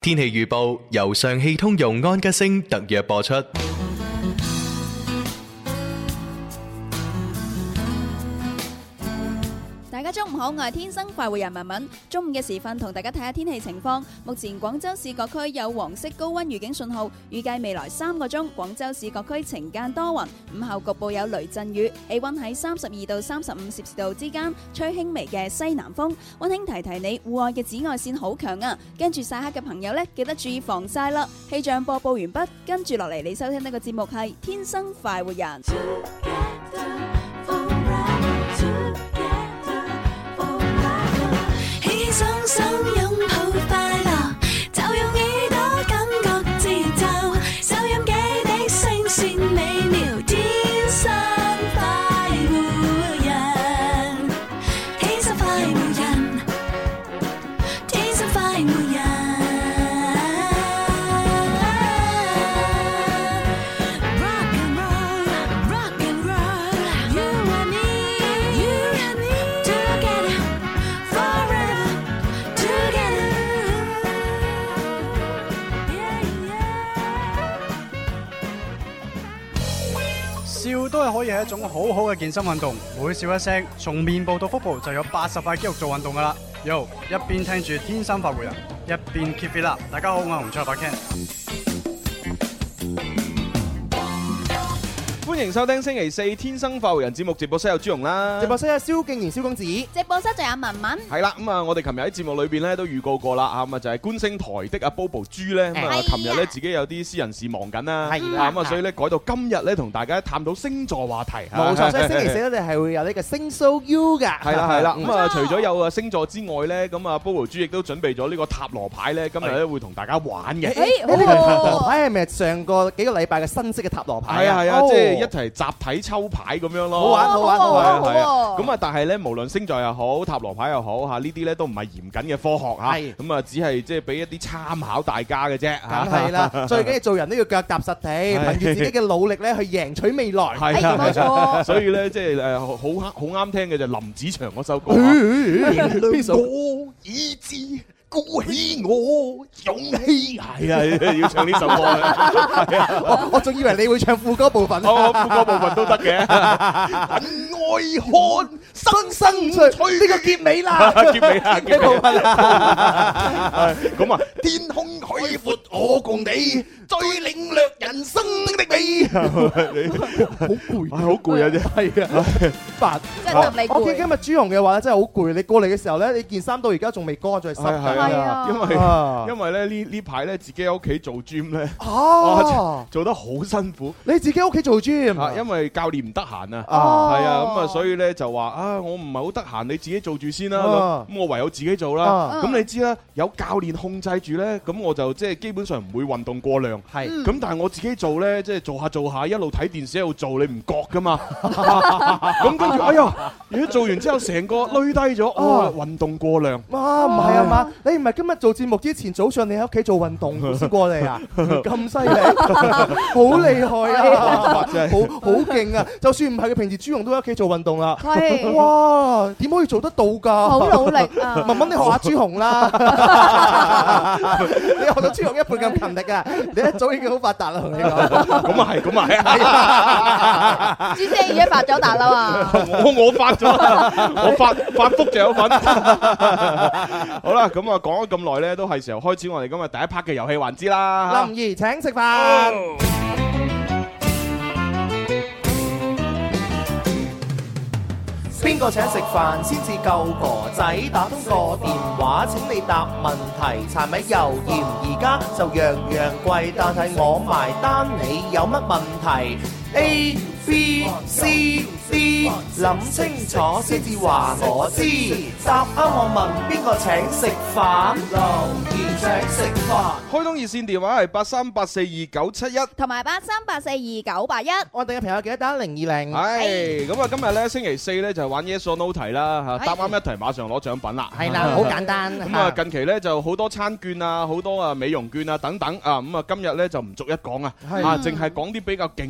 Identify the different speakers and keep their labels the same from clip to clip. Speaker 1: 天氣預報由上汽通用安吉星特約播出。
Speaker 2: 大家中午好，我係天生快活人文文。中午嘅時分，同大家睇下天氣情況。目前廣州市各區有黃色高溫預警信號，預計未來三個鐘，廣州市各區晴間多雲，午後局部有雷陣雨。氣溫喺三十二到三十五攝氏度之間，吹輕微嘅西南風。溫馨提提你，戶外嘅紫外線好強啊！跟住曬黑嘅朋友呢，記得注意防曬啦。氣象播報完畢，跟住落嚟你收聽呢個節目係《天生快活人》。
Speaker 3: 起雙手擁抱快樂，就用耳朵感覺節奏，收音機的聲線美妙，天生快活人，天生快活人，天生快活人。Rock and roll, rock and roll, you and me, you and me, together forever, together. Yeah, yeah.
Speaker 4: 笑都係可以係一種好好嘅健身運動，每笑一聲，從面部到腹部就有八十塊肌肉做運動噶啦。Yo，一邊聽住天生發回人，一邊 keep it up。大家好，我係洪卓發 Ken。
Speaker 5: 歡迎收聽星期四《天生快活人》節目，直播室有朱容啦，
Speaker 6: 直播室嘅蕭敬然、蕭公子，
Speaker 2: 直播室仲有文文。
Speaker 5: 係啦，咁啊，我哋琴日喺節目裏邊咧都預告過啦，啊咁啊就係觀星台的阿 Bobo 豬咧，咁啊
Speaker 2: 係啊
Speaker 5: 琴日咧自己有啲私人事忙緊啦，
Speaker 6: 係啦
Speaker 5: 啊咁啊，所以咧改到今日咧同大家探討星座話題，
Speaker 6: 冇錯，所以星期四咧，你係會有呢個星 show U 噶，
Speaker 5: 係啦係啦，咁啊
Speaker 2: 冇錯
Speaker 5: 除咗有啊星座之外咧，咁啊 Bobo 豬亦都準備咗呢個塔羅牌咧，今日咧會同大家玩嘅。
Speaker 2: 誒
Speaker 6: 呢個塔羅
Speaker 2: 好
Speaker 6: 牌哦係咪上個幾個禮拜嘅新式嘅塔羅牌
Speaker 5: 係啊係啊，
Speaker 6: 哦
Speaker 5: 即係 一齊集體抽牌咁樣咯。
Speaker 6: 好玩好玩
Speaker 5: 係啊
Speaker 6: 好玩，
Speaker 2: 好
Speaker 5: 係啊，
Speaker 2: 喎
Speaker 5: 咁啊，但係咧，無論星座又好，塔羅牌又好嚇，呢啲咧都唔係嚴謹嘅科學
Speaker 6: 係
Speaker 5: 嚇，咁啊，只係即係俾一啲參考大家嘅啫嚇。
Speaker 6: 梗係
Speaker 5: 啊
Speaker 6: 啦，最緊要做人都要腳踏實地，憑住自己嘅努力咧去贏取未來。
Speaker 5: 係
Speaker 2: 哎冇錯
Speaker 5: 所以咧即係誒好啱好啱聽嘅就係林子祥嗰首歌啊。
Speaker 6: 邊首？
Speaker 5: 我已知。鼓起我勇氣，係啊，要唱呢首歌啊，
Speaker 6: 我我仲以為你會唱副歌部分。啊
Speaker 5: 我 副歌部分都得嘅。
Speaker 6: 愛看生生最呢個結尾啦，
Speaker 5: 結尾 啊，結尾
Speaker 6: 部分啦。
Speaker 5: 啊，咁啊，
Speaker 7: 天空海闊，我共你，再領略人生的美。
Speaker 6: 好 攰，
Speaker 5: 唉好攰啊真
Speaker 6: 係啊，煩。
Speaker 2: 真係氹你
Speaker 6: 我見
Speaker 2: 攰
Speaker 6: 今。日朱紅嘅話咧，真係好攰。你過嚟嘅時候咧，你件衫到而家仲未乾，仲係濕
Speaker 5: 係
Speaker 6: 㗎。
Speaker 2: 係
Speaker 5: 啊
Speaker 2: 啊，
Speaker 5: 因為
Speaker 6: 啊
Speaker 5: 因為咧呢呢排咧自己喺屋企做 gym 咧。
Speaker 6: 哦，
Speaker 5: 做得好辛苦
Speaker 6: 你自己屋企做 gym
Speaker 5: 啊，
Speaker 6: 啊？
Speaker 5: 因為教練唔得閒啊，
Speaker 6: 啊
Speaker 5: 係啊，咁啊，所以咧就話啊，我唔係好得閒，你自己做住先啦，
Speaker 6: 啊
Speaker 5: 咁咁我唯有自己做啦
Speaker 6: 啊。
Speaker 5: 咁你知啦，有教練控制住咧，咁我就即係基本上唔會運動過量。
Speaker 6: 係
Speaker 5: 咁但係我自己做咧，即係做下做下，一路睇電視一路做，你唔覺噶嘛？ 咁跟住，哎呀，如果做完之後成個攣低
Speaker 6: 啊
Speaker 5: 咗，哦，運動過量。
Speaker 6: 哇，唔係啊嘛？你唔係今日做節目之前早上你喺屋企做運動先過嚟啊？咁犀利，好厲害啊！
Speaker 5: 真
Speaker 6: 好好勁啊！就算唔係佢平時朱紅都喺屋企做運動啦。啊
Speaker 2: 係
Speaker 6: 哇，點可以做得到㗎？
Speaker 2: 好努力啊！
Speaker 6: 文文，你學下朱紅啦！你學到朱紅一半咁勤力啊！你一早已經好發達啦，同你講。
Speaker 5: 咁啊係，咁啊係。
Speaker 2: 朱姐已經發咗達啦嘛，
Speaker 5: 我我發咗， 我發發福就有份。 好啦，咁啊講咗咁耐咧，都係時候開始我哋今日第一 part 嘅遊戲環節啦
Speaker 6: 林。怡請食飯。邊個請食飯先至夠哥仔？打通個電話請你答問題，柴米油鹽而家就樣樣貴，但係我埋單，你有乜問題？A B C D，諗清楚先至話我知。答啱我問邊個請食飯？留言請食飯。
Speaker 5: 開通熱線電話係八三八四二九七一。
Speaker 2: 同埋八三八四二九八一，
Speaker 6: 我哋嘅朋友記得打零二零。
Speaker 5: 係咁啊！今日咧星期四咧就係玩 Yes or No 題啦嚇，
Speaker 2: 係
Speaker 5: 答啱一題馬上攞獎品啦。
Speaker 6: 哎係啦，好簡單。
Speaker 5: 咁啊，近期咧就好多餐券啊，好多啊美容券啊等等啊，咁啊今日咧就唔逐一講啊，
Speaker 6: 係嗯
Speaker 5: 啊淨係講啲比較勁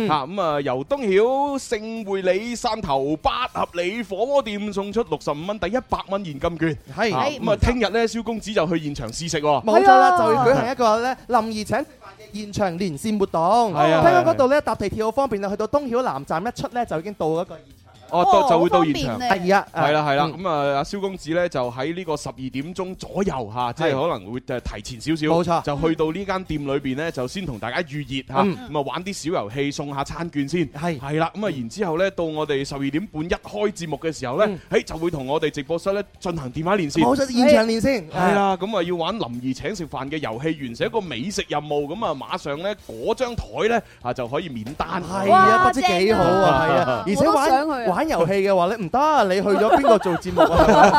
Speaker 5: 嘅嚇，咁啊由東曉盛匯你汕頭八合里火鍋店送出六十五蚊第一百蚊現金券。
Speaker 6: 係哎
Speaker 5: 啊咁啊，聽日咧，蕭公子就去現場試食喎。哦
Speaker 6: 冇錯啦，
Speaker 2: 係
Speaker 6: 就
Speaker 2: 啊
Speaker 6: 要舉行一個咧林怡請食飯嘅現場連線活動。
Speaker 5: 係啊
Speaker 6: 聽講嗰度咧搭地鐵好方便啦，去到東曉南站一出咧就已經到嗰個現
Speaker 5: 哦，到就會到現場。
Speaker 6: 場。係啊，
Speaker 5: 係啦係啦，
Speaker 6: 嗯
Speaker 5: 咁啊阿蕭公子咧就喺呢個十二點鐘左右嚇，即係可能會誒提前少少，
Speaker 6: 冇錯
Speaker 5: 就去到呢間店裏邊咧，就先同大家預熱嚇，
Speaker 6: 嗯
Speaker 5: 咁啊玩啲小遊戲，送下餐券先。
Speaker 6: 係
Speaker 5: 係啦，咁啊然之後咧，到我哋十二點半一開節目嘅時候咧，誒就會同我哋直播室咧進行電話連線。
Speaker 6: 嗯冇錯，現場連線。
Speaker 5: 係啦，咁啊要玩林兒請食飯嘅遊戲，完成一個美食任務，咁啊馬上咧嗰張台咧啊就可以免單。
Speaker 6: 係
Speaker 2: 哇
Speaker 6: 啊，不知幾好啊，係
Speaker 2: 正啊，
Speaker 6: 啊而且
Speaker 2: 我都想去
Speaker 6: 玩
Speaker 2: 啊
Speaker 6: 玩遊戲嘅話咧，唔得，你去咗邊個做 節目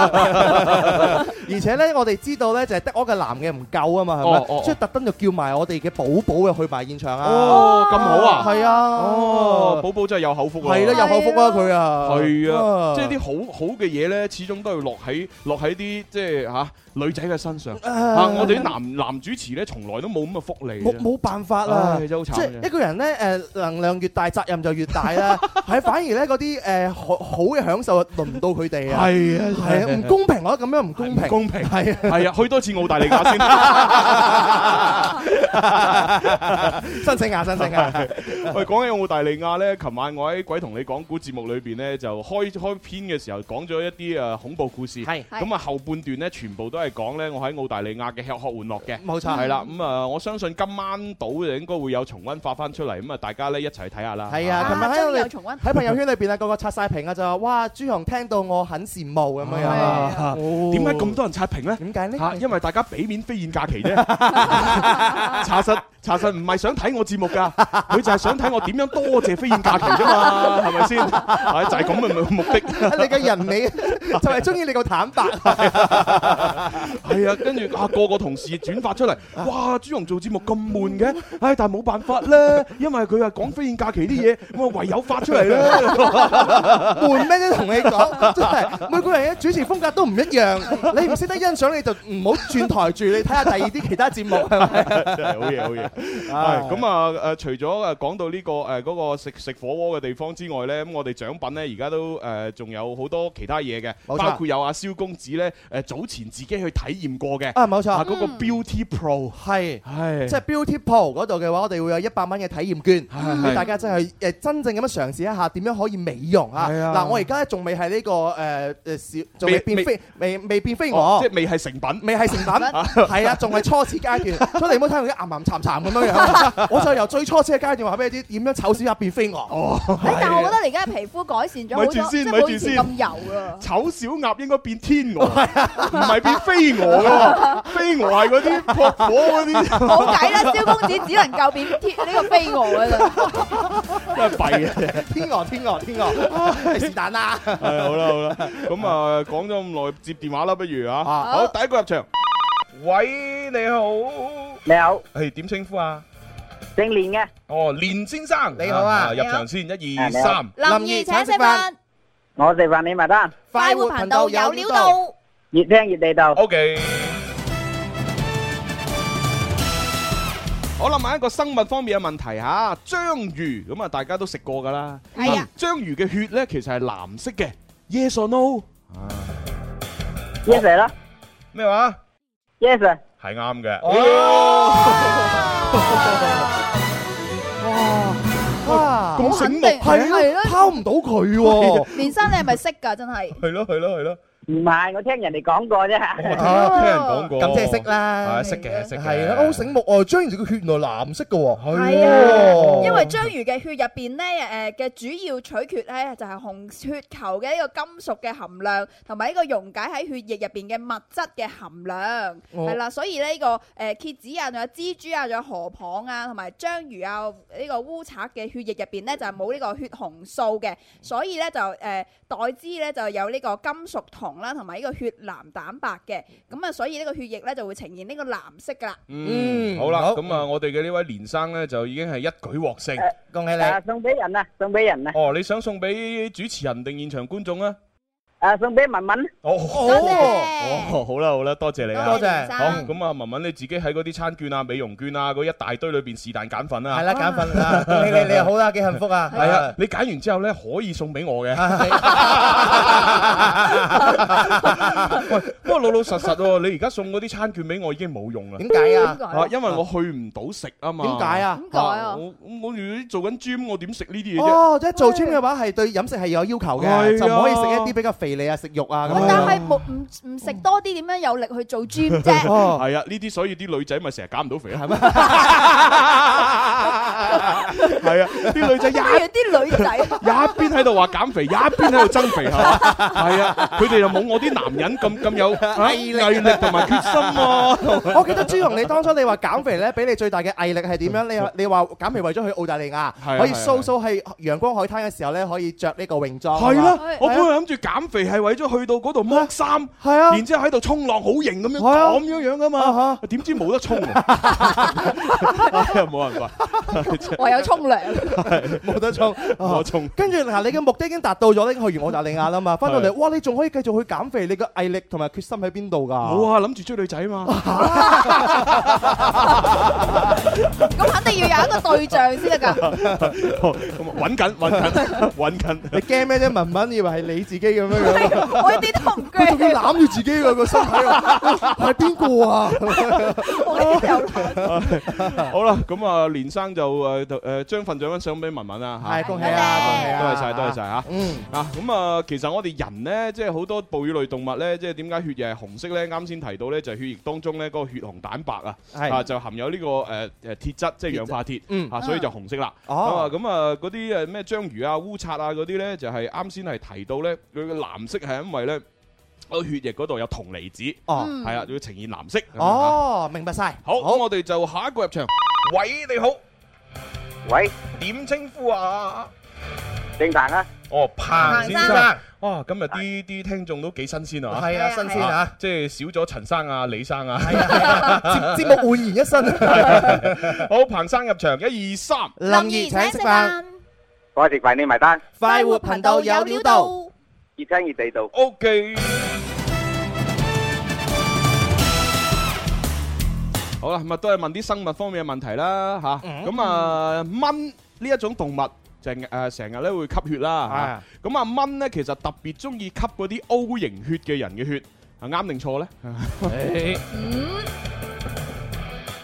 Speaker 6: 啊？而且咧，我哋知道咧，就係得我嘅男嘅唔夠啊嘛，係
Speaker 5: 哦哦哦
Speaker 6: 咪？所以特登就叫埋我哋嘅寶寶啊去埋現場啊！
Speaker 5: 哦，咁好啊！
Speaker 6: 係啊，
Speaker 5: 哦，寶寶真係有口福喎。
Speaker 6: 係啦，有口福啊佢啊，
Speaker 5: 係啊，即係啲好好嘅嘢咧，始終都要落喺落喺啲即係嚇女仔嘅身上。啊，我哋啲男男主持咧，從來都冇咁嘅福利
Speaker 6: 冇
Speaker 5: 嘅。
Speaker 6: 冇辦法啦
Speaker 5: 唉，真係好慘啊
Speaker 6: 即係一個人咧，誒能量越大，責任就越 大啦。係反而咧嗰啲誒好好嘅享受，輪唔到佢哋啊。
Speaker 5: 係啊，
Speaker 6: 係啊，唔公平，我覺得咁樣唔公
Speaker 5: 唔
Speaker 6: 平。
Speaker 5: 公平。
Speaker 6: 係啊。
Speaker 5: 係啊，去多次澳大利亞 先。
Speaker 6: 申請啊，申請啊！
Speaker 5: 喂，講起澳大利亞咧，琴晚我喺《鬼同你講古》節目裏邊咧，就開開篇嘅時候講咗一啲誒恐怖故事。
Speaker 6: 係
Speaker 5: 咁啊，後半段咧全部都係講咧我喺澳大利亞嘅吃喝玩樂嘅。
Speaker 6: 冇錯，
Speaker 5: 係啦，咁啊，我相信今晚到就應該會有重温發翻出嚟，咁啊，大家咧一齊睇下啦。
Speaker 6: 係
Speaker 2: À,
Speaker 6: 啊，琴日
Speaker 2: 終於
Speaker 6: 喺我
Speaker 2: 有
Speaker 6: 哋
Speaker 2: 重温。
Speaker 6: 喺朋友圈裏邊啊，個個刷晒屏啊，就話哇朱紅聽到我很羨慕咁樣樣啊。
Speaker 5: 啊點解咁多人刷屏咧？
Speaker 6: 點解呢？
Speaker 5: 嚇，因為大家俾面飛燕假期啫。查實查實唔係想睇我節目㗎，佢就係想睇我點樣多謝飛燕假期啫嘛，係咪先？係就係咁嘅目的。
Speaker 6: 你嘅人美就係中意你個坦白。
Speaker 5: 係啊，跟住啊個個同事轉發出嚟，哇！朱紅做節目咁悶嘅，唉，但係冇辦法咧，因為佢係講飛燕假期啲嘢，咁啊唯有發出嚟啦。
Speaker 6: 換咩都同你講，真係每個人嘅主持風格都唔一樣。你唔識得欣賞，你就唔好轉台住，你睇下第二啲其他節目係咪？
Speaker 5: 真係好嘢，好嘢。係咁啊誒，除咗誒講到呢個誒嗰個食食火鍋嘅地方之外咧，咁我哋獎品咧而家都誒仲有好多其他嘢嘅，
Speaker 6: 冇錯
Speaker 5: 包括有阿蕭公子咧誒早前自己去體驗過嘅 啊
Speaker 6: 啊，冇
Speaker 5: 嗰
Speaker 6: 錯，
Speaker 5: 個 Beauty Pro
Speaker 6: 係。
Speaker 5: 係
Speaker 6: 即係 Beauty Pro 嗰度嘅話，我哋會有一百蚊嘅體驗券，
Speaker 5: 係
Speaker 6: 俾大家真係誒真正咁樣嘗試一下點樣可以美容啊！
Speaker 5: 係啊
Speaker 6: 嗱，我而家咧仲未係呢個誒誒小，仲未
Speaker 5: 未未
Speaker 6: 變飛，未未變飛
Speaker 5: 哦
Speaker 6: 我
Speaker 5: 即。係未係成品。
Speaker 6: 未係成品，係啊，仲係初始階段，所以你唔好睇佢啲岩岩沉沉咁樣樣，我就由最初始嘅階段話俾你知點樣醜小鴨變飛
Speaker 5: 哦
Speaker 6: 蛾。
Speaker 2: 誒但係我覺得你而家嘅皮膚改善咗好多，
Speaker 5: 咪住先
Speaker 2: 即係冇以
Speaker 5: 咪
Speaker 2: 前
Speaker 5: 住
Speaker 2: 咁油啦。
Speaker 5: 醜小鴨應該變天鵝，唔係變飛蛾 噶喎。飛蛾係嗰啲撲火嗰啲，
Speaker 2: 冇計啦，蕭公子只能夠變貼呢個飛蛾嘅啫。
Speaker 5: 真係弊啊！
Speaker 6: 天鵝，天鵝，天鵝，是但啦。
Speaker 5: 係好啦好啦，咁啊講咗咁耐，接電話啦，不如啊，好第一個入場。喂，你好，
Speaker 8: 你好，
Speaker 5: 係點稱呼啊？
Speaker 8: 姓連嘅，
Speaker 5: 哦，連先生，
Speaker 6: 你好啊
Speaker 5: 入場先，一
Speaker 8: 啊
Speaker 5: 二
Speaker 8: 你好
Speaker 5: 三，
Speaker 2: 林怡請食飯，
Speaker 8: 我食飯你埋單，
Speaker 2: 快活頻道有料到，
Speaker 8: 越聽越地道。
Speaker 5: OK。好啦，問一個生物方面嘅問題嚇，章魚咁啊，大家都食過噶啦。
Speaker 2: 係啊，
Speaker 5: 章魚嘅血咧其實係藍色嘅，yes or no？
Speaker 8: Yes sir 啦
Speaker 5: 咩話？
Speaker 8: ，Yes sir，
Speaker 5: 係啱嘅。
Speaker 6: 哇，
Speaker 5: 咁醒
Speaker 2: 好肯
Speaker 5: 目
Speaker 2: 定係咯
Speaker 6: 拋唔到佢 喎。
Speaker 2: 連生你係咪識㗎？真係
Speaker 5: 係咯係咯係咯，
Speaker 8: 唔係我聽人哋講過
Speaker 5: 我聽
Speaker 8: 啫。
Speaker 2: 哦
Speaker 5: 聽人講過。
Speaker 6: 咁即係識啦，
Speaker 5: 係識嘅識嘅
Speaker 6: 係啦，好醒目喎！章魚個血原來藍色嘅喎，
Speaker 2: 係
Speaker 6: 哦
Speaker 2: 啊，因為章魚嘅血入邊咧，誒嘅主要取決咧就係紅血球嘅一個金屬嘅含量，同埋呢個溶解喺血液入邊嘅物質嘅含量，
Speaker 6: 哦
Speaker 2: 係啦，所以呢個誒蠍子啊，仲有蜘蛛啊，仲有河蚌啊，同埋章魚啊，呢個烏賊嘅血液入邊咧就係冇呢個血紅素嘅，所以咧就誒代之咧就有呢個金屬銅啦，同埋呢個血藍蛋白嘅，咁啊，所以呢個血液咧就會呈現呢個藍色噶啦。
Speaker 5: 嗯，
Speaker 6: 嗯
Speaker 5: 好啦，
Speaker 6: 好
Speaker 5: 咁啊，我哋嘅呢位連生咧就已經係一舉獲 勝。
Speaker 8: À,
Speaker 6: 恭喜你！
Speaker 8: 啊，送俾人啊，送俾人啊。
Speaker 5: 哦，你想送俾主持人定現場觀眾啊？
Speaker 8: À, Xuân bé mạnh mắn.
Speaker 2: 多謝。
Speaker 5: 哦，好啦好啦，多謝你啊！
Speaker 6: 多謝。
Speaker 2: 謝
Speaker 5: 好，咁啊，文文你自己喺嗰啲餐券啊、美容券啊嗰一大堆裏邊是但揀份啊。
Speaker 6: 係啦，揀份啦。恭喜你，你又好啦，幾幸福啊。
Speaker 5: 系啊，你揀完之後咧可以送俾我 嘅。喂，不過老老實實喎，你而家送嗰啲餐券俾我已經冇用啦。
Speaker 6: 係。點解啊？
Speaker 2: 點解啊？
Speaker 5: 啊，因為我去唔到食啊嘛。
Speaker 6: 點解啊？
Speaker 2: 點解啊？
Speaker 5: 我我如做緊 gym，我點食呢啲嘢啫？
Speaker 6: 哦，即係做gym嘅話係對飲食係有要求嘅，
Speaker 5: 係啊。
Speaker 6: 就唔可以食一啲比較肥膩啊、食肉啊咁樣。
Speaker 5: 咁啊。
Speaker 2: 但係冇-唔-唔食多啲，點樣有力去做gym啫？
Speaker 6: 哦。
Speaker 5: 係啊，呢啲所以啲女仔咪成日減唔到肥啊。
Speaker 6: 係咩？
Speaker 5: 係啊，啲女仔一
Speaker 2: 不如啲女仔。
Speaker 5: 一邊喺度話減肥，一邊喺度增肥，係嘛？係啊，佢哋又冇我啲男人咁咁 有啊毅力同埋決心喎。
Speaker 6: 我記得朱紅，你當初你話減肥呢，俾你最大嘅毅力係點樣？你話-你話減肥為咗去澳大利
Speaker 5: 係
Speaker 6: 亞，
Speaker 5: 啊，
Speaker 6: 可以
Speaker 5: 係啊，
Speaker 6: 掃-掃係陽光海灘嘅時候呢，可以着呢個泳裝啊嘛。
Speaker 5: 係啦
Speaker 2: 係，
Speaker 5: 我本來諗住減肥係為咗去到嗰度剝衫，
Speaker 6: 係啊。
Speaker 5: 然之後喺度衝浪好型咁樣
Speaker 6: 係啊
Speaker 5: 咁樣樣噶嘛
Speaker 6: 啊，
Speaker 5: 點知冇得衝 啊！哎呀冇辦法，
Speaker 2: 唯有沖涼。
Speaker 5: 我衝。
Speaker 6: 跟住嗱，你嘅目的已經達到咗咧，去完澳大利亞啦嘛，翻到嚟，
Speaker 5: 係
Speaker 6: 哇！你仲可以繼續去減肥，你嘅毅力同埋決心喺邊度㗎？
Speaker 5: 冇啊，諗住追女仔 嘛。
Speaker 2: 咁肯定要有一個對象先得㗎。
Speaker 5: 哦咁啊揾緊揾緊揾緊。
Speaker 6: 你驚咩啫？文文以為係你自己咁 樣樣，
Speaker 2: 我一啲都唔驚，
Speaker 6: 佢仲要攬住自己個個身體喎，係邊個啊？
Speaker 2: 我一啲有攬。
Speaker 5: 好啦，咁啊，連生就誒誒將份獎品送俾文文啊。嚇
Speaker 6: 係恭喜啊！恭喜啊！
Speaker 5: 多謝晒，多謝晒。嚇。
Speaker 6: 嗯，
Speaker 5: 啊，咁啊，其實我哋人呢，即係好多哺乳類動物呢，即係點解血液係紅色呢？啱先提到呢，就係血液當中呢嗰個血紅蛋白啊，啊
Speaker 6: 係
Speaker 5: 就含有呢個誒誒鐵質，即係氧化鐵，
Speaker 6: 嗯
Speaker 5: 啊，所以就紅色啦。啊，
Speaker 6: 哦，
Speaker 5: 咁啊，嗰啲誒咩章魚啊、烏刷啊嗰啲呢，就係啱先係提到呢，佢嘅藍色係因為呢，個血液嗰度有銅離子，
Speaker 6: 哦，
Speaker 5: 係啊，要呈現藍色。咁樣啊
Speaker 6: 哦，明白晒。
Speaker 5: 好，咁我哋就下一個入場。喂，你好，
Speaker 8: Quẩy,
Speaker 5: 點稱呼啊？
Speaker 8: Thiên Thần á.
Speaker 5: 哦，彭先
Speaker 6: 先
Speaker 5: 生
Speaker 6: 生，，
Speaker 5: 哇，今日啲啲聽眾都幾新鮮啊！
Speaker 6: 係啊，新鮮啊！
Speaker 5: 即係少咗陳生啊、李生啊。
Speaker 6: 係啊係啊，節節目煥然一 新。
Speaker 5: 好，彭生入場，一二三，
Speaker 6: 林兒請食飯，
Speaker 8: Coi thiệt vậy đi mày ta.
Speaker 6: 快活頻道有料到。
Speaker 8: Chị Trang gì tùy tụ.
Speaker 5: O K。好啦，咁啊都係問啲生物方面嘅問題啦，吓
Speaker 6: 嗯
Speaker 5: 咁啊蚊呢一種動物就係誒成日咧會吸血啦，
Speaker 6: 啊
Speaker 5: 嚇咁啊蚊咧其實特別中意吸嗰啲 O 型血嘅人嘅血，啊啱定錯咧？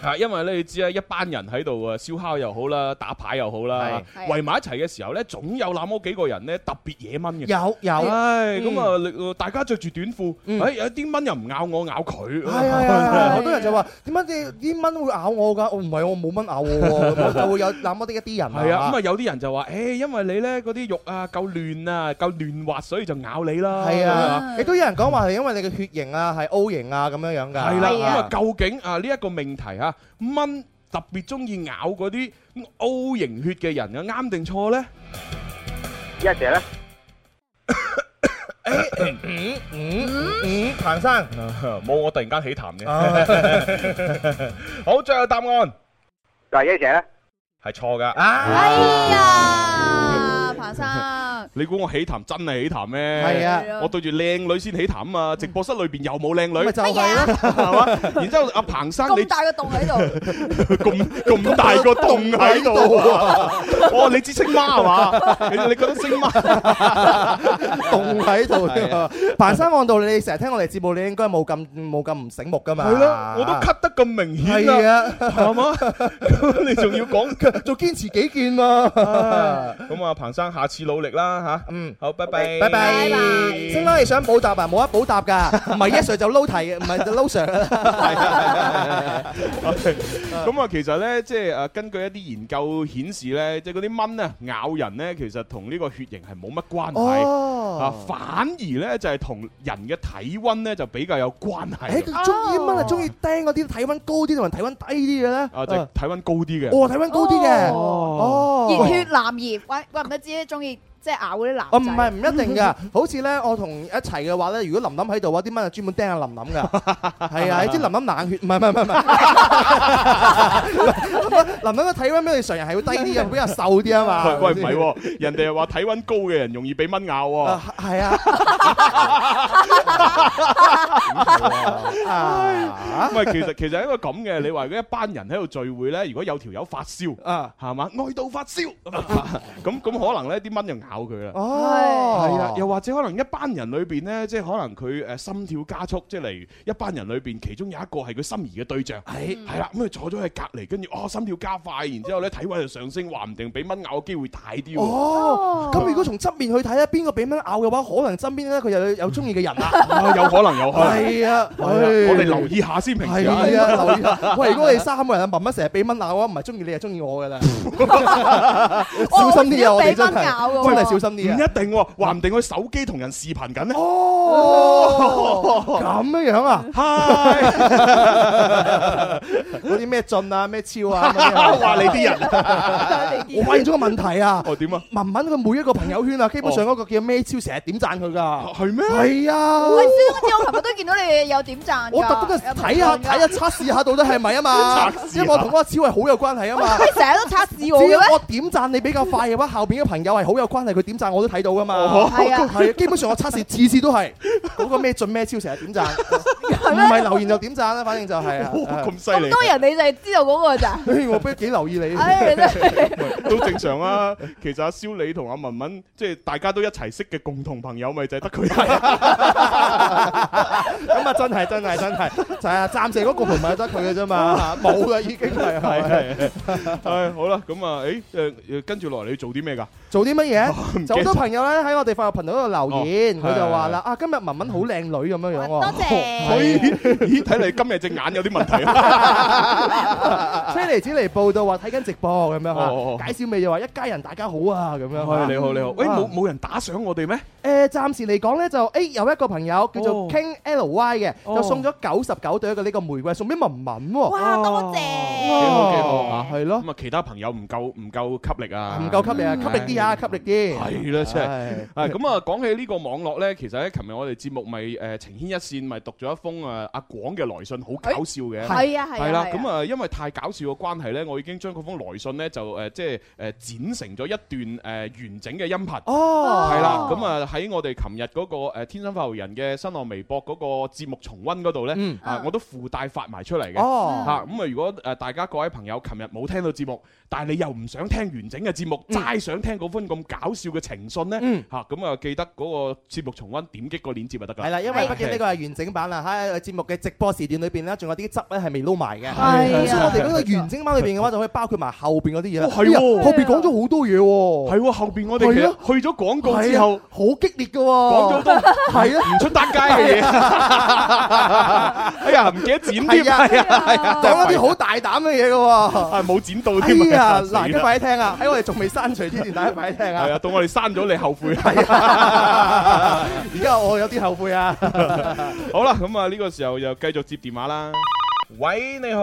Speaker 5: 啊，因為咧你知啦，一班人喺度啊燒烤又好啦，打牌又好啦，
Speaker 2: 係係
Speaker 5: 圍埋一齊嘅時候咧，總有那麼幾個人咧特別惹蚊嘅。
Speaker 6: 有有。
Speaker 5: 唉，
Speaker 6: 嗯
Speaker 5: 咁啊你，大家着住短褲，
Speaker 6: 嗯
Speaker 5: 唉，有啲蚊又唔咬我，咬佢。
Speaker 6: 係啊係
Speaker 2: 係
Speaker 6: 啊！好多人就話點解你啲蚊會咬我㗎？我唔係我冇蚊咬我喎，我就會有那麼啲一啲人
Speaker 5: 係啊，咁啊有啲人就話，誒，因為你咧嗰啲肉啊夠亂啊，夠亂滑，所以就咬你啦。
Speaker 6: 係
Speaker 5: 咁樣。
Speaker 6: 啊，亦都有人講話係因為你嘅血型啊係 O 型啊咁樣樣㗎。
Speaker 5: 係啦，
Speaker 2: 係
Speaker 5: 咁
Speaker 2: 啊
Speaker 5: 啊，究竟啊呢一個命題啊，蚊特別中意咬嗰啲 O 型血嘅人啊，啱定錯咧？
Speaker 8: Giá trẻ đó.
Speaker 6: 嗯嗯嗯，彭生，
Speaker 5: 冇，我突然間起痰 嘅。
Speaker 6: 啊
Speaker 5: 好，最後答案
Speaker 8: Rồi giá trẻ đó.
Speaker 5: 係錯噶。
Speaker 2: À.
Speaker 6: 啊
Speaker 2: 哎呀，彭生。
Speaker 5: 你估我起痰真係起痰咩？
Speaker 6: 係啊，
Speaker 5: 我對住靚女先起痰啊嘛，直播室裏邊又冇靚
Speaker 6: 咪
Speaker 5: 女，
Speaker 6: 就係啦，
Speaker 5: 係嘛？然之後阿彭生你
Speaker 2: 咁大個洞喺度。
Speaker 5: 咁咁大個洞喺度啊！哦，你知星媽係嘛？你你覺得星媽
Speaker 6: 凍喺度。彭生，按道理你成日聽我哋節目，你應該冇咁冇咁唔醒目㗎嘛。
Speaker 5: 係咯？我都咳得咁明顯
Speaker 6: 係
Speaker 5: 啦，
Speaker 6: 啊，
Speaker 5: 係嘛？咁你仲要講
Speaker 6: 做堅持己見 嘛。
Speaker 5: 咁啊？彭生，下次努力啦吓。
Speaker 6: 嗯。
Speaker 5: 好，拜拜，
Speaker 6: 拜拜
Speaker 2: 拜拜。
Speaker 6: 星哥，你想補答啊？冇得補答㗎，唔係 yes sir 就撈題嘅，唔係就 撈 sir 啦。
Speaker 5: 咁啊，其實咧，即係誒，根據一啲研究顯示咧，即係嗰啲蚊啊咬人咧，其實同呢個血型係冇乜關係。啊，
Speaker 6: 哦，
Speaker 5: 反而咧就係同人嘅體温咧就比較有關
Speaker 6: 誒，
Speaker 5: 係。
Speaker 6: 佢中意蚊係中意釘嗰啲體温高啲同埋體温低啲嘅咧？
Speaker 5: 啊，就係體温高啲嘅。
Speaker 6: 哦，體温高啲嘅，哦，
Speaker 2: 熱血男兒，怪-怪唔得知中意即係咬嗰啲男仔。
Speaker 6: 哦，唔係唔一定㗎，好似咧我同一齊嘅話咧，如果琳琳喺度嘅話，啲蚊就專門釘阿 琳琳㗎，係啊，你知琳琳冷血，唔係唔係唔係唔係，嗱，咁啊體温比你常人係會低啲啊，比較瘦啲啊嘛。
Speaker 5: 喂，唔係喎，人哋又話體温高嘅人容易俾蚊咬喎。
Speaker 6: 啊，係啊。啊
Speaker 5: 唔係，啊其實其實係一個咁嘅，你話如果一班人喺度聚會咧，如果有條友發燒，
Speaker 6: 啊！
Speaker 5: 係嘛，愛到發燒，咁咁可能咧啲蚊就咬佢啦。
Speaker 6: 哦，
Speaker 5: 係啊，又或者可能一班人裏邊咧，即係可能佢誒心跳加速，即係例如一班人裏邊，其中有一個係佢心儀嘅對象，
Speaker 6: 係
Speaker 5: 係啦，咁佢坐咗喺隔離，跟住哦心跳加快，然之後咧體温就上升，話唔定俾蚊咬嘅機會大啲喎。
Speaker 6: 哦，咁如果從側面去睇咧，邊個俾蚊咬嘅話，可能身邊咧佢又有中意嘅人啦。
Speaker 5: 啊有可能，有可能。
Speaker 6: 係啊，
Speaker 5: 係啊我哋留意下先，平時
Speaker 6: 係
Speaker 5: 啊
Speaker 6: 啊，留意 下。喂，如果你三個人啊，文文成日俾蚊咬啊，唔係中意你，係中意我噶啦。 小心啲啊！我哋真係真係小心
Speaker 5: 唔一
Speaker 6: 啲啊！
Speaker 5: 定喎，話唔定佢手機同人視頻緊咧。
Speaker 6: 哦，咁樣樣啊！
Speaker 5: 嗨，
Speaker 6: 嗰啲咩進啊、咩超 啊，咁 樣
Speaker 5: 話你啲人，
Speaker 6: 我發現咗個問題 啊！
Speaker 5: 哦點啊？
Speaker 6: 文文佢每一個朋友圈啊，基本上嗰個叫咩超，成日點讚佢 噶。
Speaker 5: 哦係咩？
Speaker 6: 係啊，我特登去睇下
Speaker 2: 啊
Speaker 6: 睇下測試下到底係咪啊嘛
Speaker 5: 測試，下
Speaker 6: 因為我同嗰個超係好有關係啊嘛。只要我點讚你比較快嘅話，後邊嘅朋友係好有關係，佢點讚我都睇到噶嘛。
Speaker 5: 哦
Speaker 6: 係啊，係啊，基本上我測試次次都係嗰個咩進咩超成日點讚，唔係留言就點讚啦，反正就係 啊。
Speaker 5: 哇
Speaker 6: 係啊
Speaker 5: 咁犀利，
Speaker 6: 嘿我不幾留意你。
Speaker 9: 哎
Speaker 5: 都正常啊。其實阿蕭你同阿文文，即係大家都一齊識嘅共同朋友，咪就係得佢係。
Speaker 6: 咁啊，真係真係真係，就係啊暫時嗰個盤咪得佢嘅啫嘛，冇啦已經係。哦係咪
Speaker 5: 係係，唉好啦，咁啊，誒誒誒跟住落嚟你要做啲 咩㗎？
Speaker 6: 做啲乜
Speaker 5: 唔記
Speaker 6: 嘢？就好
Speaker 5: 得
Speaker 6: 多朋友咧喺我哋發育頻道嗰度留言，
Speaker 5: 哦
Speaker 6: 佢就話
Speaker 5: 係
Speaker 6: 啦：啊，今日文文好靚女咁樣樣喎。哦
Speaker 5: 咦咦，睇嚟今日隻眼有啲問題 啊！
Speaker 6: 所以嚟子嚟報道話睇緊直播咁樣
Speaker 5: 哦
Speaker 6: 嚇，介紹未就話一家人大家好啊咁樣
Speaker 5: 係
Speaker 6: 嚇。
Speaker 5: 你好你好， 喂冇
Speaker 6: 啊
Speaker 5: 冇人打賞我哋咩？
Speaker 6: 誒暫時嚟講咧就誒有一個朋友叫做
Speaker 5: 哦
Speaker 6: King L Y 嘅，
Speaker 5: 哦
Speaker 6: 就送咗九十九朵嘅呢個玫瑰送俾文文喎。
Speaker 5: 幾好幾好啊！
Speaker 6: 係咯
Speaker 5: 咁啊，其他朋友唔夠唔夠吸力啊，
Speaker 6: 唔夠吸力啊，吸力啲啊，吸力啲。
Speaker 5: 係啦，真係。
Speaker 6: 係
Speaker 5: 啊，咁啊，講起呢個網絡呢，其實喺琴日我哋節目咪誒情牽一線，咪讀咗一封啊阿廣嘅來信，好搞笑嘅。
Speaker 9: 哎
Speaker 5: 係啦，咁啊，因為太搞笑嘅關係呢，我已經將嗰封來信呢，就呃誒即係誒剪成咗一段誒完整嘅音頻。
Speaker 6: 哦，
Speaker 5: 係啦，咁啊喺我哋琴日嗰個誒天生發號人嘅新浪微博嗰個節目重温嗰度呢，
Speaker 6: 嗯
Speaker 5: 啊我都附帶發埋出嚟嘅。
Speaker 6: 哦。
Speaker 5: 吓咁啊！如果誒大家各位朋友琴日冇聽到節目，但係你又唔想聽完整嘅節目，
Speaker 6: 嗯
Speaker 5: 齋想聽嗰封咁搞笑嘅情信呢，
Speaker 6: 嗯
Speaker 5: 吓咁啊記得嗰個節目重温點擊個鏈接就得㗎
Speaker 6: 係
Speaker 5: 啦。
Speaker 6: 啦，因為畢竟呢個係完整版啦，喺節目嘅直播時段裏邊咧，仲有啲汁咧係未撈埋嘅。
Speaker 2: 係啊
Speaker 6: 所以我哋嗰個完整版裏邊嘅話，就可以包括埋後邊嗰啲嘢啦。
Speaker 5: 哦係喎
Speaker 6: 哎呀後邊講咗好多嘢喎。
Speaker 5: 係喎，後邊我哋其
Speaker 6: 係啊
Speaker 5: 實去咗廣告之後，
Speaker 6: 好激烈嘅喎，
Speaker 5: 講咗好多
Speaker 6: 係啊，
Speaker 5: 唔出得街嘅嘢。哎呀，唔記得剪添，
Speaker 6: 係啊
Speaker 5: 係啊，係啊
Speaker 6: 講咗啲好大膽嘅嘢嘅喎。
Speaker 5: 啊冇剪到
Speaker 6: 哎
Speaker 5: 添
Speaker 6: 呀，
Speaker 5: 啊。
Speaker 6: 嗱，
Speaker 5: 死
Speaker 6: 而
Speaker 5: 啦
Speaker 6: 家快啲聽啊！喺我哋仲未刪除之前，大家快啲 聽
Speaker 5: 係
Speaker 6: 啊！
Speaker 5: 啊，到我哋刪咗你後悔。
Speaker 6: 而家我有啲後悔啊！
Speaker 5: 好啦，咁啊呢個時候又繼續接電話啦。喂，你好，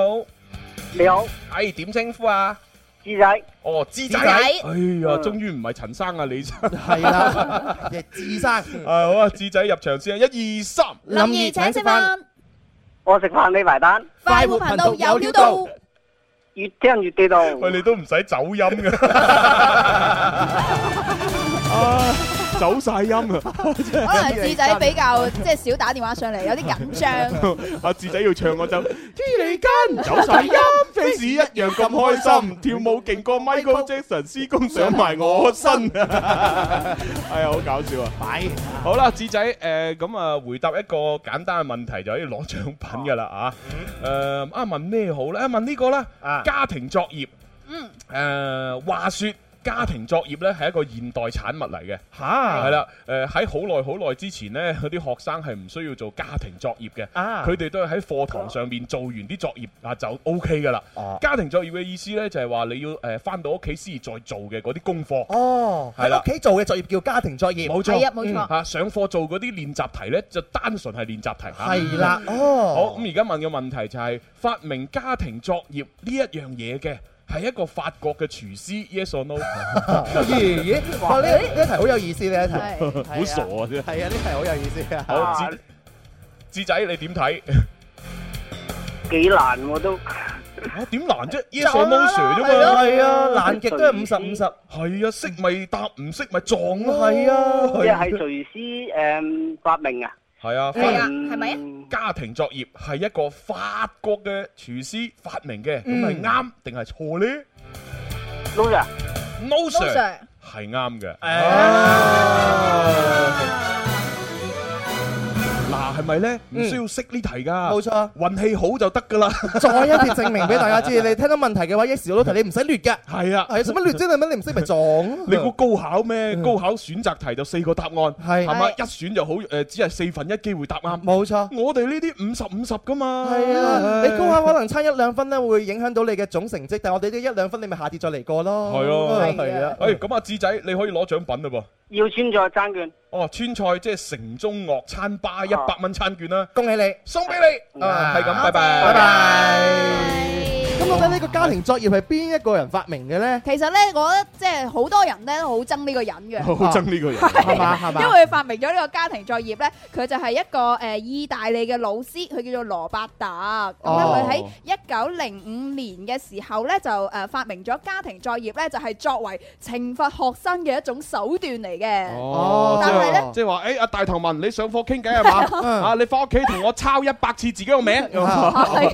Speaker 8: 你好，
Speaker 5: 哎點稱呼啊？
Speaker 8: 志仔，
Speaker 5: 哦，芝仔，
Speaker 2: 仔
Speaker 5: 哎呀，終於唔係陳生啊，李生，啊
Speaker 6: 係啦，亦智生，
Speaker 5: 好啊，智仔入場先啊，一二三，
Speaker 6: 林怡請食飯，
Speaker 8: 我食飯你埋單，越聽越地道。
Speaker 5: 喂，你都唔使走音 嘅，啊，走晒音啊， 阿智仔要唱我就黐你筋，走晒音，fans 一樣咁開 心，跳舞勁過 Michael Jackson，施工上埋我 身，哎呀，好搞笑啊！
Speaker 6: 擺
Speaker 5: 好啦，智仔，誒咁啊，回答一個簡單嘅問題就可以攞獎品噶啦啊！誒啊，問咩好咧？啊問呢個啦，家庭作業。嗯。誒話說家庭作業咧係一個現代產物嚟嘅。
Speaker 6: 嚇
Speaker 5: 係啦，誒喺好耐好耐之前呢，嗰啲學生係唔需要做家庭作業嘅，
Speaker 6: 啊
Speaker 5: 佢哋都係喺課堂上面做完啲作業啊就 O K 噶啦。
Speaker 6: 哦
Speaker 5: 家庭作業嘅意思呢，就係話你要誒翻到屋企先至再做嘅嗰啲功課。
Speaker 6: 哦，
Speaker 5: 係啦
Speaker 6: 喺屋企做嘅作業叫家庭作業，
Speaker 5: 冇錯，
Speaker 2: 係啊冇錯
Speaker 5: 嗯嚇上課做嗰啲練習題呢，就單純係練習題嚇。
Speaker 6: 係啦，哦
Speaker 5: 好，，咁而家問嘅問題就係、發明家庭作業呢一樣嘢嘅係一個法國嘅廚師，yes or no？
Speaker 6: 咦咦，哇呢呢一題好有意思呢一題，
Speaker 5: 好傻啊！真係
Speaker 6: 係啊，呢題好有意思啊，
Speaker 5: 好， 智智仔你點睇？
Speaker 8: 幾難我都，
Speaker 5: 啊點難啫？Yes or no sir 啫嘛。
Speaker 6: 係啊，難極都係五十五十。
Speaker 5: 係啊，識咪答，唔識咪撞咯。
Speaker 6: 係啊，
Speaker 8: 即係
Speaker 6: 係
Speaker 8: 廚師誒發明啊，
Speaker 5: 係啊，
Speaker 9: 係啊
Speaker 5: 法
Speaker 8: 嗯
Speaker 9: 係咪啊
Speaker 5: 家庭作業係一個法國嘅廚師發明嘅，咁係
Speaker 6: 嗯
Speaker 5: 啱定係錯呢
Speaker 8: 老 Sir，
Speaker 5: ？No
Speaker 9: Sir
Speaker 5: sir 係啱嘅。嗱，係咪咧？唔需要識呢題㗎。
Speaker 6: 嗯冇錯。
Speaker 5: 運氣好就得㗎啦。
Speaker 6: 再一次證明俾大家知，你聽到問題嘅話，一時我都提你唔使劣嘅。
Speaker 5: 係啊。
Speaker 6: 係嗯使乜劣啫？你乜你唔識咪撞？
Speaker 5: 你估高考咩？高考選擇題就四個答案，
Speaker 6: 係
Speaker 5: 係嘛？一選就好，誒，只係四分一機會答啱。
Speaker 6: 冇錯。
Speaker 5: 我哋呢啲五十五十噶嘛，
Speaker 6: 係啊，你高考可能差一兩分咧，會影響到你嘅總成績，但係我哋呢一兩分，你咪下次再嚟過咯。
Speaker 5: 係咯
Speaker 6: 係啊，
Speaker 5: 誒咁啊，智仔你可以攞獎品嘞噃。
Speaker 8: 要穿再爭券，
Speaker 5: 哦，川菜即係城中樂餐吧一百蚊餐券啦，
Speaker 6: 恭喜你！
Speaker 5: 送俾你。啊，係咁，拜拜，
Speaker 6: 拜拜。
Speaker 9: 係。
Speaker 6: 咁到底呢個家庭作業係邊一個人發明嘅咧？
Speaker 9: 其實咧，我覺得即係好多人咧都好憎呢個人嘅，
Speaker 5: 好憎呢個人，
Speaker 6: 係嘛係嘛
Speaker 9: 因？為佢發明咗呢個家庭作業咧，佢就係一個誒、呃意大利嘅老師，佢叫做羅伯特。咁咧，佢喺
Speaker 5: 哦
Speaker 9: 一九零五年嘅時候咧，就誒、呃、發明咗家庭作業咧，就係、作為懲罰學生嘅一種手段嚟嘅。
Speaker 5: 哦
Speaker 9: 但係
Speaker 6: 呢
Speaker 5: 即係話誒，阿大頭文，你上課傾偈係嘛？啊，你翻屋企同我抄一百次自己個名。
Speaker 9: 係啊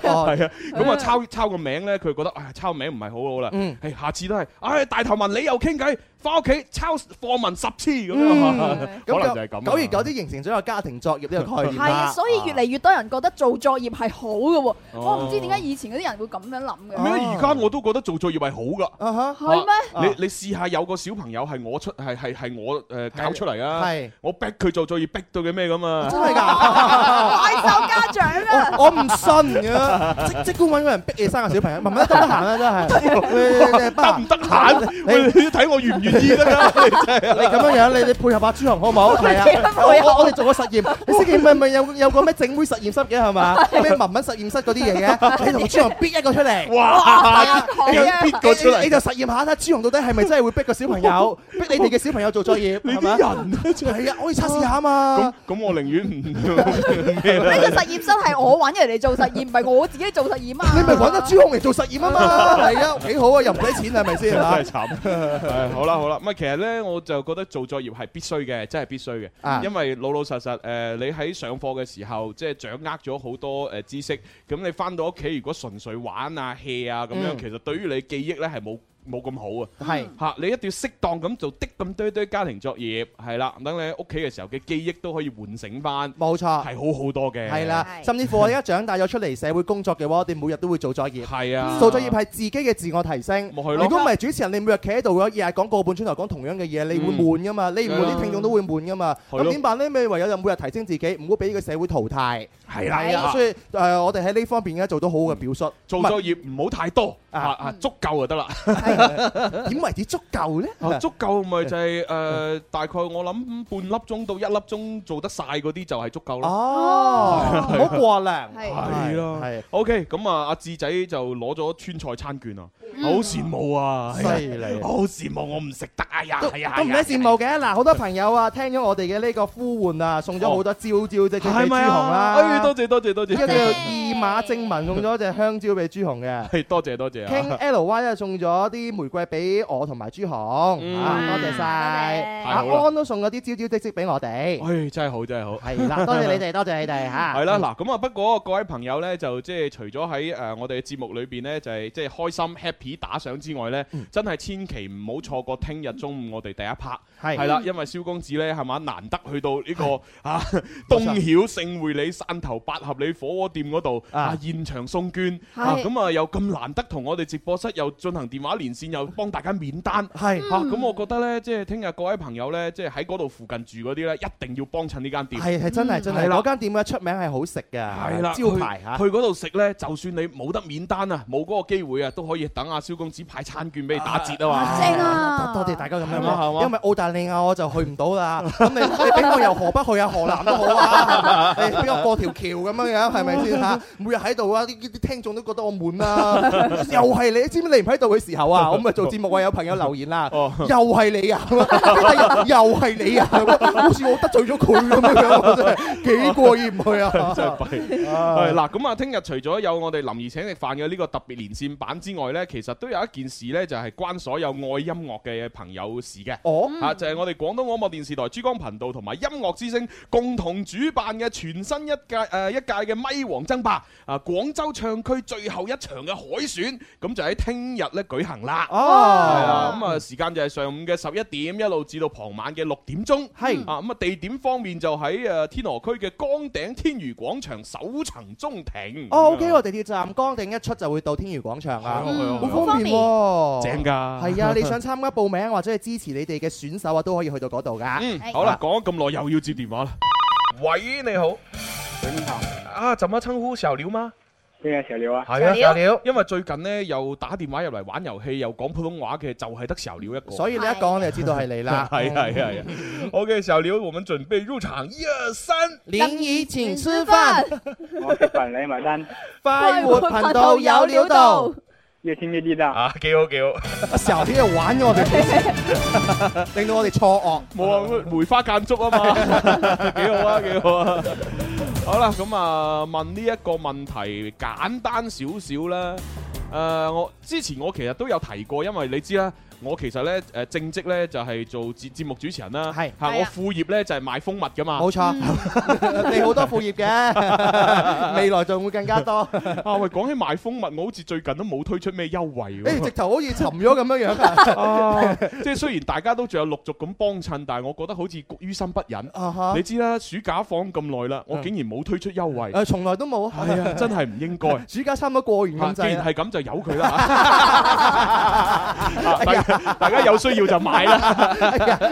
Speaker 6: 哦
Speaker 5: 係啊，咁啊抄抄個名咧，佢覺得唉抄名唔係好好啦，
Speaker 6: 嗯
Speaker 5: 誒下次都係，唉大頭文你又傾偈，翻屋企抄課文十次咁樣，
Speaker 6: 嗯
Speaker 5: 可
Speaker 6: 咁
Speaker 5: 能就係咁啊。
Speaker 6: 久而久之形成咗一個家庭作業呢個概 念
Speaker 9: 係啊，
Speaker 6: 啦。
Speaker 9: 所以越嚟越多人覺得做作業係好嘅喎。我唔知點解
Speaker 5: 哦
Speaker 9: 以前嗰啲人會咁樣諗嘅。
Speaker 5: 咩？而家我都覺得做作業係好噶。
Speaker 6: 啊哈，
Speaker 9: 係咩？
Speaker 5: 你你試下有個小朋友係我出係係 Ờ. 係我誒搞出嚟啊！
Speaker 6: 係
Speaker 5: 我逼佢做作業，逼到佢咩咁啊？
Speaker 6: 真係㗎。
Speaker 9: 怪獸家長啊！
Speaker 6: 我我唔信嘅，即即管揾個人逼你生個小朋友，慢慢得閒啦，真係。你你
Speaker 5: 得唔得閒？喂你睇我願唔願意得啦？
Speaker 6: 你咁樣樣，你你配合下朱紅好唔好？係啊，我我我哋做個實驗，你星期五咪有有個咩整妹實驗室嘅係嘛？咩文文實驗室嗰啲嘢嘅，你同朱紅逼一個出嚟。
Speaker 5: 哇！
Speaker 9: 好
Speaker 5: 逼
Speaker 9: 嘢
Speaker 5: 逼個出
Speaker 6: 你就
Speaker 5: 嚟，
Speaker 6: 實驗下睇下朱紅到底係咪真係會逼個小朋友，逼你哋嘅小朋友做作業，
Speaker 5: 你
Speaker 6: 係
Speaker 5: 啲
Speaker 6: 咪？
Speaker 5: 人啊真係
Speaker 6: 係啊，我可以測試下啊嘛
Speaker 5: 咁。咁，我寧願 唔咩啦
Speaker 9: 呢個實驗室係我揾人嚟做實驗，唔係我自己做實驗啊！
Speaker 6: 你咪揾阿朱紅嚟做 實驗啊嘛，係啊，幾好啊，又唔使錢係咪先
Speaker 5: 真
Speaker 6: 啊
Speaker 5: 係？慘。係好啦好啦，唔係其實咧，我就覺得做作業係必須嘅，真係必須
Speaker 6: 啊
Speaker 5: 嘅，因為老老實實誒、呃你喺上課嘅時候，即係掌握咗好多誒、呃知識，咁你翻到屋企如果純粹玩啊 hea 啊咁樣，
Speaker 6: 嗯
Speaker 5: 其實對於你記憶咧係冇。冇咁好啊！
Speaker 6: 係
Speaker 5: 嚇，你一定要適當咁做的咁堆堆家庭作業，係啦，等你喺屋企嘅時候嘅記憶都可以喚醒翻，
Speaker 6: 冇錯，
Speaker 5: 係好好多嘅。
Speaker 6: 係啦，
Speaker 9: 係
Speaker 6: 甚至乎我而家長大咗出嚟社會工作嘅話，我哋每日都會做作業。
Speaker 5: 係啊，
Speaker 6: 做作業係自己嘅自我提升。
Speaker 5: 咪係咯
Speaker 6: 如果唔係主持人，你每日企喺度嘅話，日日講個半鐘頭講同樣嘅嘢，你會悶噶嘛？你唔
Speaker 5: 係
Speaker 6: 悶，
Speaker 5: 啊
Speaker 6: 啲聽眾都會悶噶嘛？
Speaker 5: 係咯
Speaker 6: 咁點辦呢？咪唯有就每日提升自己，唔好俾呢個社會淘汰。
Speaker 5: 係
Speaker 6: 係啊，
Speaker 5: 啦，
Speaker 6: 所以誒，我哋喺呢方面咧做到好好嘅表述。
Speaker 5: 做
Speaker 6: 唔
Speaker 5: 作業唔好太多，
Speaker 6: 啊
Speaker 5: 啊啊足夠就得 啦。
Speaker 6: 係點為止足夠呢？
Speaker 5: 啊足夠咪就係誒大概我諗半粒鐘到一粒鐘做得晒嗰啲就係足夠咯。
Speaker 6: 哦，唔好過量。
Speaker 9: 係
Speaker 5: 係咯
Speaker 6: 係
Speaker 5: OK，咁啊阿志仔就攞咗川菜餐券啊，好羨慕啊！係啊
Speaker 6: 犀利。
Speaker 5: 好羨慕我唔食得，哎呀，
Speaker 6: 都
Speaker 5: 係啊，
Speaker 6: 都唔使羨慕嘅，嗱，好多朋友啊，聽咗我哋嘅呢個呼喚啊，送咗好多招招即
Speaker 5: 係
Speaker 6: 係俾朱
Speaker 5: 咪
Speaker 6: 紅
Speaker 5: 啊？
Speaker 6: 啦。
Speaker 5: 哎，多謝多謝多
Speaker 6: 一個叫
Speaker 5: 謝，
Speaker 6: 二馬正文送咗隻香蕉俾朱紅嘅。
Speaker 5: 係多謝多謝啊！
Speaker 6: King L Y 啊送咗啲玫瑰俾我同埋朱紅，
Speaker 5: 嗯
Speaker 6: 啊多
Speaker 9: 多
Speaker 6: 謝晒。
Speaker 9: 謝
Speaker 6: 阿
Speaker 5: 太好啦
Speaker 6: 安都送咗啲招招積積俾我哋，
Speaker 5: 哎，真係好真係好。
Speaker 6: 係啦，多謝你哋，多謝你哋嚇。
Speaker 5: 係啦，嗱咁啊，不過各位朋友呢，就即係除咗喺誒我哋嘅節目裏邊呢，就係即係開心 happy 打賞之外呢，真係千祈唔好錯過聽日中午我哋第一 part
Speaker 6: 係
Speaker 5: 係啦，因為蕭公子呢，係嘛難得去到呢個啊東曉盛匯里汕頭八合里火鍋店嗰度
Speaker 6: 啊
Speaker 5: 啊現場送券
Speaker 9: 係
Speaker 5: 啊，咁啊又咁難得同我哋直播室又進行電話連線，又幫大家免單。
Speaker 6: 係
Speaker 5: 嚇咁，我覺得呢，即係聽日各位朋友呢，即係喺嗰度附近住嗰啲呢，一定要幫襯呢間店。
Speaker 6: 係係真係真係，
Speaker 5: 嗯係啦
Speaker 6: 嗰間店嘅出名係好食嘅，
Speaker 5: 係啦，
Speaker 6: 啊招牌嚇
Speaker 5: 去。去嗰度食呢，就算你冇得免單啊，冇嗰個機會啊，都可以等阿蕭公子派餐券俾你打折啊嘛。
Speaker 9: 正啊！
Speaker 6: 多多謝大家咁樣
Speaker 5: 係嘛係
Speaker 6: 講，
Speaker 5: 嘛
Speaker 6: 因為澳大利亞我就去唔到啦。咁你 你俾我由河北去啊河南都好啊，係咪你俾我過條橋咁樣樣係咪先嚇？每日喺度啊，啲啲聽眾都覺得我悶啦。 又係你，知唔知你唔喺度嘅時 候啊，我咪做節目啊，有朋友留言啦，
Speaker 5: 哦
Speaker 6: 又係你啊， 跟住第二日又係你啊，好似我得罪咗佢咁樣，真係幾過意唔去 啊！
Speaker 5: 真係弊。係嗱，咁啊，聽日除咗有我哋林兒請食飯嘅呢個特別連線版之外呢，其實都有一件事呢，就係關所有愛音樂嘅朋友事嘅。
Speaker 6: 哦
Speaker 5: 啊，就係我哋廣東廣播電視台珠江頻道同埋音樂之聲共同主辦嘅全新一屆誒一屆嘅咪王爭霸啊，廣州唱區最後一場嘅海選，咁就喺聽日呢舉行啦。
Speaker 6: 哦
Speaker 5: 係啊，咁啊時間就係上午嘅十一點一路至到傍晚嘅六點鐘。
Speaker 6: 係
Speaker 5: 啊，咁啊地點方面就喺誒天河區嘅江頂天娛廣場首層中庭。
Speaker 6: 哦，OK 喎，地鐵站江定一出就會到天娛廣場啊，
Speaker 5: 係啊係啊
Speaker 6: 好方便喎，
Speaker 5: 正㗎
Speaker 6: 係啊，你想參加報名或者係支持你哋嘅選手啊，都可以去到嗰度㗎。
Speaker 5: 嗯，好啦，講咗咁耐又要接電話啦。喂，你好。你好。啊，怎麼稱呼小廖嗎？
Speaker 10: 邊個小廖啊？
Speaker 4: 哦
Speaker 5: 係啊，小廖。因為最近呢，又打電話入嚟玩遊戲，又講普通話嘅，就係得小廖一個。。
Speaker 6: 所以你一講你就知道係你 啦嗯
Speaker 5: 係係係。OK，小廖，我們準備入場，一二三。
Speaker 6: 林怡前
Speaker 10: 吃飯，我食飯你埋單。
Speaker 6: 快活頻道有料到，
Speaker 10: 越聽越地道。
Speaker 5: 啊，幾好幾好。
Speaker 6: 時候喺度玩咗我 哋，令到我哋錯愕。
Speaker 5: 冇啊，梅花間竹啊嘛， 幾好啊，幾好啊。好啦，咁啊，問呢一個問題簡單少少啦。誒、我之前我其實都有提過，因為你知啦。我其實咧誒正職咧就係做節節目主持人啦，係
Speaker 6: 係啊
Speaker 5: 我副業咧就係賣蜂蜜噶嘛，
Speaker 6: 冇錯，
Speaker 5: 嗯
Speaker 6: 你好多副 業嘅，未來仲會更加多。
Speaker 5: 啊喂，講起賣蜂蜜，我好似最近都冇推出咩優惠喎。
Speaker 6: 誒，直頭好似沉咗咁樣 樣啊！
Speaker 5: 啊即係雖然大家都仲有陸續咁幫襯，但係我覺得好似於心不忍
Speaker 6: 啊哈。
Speaker 5: 你知啦，暑假放咁耐啦，我竟然冇推出優惠。
Speaker 6: 誒，從來都冇。
Speaker 5: 係 啊，真係唔應該。
Speaker 6: 暑假差唔多過完
Speaker 5: 啊
Speaker 6: 咁
Speaker 5: 既
Speaker 6: 滯
Speaker 5: 然
Speaker 6: 啦。
Speaker 5: 係咁，就由 佢啦。啊大家大家有需要就買啦。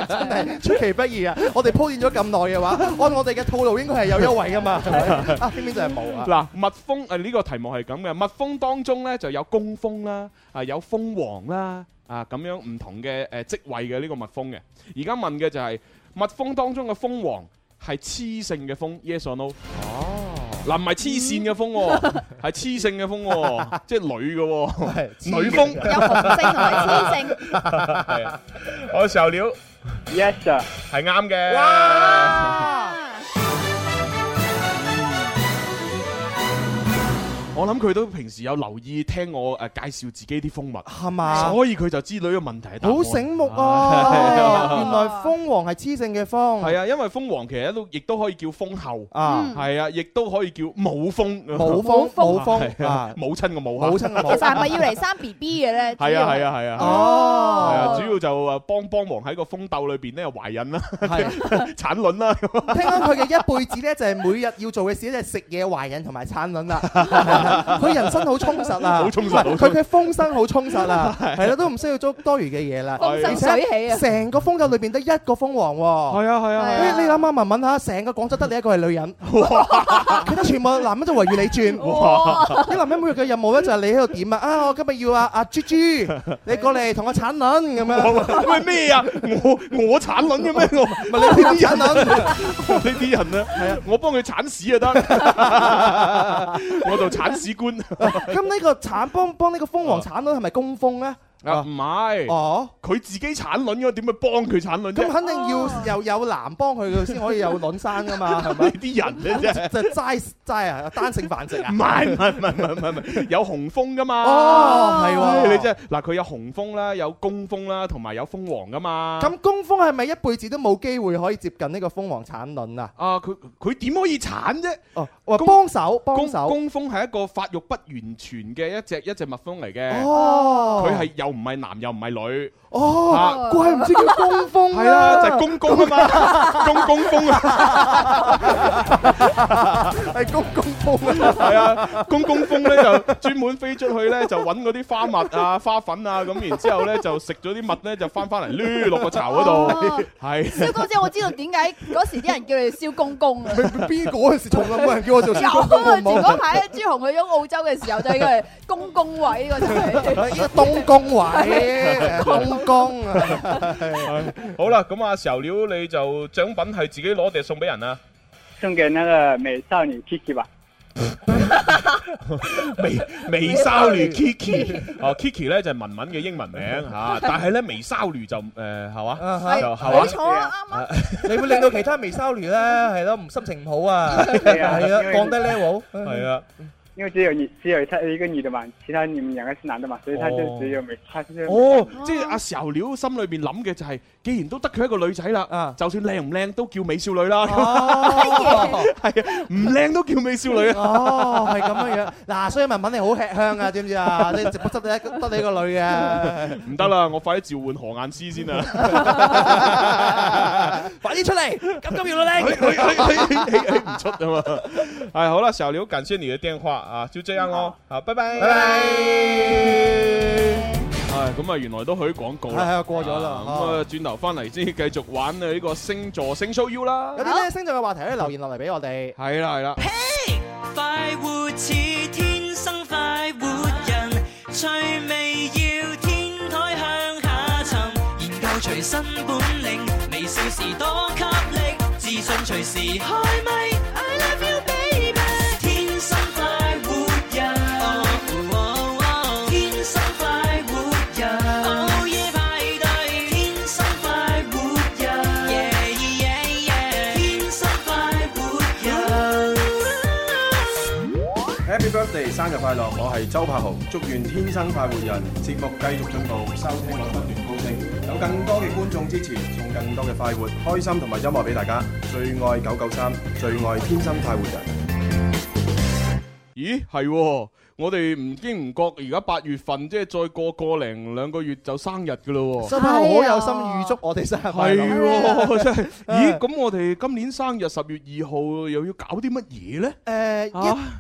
Speaker 6: 真係出其不意啊！我哋鋪墊咗咁耐嘅話，按我哋嘅套路應該係有優惠 噶嘛，係咪？啊，偏偏就係冇啊！
Speaker 5: 嗱，蜜蜂誒呢個題目係咁嘅，蜜蜂當中咧就有工蜂啦，啊有蜂王啦，啊咁樣唔同嘅誒職位嘅呢個蜜蜂嘅。而家問嘅就係蜜蜂當中嘅蜂王係雌性嘅蜂，yes or no？哦，嗱唔係黐線嘅蜂喎， 係雌性嘅蜂喎，即係女嘅喎，女蜂。 係啊，我受料，yes sir，係啱嘅。我諗佢都平時有留意聽我誒介紹自己啲蜂蜜，係
Speaker 6: 嘛
Speaker 5: 所以佢就知道呢個問題係答案
Speaker 6: 好醒目
Speaker 5: 係
Speaker 6: 啊！原來蜂王係雌性嘅蜂，
Speaker 5: 係啊，因為蜂王其實都亦都可以叫蜂后
Speaker 6: 啊
Speaker 5: 係啊，亦都可以叫母蜂，
Speaker 6: 母 蜂母蜂
Speaker 5: 係啊
Speaker 6: 啊
Speaker 5: 母親嘅母，
Speaker 6: 母親嘅母
Speaker 9: 其實係咪要嚟生 B B 嘅 咧？
Speaker 5: 係啊係啊係啊，
Speaker 9: 哦
Speaker 5: 係啊，主要就誒幫幫忙喺個蜂竇裏邊咧懷孕啦， 產卵啦，
Speaker 6: 聽講佢嘅一輩子咧，就係每日要做嘅事咧，就係食嘢、懷孕同埋產卵 啦。佢人生好充實啊，
Speaker 5: 好充實好
Speaker 6: 唔係
Speaker 5: 充實
Speaker 6: 佢嘅豐生好充實 啊，
Speaker 5: 係
Speaker 6: 係啦，都唔需要做多餘嘅嘢啦。
Speaker 5: 風生
Speaker 6: 而且
Speaker 5: 水 起啊
Speaker 6: 成個蜂竇裏邊得一個蜂王喎。
Speaker 5: 係啊係啊係啊
Speaker 6: 你你諗下文文嚇，成個廣州得你一個係 女人，其他全部男人就圍住你轉。
Speaker 5: 哇
Speaker 6: 啲男人每日嘅任務咧就係你喺度點啊啊！我今日要啊阿豬豬， 你過嚟同我產卵咁樣。
Speaker 5: 喂咩啊？我我產卵嘅 咩？我唔
Speaker 6: 係你啲 人啊！
Speaker 5: 呢啲人咧，係啊，我幫佢鏟屎就得，我做鏟屎官。
Speaker 6: 咁呢個產幫幫呢個蜂王產卵係咪工蜂咧？
Speaker 5: 啊，唔係，
Speaker 6: 哦，
Speaker 5: 佢自己產卵嘅，點會幫佢產卵啫？
Speaker 6: 咁肯定要又有男幫佢佢先可以有卵生噶嘛，係咪？
Speaker 5: 啲人咧啫，
Speaker 6: 就齋齋啊，單性繁殖啊？
Speaker 5: 唔係唔係唔係唔係唔係唔係，有紅蜂噶嘛？
Speaker 6: 哦係喎
Speaker 5: 唉你真係嗱，佢有紅蜂啦，有工蜂啦，同埋有蜂王噶嘛？
Speaker 6: 咁工蜂係咪一輩子都冇機會可以接近呢個蜂王產卵啊？
Speaker 5: 啊，佢佢點可以產啫？
Speaker 6: 哦，話幫手幫
Speaker 5: 工
Speaker 6: 手，
Speaker 5: 工蜂係一個發育不完全嘅一隻一隻蜜蜂嚟嘅，
Speaker 6: 哦
Speaker 5: 佢係又唔係男又唔係女，
Speaker 6: 哦
Speaker 5: 啊，
Speaker 6: 怪唔知叫工蜂
Speaker 5: 係啊，就係公公啊嘛，公公蜂啊，
Speaker 6: 係公公蜂啊，
Speaker 5: 係啊，公公蜂咧就專門飛出去咧，就揾嗰啲花蜜啊、 花粉啊，咁然之後咧就食咗啲蜜咧，就翻翻嚟攣落個巢嗰度
Speaker 9: 哦，
Speaker 5: 係
Speaker 9: 蕭。公姐，我知道點解嗰時啲人叫你蕭公公啊。
Speaker 6: 邊嗰陣時從來冇人叫我做
Speaker 9: 有
Speaker 6: 小公公好
Speaker 9: 啊！前
Speaker 6: 唔
Speaker 9: 嗰
Speaker 6: 好？
Speaker 9: 排朱紅去咗澳洲嘅時候，就叫佢公公位 呢個就係。
Speaker 6: 呢個東公位，東公啊，
Speaker 5: 好啦，咁啊，小料你就獎品係自己攞定係送俾人啊？
Speaker 10: 送給那個美少女 Kiki 吧。
Speaker 11: 微微沙聯 Kiki，哦 Kiki 咧就係文文嘅英文名嚇，但係咧微沙聯就誒係嘛，
Speaker 6: 係
Speaker 11: 就
Speaker 6: 冇錯啊，你會令到其他微收聯咧係咯，唔心情唔好啊，係啊，降低 level，
Speaker 11: 係啊。
Speaker 10: 因为只有你，只有他一个女的嘛，其他你们两个是男的嘛，所以他
Speaker 5: 哦
Speaker 10: 就只有美，他就是
Speaker 5: 哦，即係阿壽料心裏邊諗嘅就係，既然都得佢一個女仔啦，就算靚唔靚都叫美少女啦。係啊，唔靚都叫美少女啊。
Speaker 6: 哦，係咁樣樣。嗱，所以文文你好吃香啊，知唔知啊？你直播室得一得你一個女嘅，
Speaker 5: 唔得啦，我快啲召喚何雁詩 先啊！
Speaker 6: 快啲出嚟，咁咁要努力。
Speaker 11: 唔出啊嘛。哎，好了，小刘，感谢你的电话啊，就这样咯，好，拜拜，
Speaker 6: 拜拜。
Speaker 5: 唉，咁啊，原來都許廣告啦，
Speaker 6: 係啊過咗啦
Speaker 5: 啊咁
Speaker 6: 啊
Speaker 5: 啊，轉頭翻嚟先，繼續玩啊呢個星座星 show U 啦。
Speaker 6: 有啲咩星座嘅話題可以留言落嚟俾我哋。
Speaker 5: 係啦係啦。
Speaker 12: 快活似天生快活人，趣味要天台向下沉，研究隨身本領，微笑時多給力，自信隨時開咪。I love you baby，天生快活人，哦哦哦天生快活人，午夜派對，天生快活人，yeah yeah yeah，天生快活人。
Speaker 4: Happy birthday，生日快樂！我係周柏豪，祝願天生快活人節目繼續進步，收聽率不斷高升，有更多嘅觀眾支持，送更多嘅快活、開心同埋音樂俾大家。最愛九九三，最愛天生快活人。
Speaker 5: 咦，係喎，我哋唔經唔覺，而家八月份即係再過個零兩個月就生日噶咯喎。
Speaker 6: 周柏豪好有心預祝我哋生日快
Speaker 5: 係
Speaker 6: 樂。
Speaker 5: 喎，真係。咦，
Speaker 6: 啊
Speaker 5: 咁我哋今年生日十月二號又要搞啲乜嘢咧？
Speaker 6: 誒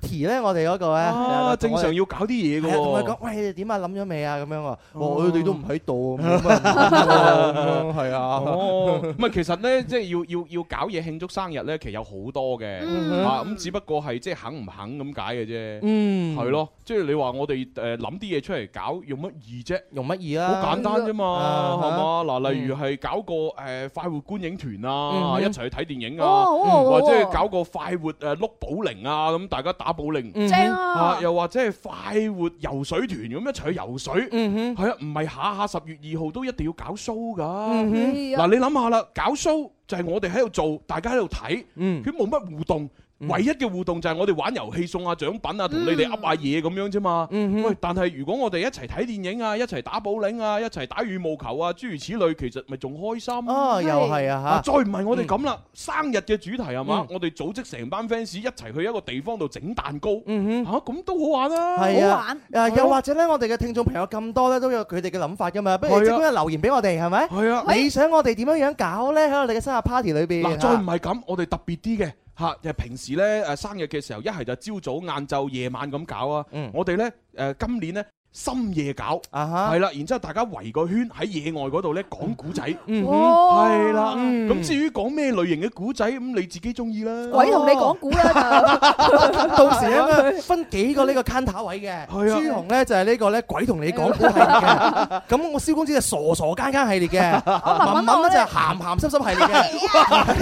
Speaker 6: 一題咧，我哋嗰個咧，
Speaker 5: 啊，正常要搞啲嘢嘅
Speaker 6: 係啊同佢講
Speaker 5: 喎，。
Speaker 6: 喂，你哋點啊？諗咗未啊？咁樣啊，我哋都唔喺度，咁樣咁樣係啊。
Speaker 5: 哦，唔係，其實咧，即係要要要搞嘢慶祝生日咧，其實有好多嘅，
Speaker 6: 嗯
Speaker 5: 啊，咁只不過係即係肯唔肯咁解嘅啫，
Speaker 6: 嗯
Speaker 5: 係咯，即係你話我哋誒諗啲嘢出嚟搞，用乜易啫？
Speaker 6: 用乜易啊？
Speaker 5: 好簡單啫嘛，
Speaker 6: 啊
Speaker 5: 係嘛？嗱，
Speaker 6: 嗯
Speaker 5: 例如係搞個誒快活觀影團
Speaker 6: 嗯
Speaker 5: 啊，
Speaker 6: 哼
Speaker 5: 一齊去睇電影啊，
Speaker 6: 哦好啊好啊
Speaker 5: 或者係搞個快活誒碌保齡啊，咁大家打保齡，
Speaker 6: 嗯正啊
Speaker 5: 又或者係快活游水團咁一齊去游水，
Speaker 6: 嗯
Speaker 5: 係啊，唔係下下十月二號都一定要搞 show 㗎。
Speaker 6: 嗯哼
Speaker 5: 嗱，你諗下啦，搞 show 就係我哋喺度做，大家喺度睇，
Speaker 6: 嗯
Speaker 5: 佢冇乜互動。唯一嘅互動就係我哋玩遊戲送下獎品啊，同你哋
Speaker 6: 嗯
Speaker 5: 噏下嘢咁樣啫嘛。喂，但係如果我哋一齊睇電影啊，一齊打保齡啊，一齊打羽毛球啊，諸如此類，其實咪仲開心。
Speaker 6: 啊又係啊嚇
Speaker 5: 再唔係我哋咁啦，生日嘅主題係嘛
Speaker 6: 嗯，
Speaker 5: 我哋組織成班 fans 一齊去一個地方度整蛋糕，
Speaker 6: Ừ.
Speaker 5: 嚇咁都好玩啊，
Speaker 6: 係啊，誒又或者咧，我哋嘅聽眾朋友咁多咧，都有佢哋嘅諗法噶嘛，不如
Speaker 5: 係啊
Speaker 6: 即管留言俾我哋，係咪？
Speaker 5: 係啊
Speaker 6: 你想我哋點樣樣搞咧？喺我哋嘅生日 party 裏邊，啊
Speaker 5: 嗱，再唔係咁，我哋特別啲嘅嚇，就係平時咧誒生日嘅時候，一係就朝早、晏晝、夜晚咁搞啊。
Speaker 6: Ừ.
Speaker 5: 我哋咧誒今年咧。深夜搞，
Speaker 6: 啊哈
Speaker 5: 係啦，然之後大家圍個圈喺野外嗰度咧講古仔，
Speaker 6: 嗯
Speaker 9: 哼哦
Speaker 5: 係啦。
Speaker 9: 嗯
Speaker 5: 咁至於講咩類型嘅古仔，咁你自己中意啦。
Speaker 9: 鬼同你講古 啦，
Speaker 6: 到時咧分幾個呢個 counter 位嘅，
Speaker 5: 係啊
Speaker 6: 朱紅咧就係呢個咧鬼同你講古系列嘅，咁我蕭公子就傻傻奸奸系列嘅，文文啊咧就係鹹鹹濕濕系列嘅，
Speaker 5: 啊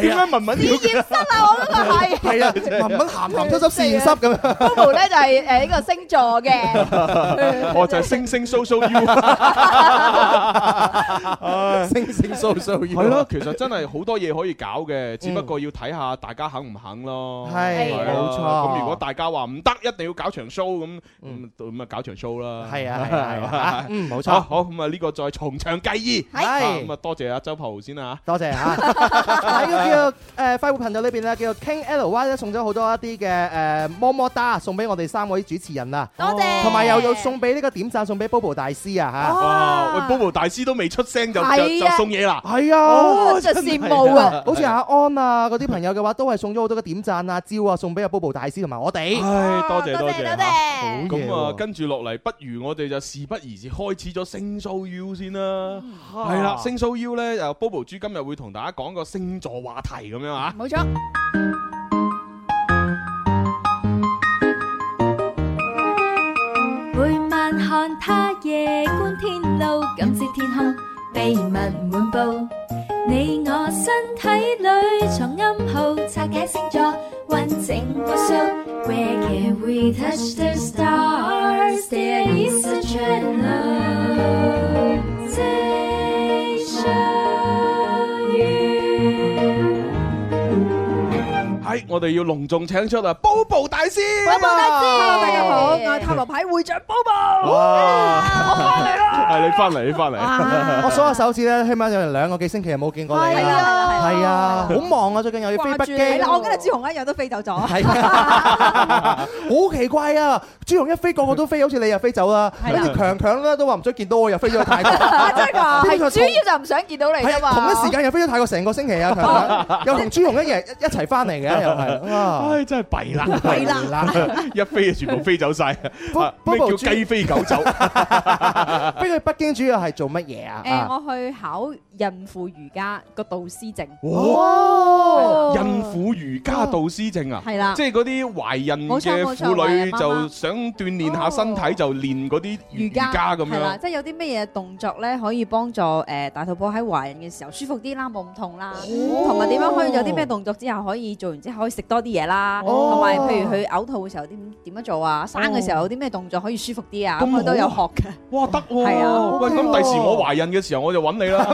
Speaker 6: 點解文文要
Speaker 9: 就得啦，我嗰個係
Speaker 6: 係啊，文文鹹鹹濕濕試驗濕咁樣。
Speaker 9: Bobo 咧就係誒呢個星座嘅，
Speaker 5: 我就係星星 so so you，
Speaker 6: 星星 so so you
Speaker 5: 啊係 咯，其實真係好多嘢可以搞嘅，只不過要睇下大家肯唔肯咯。
Speaker 6: 嗯係
Speaker 5: 係啊
Speaker 6: 冇錯
Speaker 5: 咁如果大家話唔得，一定要搞場 show 咁，咁咁啊搞場 show 啦。
Speaker 6: 嗯係啊係啊 係啊啊嗯冇錯
Speaker 5: 好好咁啊，呢個再從長計議。
Speaker 6: 係
Speaker 5: 啊咁啊，多謝阿周柏豪先啊。
Speaker 6: 多謝 啊！喺個叫做誒快活頻道裏邊咧，叫做 King L Y 咧送咗好多一啲嘅誒麼麼哒，送俾我哋三位主持人啊！
Speaker 9: 多謝哦
Speaker 6: 同埋又有送俾呢個點讚，送俾 Bobo 大師啊
Speaker 5: 哇！喂，Bobo 大師都未出聲就
Speaker 6: 係
Speaker 5: 就就
Speaker 6: 啊
Speaker 5: 送嘢啦。
Speaker 6: 嚇！係啊，
Speaker 5: 哦真係羨慕啊
Speaker 6: 好似阿安啊嗰啲朋友嘅話，都係送咗好多嘅點讚啊、招啊，送俾阿 Bobo 大師同埋我哋。
Speaker 5: 唉，多謝多謝嚇
Speaker 6: 嘢
Speaker 5: 咁啊，
Speaker 6: 喎
Speaker 5: 跟住落嚟，不如我哋就事不宜遲，開始咗星 show U 先啦。
Speaker 2: 哦
Speaker 6: 嚇
Speaker 5: 係
Speaker 9: 哦
Speaker 5: 啦，星 show U 咧，就 Bobo 豬今日會同大家講個星座話題咁樣啊。
Speaker 9: 冇錯。
Speaker 13: 每晚看他夜觀天路，感知天空秘密滿布。你我身體裏藏暗號，拆解星座，完整無數。 Where can we touch the stars? There is such a temptation.
Speaker 2: 嗯
Speaker 5: 係，我哋要隆重請出啊，Bobo 大師。
Speaker 6: 啊 Ờ.
Speaker 9: Hello，大家好，我係塔羅牌會長 Bobo。
Speaker 5: 哇！啊
Speaker 2: Ờ,
Speaker 5: 係你翻嚟，你翻嚟。
Speaker 6: 我數下手指咧，起碼有兩個幾星期冇見過你
Speaker 9: 係啊
Speaker 6: 啦，係啊，好忙啊，最近又要飛
Speaker 9: 掛
Speaker 6: 北
Speaker 9: 住你
Speaker 6: 京
Speaker 9: 啦，。我今日朱紅一樣都飛走咗。
Speaker 6: 係 啊，好奇怪啊！朱紅一飛，個個都飛，好似你又飛走啦。
Speaker 2: 啊
Speaker 9: 係啦
Speaker 6: 跟住強強咧都話唔想見到我，又飛咗去泰 國。
Speaker 2: Ờ,
Speaker 9: 真係㗎，
Speaker 6: 邊個
Speaker 9: 係
Speaker 6: 同
Speaker 9: 主要就唔想見到你啫
Speaker 6: 係
Speaker 9: 嘛。
Speaker 6: 啊同一時間又飛咗泰國成個 星期啊！強強又同朱紅一日一一齊翻嚟嘅，又係。啊
Speaker 5: 唉，真係弊啦，
Speaker 6: 弊啦，
Speaker 5: 一飛就全部飛走晒，啊咩
Speaker 6: Bobo
Speaker 5: 叫
Speaker 6: 豬
Speaker 5: 雞飛狗 走？
Speaker 6: 飛去北京主要係做乜嘢啊？
Speaker 2: 誒，我去考孕婦瑜伽個導師證。
Speaker 5: 哦，孕婦瑜伽導師證啊，
Speaker 2: 係啦
Speaker 5: 即係嗰啲懷孕
Speaker 2: 哦冇錯
Speaker 5: 嘅
Speaker 2: 冇錯
Speaker 5: 婦女
Speaker 2: 懷孕媽媽哦
Speaker 5: 就想鍛鍊下身體，就練嗰啲瑜
Speaker 2: 瑜
Speaker 5: 伽咁
Speaker 2: 係啦，
Speaker 5: 樣。
Speaker 2: 即係有啲乜嘢動作咧，可以幫助呃誒大肚婆喺懷孕嘅時候舒服啲啦，冇咁痛啦，同埋點樣可以有啲咩動作之後可以做完之後可以食多啲嘢啦，
Speaker 9: 哦
Speaker 2: 同埋譬如佢嘔吐嘅時候點點樣做啊，生嘅時候有啲咩動作可以舒服啲啊，
Speaker 5: 咁
Speaker 2: 咁我都有學
Speaker 5: 好
Speaker 2: 嘅。
Speaker 5: 哇，得喎！
Speaker 2: 係啊
Speaker 5: 喂，咁第時我懷孕嘅時候我就揾你啦。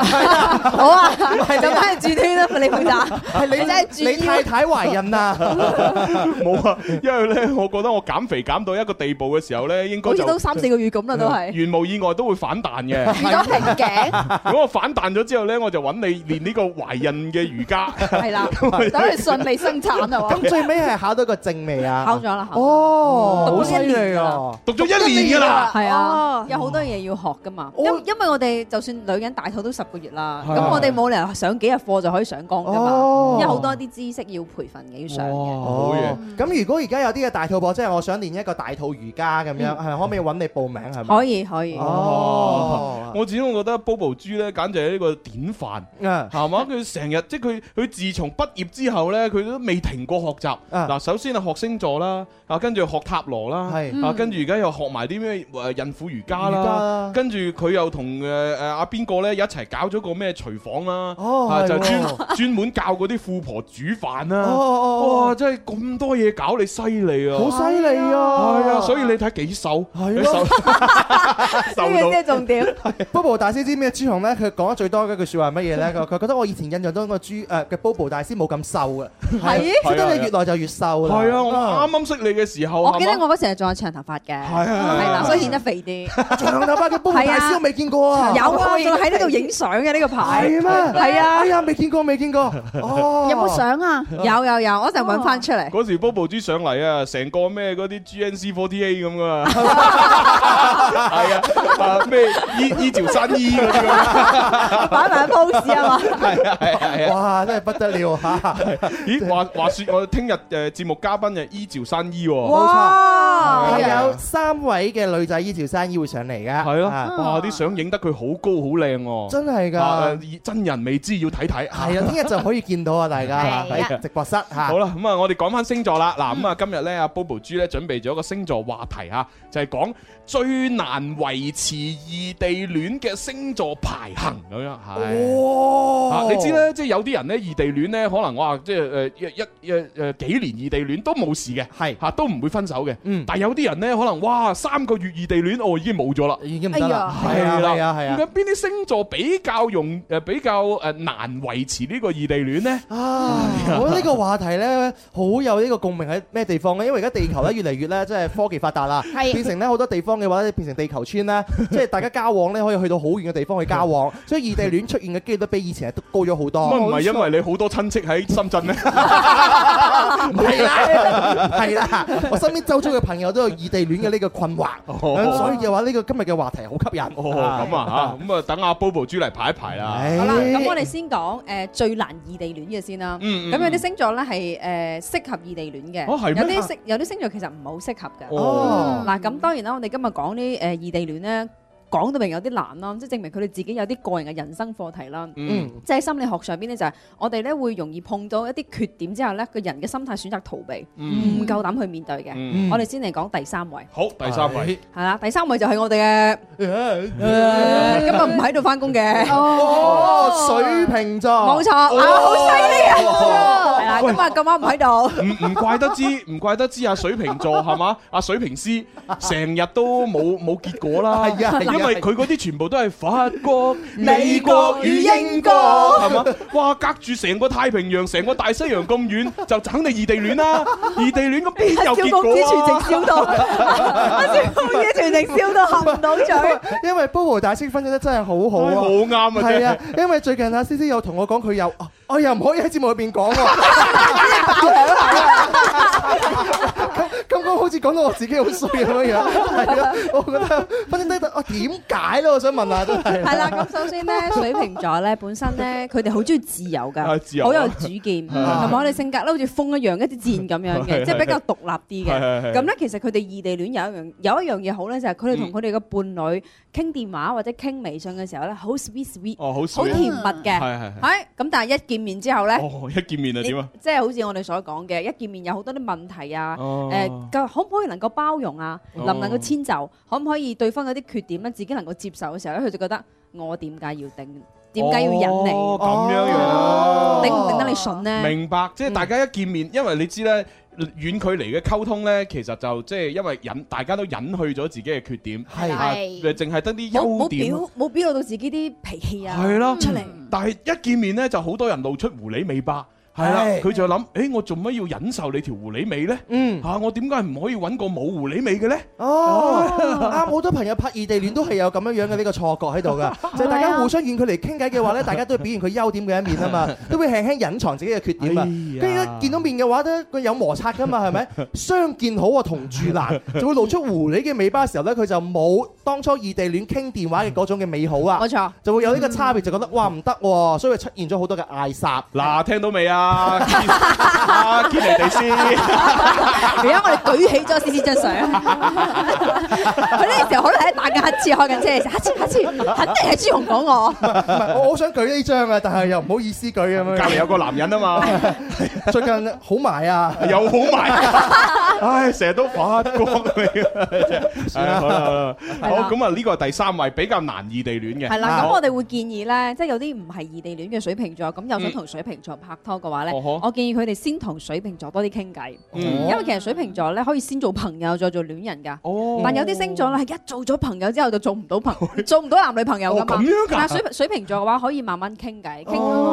Speaker 2: 好啊，就梗係轉圈啦，你負責。
Speaker 6: 係你
Speaker 2: 你真係主要
Speaker 6: 你太太懷孕啊？
Speaker 5: 冇啊，因為咧，我覺得我減肥減到一個地步嘅時候咧，應該
Speaker 2: 好似
Speaker 5: 就
Speaker 2: 都三四個月咁啦，都 係。
Speaker 5: 原無意外都會反彈嘅。
Speaker 2: 遇到瓶頸，
Speaker 5: 如果我反彈咗之後咧，我就揾你練呢個懷孕嘅瑜伽。
Speaker 2: 係 啦，等佢順利生產啊！
Speaker 6: 咁最尾係考到個證未啊？
Speaker 2: 考咗啦，考咗
Speaker 6: 哦，
Speaker 2: 讀
Speaker 6: 好
Speaker 2: 咗
Speaker 6: 犀
Speaker 2: 一年
Speaker 6: 利
Speaker 2: 㗎啦
Speaker 6: 啊！
Speaker 5: 讀咗一年㗎啦。
Speaker 2: 係
Speaker 9: 哦
Speaker 2: 啊，有好多嘢要學噶嘛。因因為我哋就算女人大肚都十個月啦，
Speaker 5: 係
Speaker 2: 咁我哋冇理由上幾日課就可以上崗噶
Speaker 6: 哦
Speaker 2: 嘛，有好多啲知識要培訓嘅，要上嘅。
Speaker 5: 好嘢！
Speaker 6: 咁如果而家有啲嘅大肚婆，即係我想練一個大肚瑜伽咁
Speaker 5: 嗯
Speaker 6: 樣，係可唔可以揾你報名係咪？
Speaker 2: 可以可以。
Speaker 6: 哦，
Speaker 5: 我始終覺得 Bobo 豬咧，簡直係呢個典範，
Speaker 6: 啊
Speaker 5: 係嘛？佢成日即係佢佢自從畢業之後咧，佢都未停過學習。
Speaker 6: 啊
Speaker 5: 嗱，首先係學星座啦，啊，跟住學塔羅啦，
Speaker 6: 係
Speaker 5: 啊，
Speaker 6: 嗯
Speaker 5: 跟住而家又學埋啲咩誒孕婦瑜伽
Speaker 6: 瑜伽
Speaker 5: 啦
Speaker 6: 啦，
Speaker 5: 跟住佢又同誒誒阿邊個咧一齊搞咗個咩廚房啦，
Speaker 6: 哦
Speaker 5: 啊
Speaker 6: 係
Speaker 5: 就專
Speaker 6: 喎
Speaker 5: 專門教嗰啲富婆煮飯
Speaker 6: 哦
Speaker 5: 啦。
Speaker 6: 哦
Speaker 5: 哇！真係咁多嘢搞，你犀利啊！
Speaker 6: 哦，好犀利啊！
Speaker 5: 係啊，所以你睇幾瘦，
Speaker 6: 係
Speaker 5: 你 瘦瘦到。
Speaker 2: 重點。
Speaker 6: Bobo 大師知咩？朱紅咧，佢講得最多嘅一句説話係乜嘢咧？佢佢覺得我以前印象中個朱誒嘅 Bobo 大師冇咁瘦啊嘅，
Speaker 2: 係
Speaker 6: 覺得你越來就越瘦啦。
Speaker 5: 啊係啊，我啱啱識你嘅時候，
Speaker 2: 我記得
Speaker 5: 係嘛
Speaker 2: 我嗰時係仲有長頭髮嘅，
Speaker 5: 係啊係係
Speaker 2: 係啦，所以顯得肥啲。
Speaker 6: 長頭髮嘅 Bobo 大師我未見過啊！
Speaker 2: 有啊，仲喺呢度影相嘅呢個牌。
Speaker 6: 係咩？
Speaker 2: 係啊。
Speaker 6: 哎呀，未見過，未見過。哦，
Speaker 2: 有冇相啊？哦有有有，我一陣揾翻出嚟。
Speaker 5: 嗰時 Bobo 豬上嚟啊，成個咩嗰啲 GNC Forty A 咁 噶嘛，係啊，啊咩依依條山衣嗰 啲咁，
Speaker 2: 擺埋 pose 啊嘛
Speaker 5: 係啊係啊係啊，
Speaker 6: 哇，真係不得了啊嚇！
Speaker 5: 咦話話説我聽日誒呃節目嘉賓就依條山衣喎，
Speaker 6: 冇錯，
Speaker 5: 係啊
Speaker 6: 係有三位嘅女仔依條生意會上嚟嘅。
Speaker 5: 係咯，
Speaker 6: 啊
Speaker 5: 哇啲相影得佢好高好靚喎，
Speaker 6: 真係㗎
Speaker 5: 啊真人未知要睇睇，
Speaker 6: 係 啊，聽日就可以見到啊，大家
Speaker 5: 係啊
Speaker 6: 喺直播室嚇。
Speaker 5: 好啦，咁啊，我哋講翻星座啦。嗱，咁啊，今日咧，阿 Bobo 豬咧準備咗個星座話題嚇，就係講最難維持異地戀嘅星座排行咁樣
Speaker 6: 哦
Speaker 5: 係。啊
Speaker 6: 哇！
Speaker 5: 你知咧，即係有啲人咧異地戀咧，可能我話即係誒一一誒誒幾年異地戀都冇事嘅，
Speaker 6: 係
Speaker 5: 嚇都唔會分手嘅。
Speaker 6: 嗯
Speaker 5: 但係有啲人咧，可能哇三個月異地戀，哦已經冇咗啦，
Speaker 6: 已經
Speaker 5: 唔
Speaker 6: 唔得啦哎呀
Speaker 5: 係啦，
Speaker 6: 係啊係啊
Speaker 5: 咁邊啲星座比較容誒比較誒難維持呢個異地戀咧？
Speaker 6: 啊！
Speaker 5: 哎
Speaker 6: 我覺得呢個話題咧，好有呢個共鳴喺咩地方咧？因為而家地球咧越嚟越咧，即係科技發達啦，
Speaker 9: 係
Speaker 6: 變成咧好多地方嘅話咧，變成地球 村咧，即係大家交往咧可以去到好遠嘅地方去交往，所以異地戀出現嘅機率都比以前係都高咗好多。
Speaker 5: 乜唔係因為你好多親戚喺深圳咩？
Speaker 6: 唔 係啦，係啦，我身邊周遭嘅朋友都有異地戀嘅呢個困惑，
Speaker 5: 哦
Speaker 6: 所以嘅話呢個今日嘅話題好吸引。
Speaker 5: 哦，咁啊嚇，咁啊等阿 Bobo 豬嚟排一排啦。
Speaker 6: 好
Speaker 2: 好啦，咁我哋先講誒最難異地戀嘅先啦。
Speaker 5: 嗯嗯
Speaker 2: 咁有啲星座咧係誒適合異地戀嘅，
Speaker 5: 哦係
Speaker 2: 有
Speaker 5: 咩
Speaker 2: 啲星有啲星座其實唔係好適合嘅。
Speaker 5: 哦
Speaker 2: 嗱咁當然啦，我哋今日講啲誒異地戀咧，講到明有啲難啦，即係證明佢哋自己有啲個人嘅人生課題啦。
Speaker 14: 嗯
Speaker 2: 即係心理學上邊咧，就係我哋咧會容易碰到一啲缺點之後咧，個人嘅心態選擇逃避，
Speaker 5: 嗯
Speaker 2: 唔夠膽去面對嘅
Speaker 5: 嗯。
Speaker 2: 我哋先嚟講第三位，
Speaker 5: 好，第三位。
Speaker 2: 係啦，第三位就係我哋嘅，呃今日唔喺度翻工嘅。
Speaker 6: 嗯哦，水瓶座，
Speaker 2: 冇錯啊，好犀利啊！係啦，今日咁啱唔喺度。
Speaker 5: 唔唔怪得知，唔怪得知啊！水瓶座係嘛？啊水瓶師成日都冇冇結果啦，
Speaker 6: 係啊係啊
Speaker 5: 因為佢嗰啲全部都係法國、
Speaker 6: 美國與英國
Speaker 5: 係嘛？哇！隔住成個太平洋、成個大西洋咁遠，就肯定異地戀啦！異地戀咁邊 有結果啊？
Speaker 6: 因為-因為 Bobo 大師分析得真係好好啊，
Speaker 5: 唉 好啱啊真係
Speaker 6: 係啊，因為最近阿思思有同我講佢又，啊我又唔可以喺節目入邊講喎，咁咁講好似講到我自己好衰咁樣樣，係啊，我覺得分析得我點解咧？我想問下真係。
Speaker 2: 係啦，咁首 先咧，水瓶座咧本身咧，佢哋好中意自由
Speaker 5: 啊
Speaker 2: 噶，
Speaker 5: 自由啊
Speaker 2: 好有主 見，同
Speaker 5: 啊
Speaker 2: 埋我哋性格咧好似風一樣，一支箭咁樣
Speaker 5: 係
Speaker 2: 嘅，即係比較獨立啲嘅
Speaker 5: 係係係。
Speaker 2: 咁咧，其實佢哋異地戀有一樣有一樣嘢好咧，就係佢哋同佢哋嘅伴侶傾電話或者傾微信嘅時候咧，好 sweet sweet，
Speaker 5: 哦好
Speaker 2: 好
Speaker 5: sweet
Speaker 2: 甜蜜嘅，
Speaker 5: 係係係
Speaker 2: 係咁，但係一見面之後咧。
Speaker 5: 哦，一見面啊點啊？
Speaker 2: 即係好似我哋所講嘅，一見面有好多啲問題啊，
Speaker 5: 哦
Speaker 2: 誒，究可唔可以能夠包容啊？
Speaker 5: 哦
Speaker 2: 能唔能夠遷就？可唔可以對方嗰啲缺點咧，啊自己能夠接受嘅時候咧，佢就覺得我點解要頂？點解要忍你？
Speaker 5: 哦咁樣樣
Speaker 2: 頂唔頂得你順呢？
Speaker 5: 明白，即
Speaker 2: 嗯
Speaker 5: 係大家一見面，因為你知咧。遠距離嘅溝通咧，其實就即係因為隱，大家都隱去咗自己嘅缺點，
Speaker 2: 係
Speaker 5: 啊淨係得
Speaker 2: 冇
Speaker 5: 啲優
Speaker 2: 冇
Speaker 5: 點。啊
Speaker 2: 表冇表露到自己啲脾氣啊，
Speaker 5: 係啦，
Speaker 2: 出嚟。
Speaker 5: 但係一見面咧，就好多人露出狐狸尾巴。係啦，
Speaker 2: 係
Speaker 5: 佢就諗，誒，我做乜要忍受你條狐狸尾咧？
Speaker 6: 嗯，
Speaker 5: 嚇，我點解唔可以揾個冇狐狸尾嘅咧？
Speaker 6: 哦，啱好多朋友拍異地戀都係有咁樣樣嘅呢個錯覺喺度 㗎，就係大家互相遠距離傾偈嘅話咧，大家都會表現佢優點嘅一面啊嘛，都會輕輕隱藏自己嘅缺點啊。跟住咧見到面嘅話咧，佢有摩擦㗎嘛，係咪？相見好啊，同住 難，就會露出狐狸嘅尾巴嘅時候咧，佢就冇當初異地戀傾電話嘅嗰種嘅美好啊。
Speaker 2: 冇錯，
Speaker 6: 就會有呢個差別，就覺得哇唔得喎，所以出現咗好多嘅嗌 殺。
Speaker 5: 嗱，聽到未 啊？阿堅尼地斯，
Speaker 2: 而家我哋舉起咗 C C 張相，佢呢個時候可能喺打緊乞嗤，開緊車嘅時候，乞嗤乞嗤，肯定係朱紅講我。
Speaker 6: 唔係我好想舉呢張啊，但係又唔好意思舉咁樣。隔
Speaker 5: 離有個男人啊嘛，
Speaker 6: 最近好埋啊，
Speaker 5: 又好埋，唉，成日都發光你啊！真係
Speaker 6: 算啦
Speaker 5: 唉好啦好啦，
Speaker 2: 係
Speaker 5: 好
Speaker 2: 啦
Speaker 5: 咁啊，呢個係第三位比較難異地戀嘅。啊
Speaker 2: 係啦，咁我
Speaker 5: 哋
Speaker 2: 哋會建議咧，即係有啲唔係異地戀嘅水瓶座，咁又想同水瓶座拍拖嘅話咧，
Speaker 5: 嗯哦呵
Speaker 2: 我建議佢哋先同水瓶座多啲傾偈，
Speaker 5: 嗯
Speaker 2: 因為其實水瓶座咧可以先做朋友再做戀人㗎。
Speaker 5: 哦
Speaker 2: 但有啲星座咧係一做咗朋友之後就做唔到 朋，做唔到男女朋友㗎
Speaker 5: 哦
Speaker 2: 嘛。
Speaker 5: 咁樣㗎
Speaker 2: 但係水水瓶座嘅話可以慢慢傾偈，
Speaker 5: 哦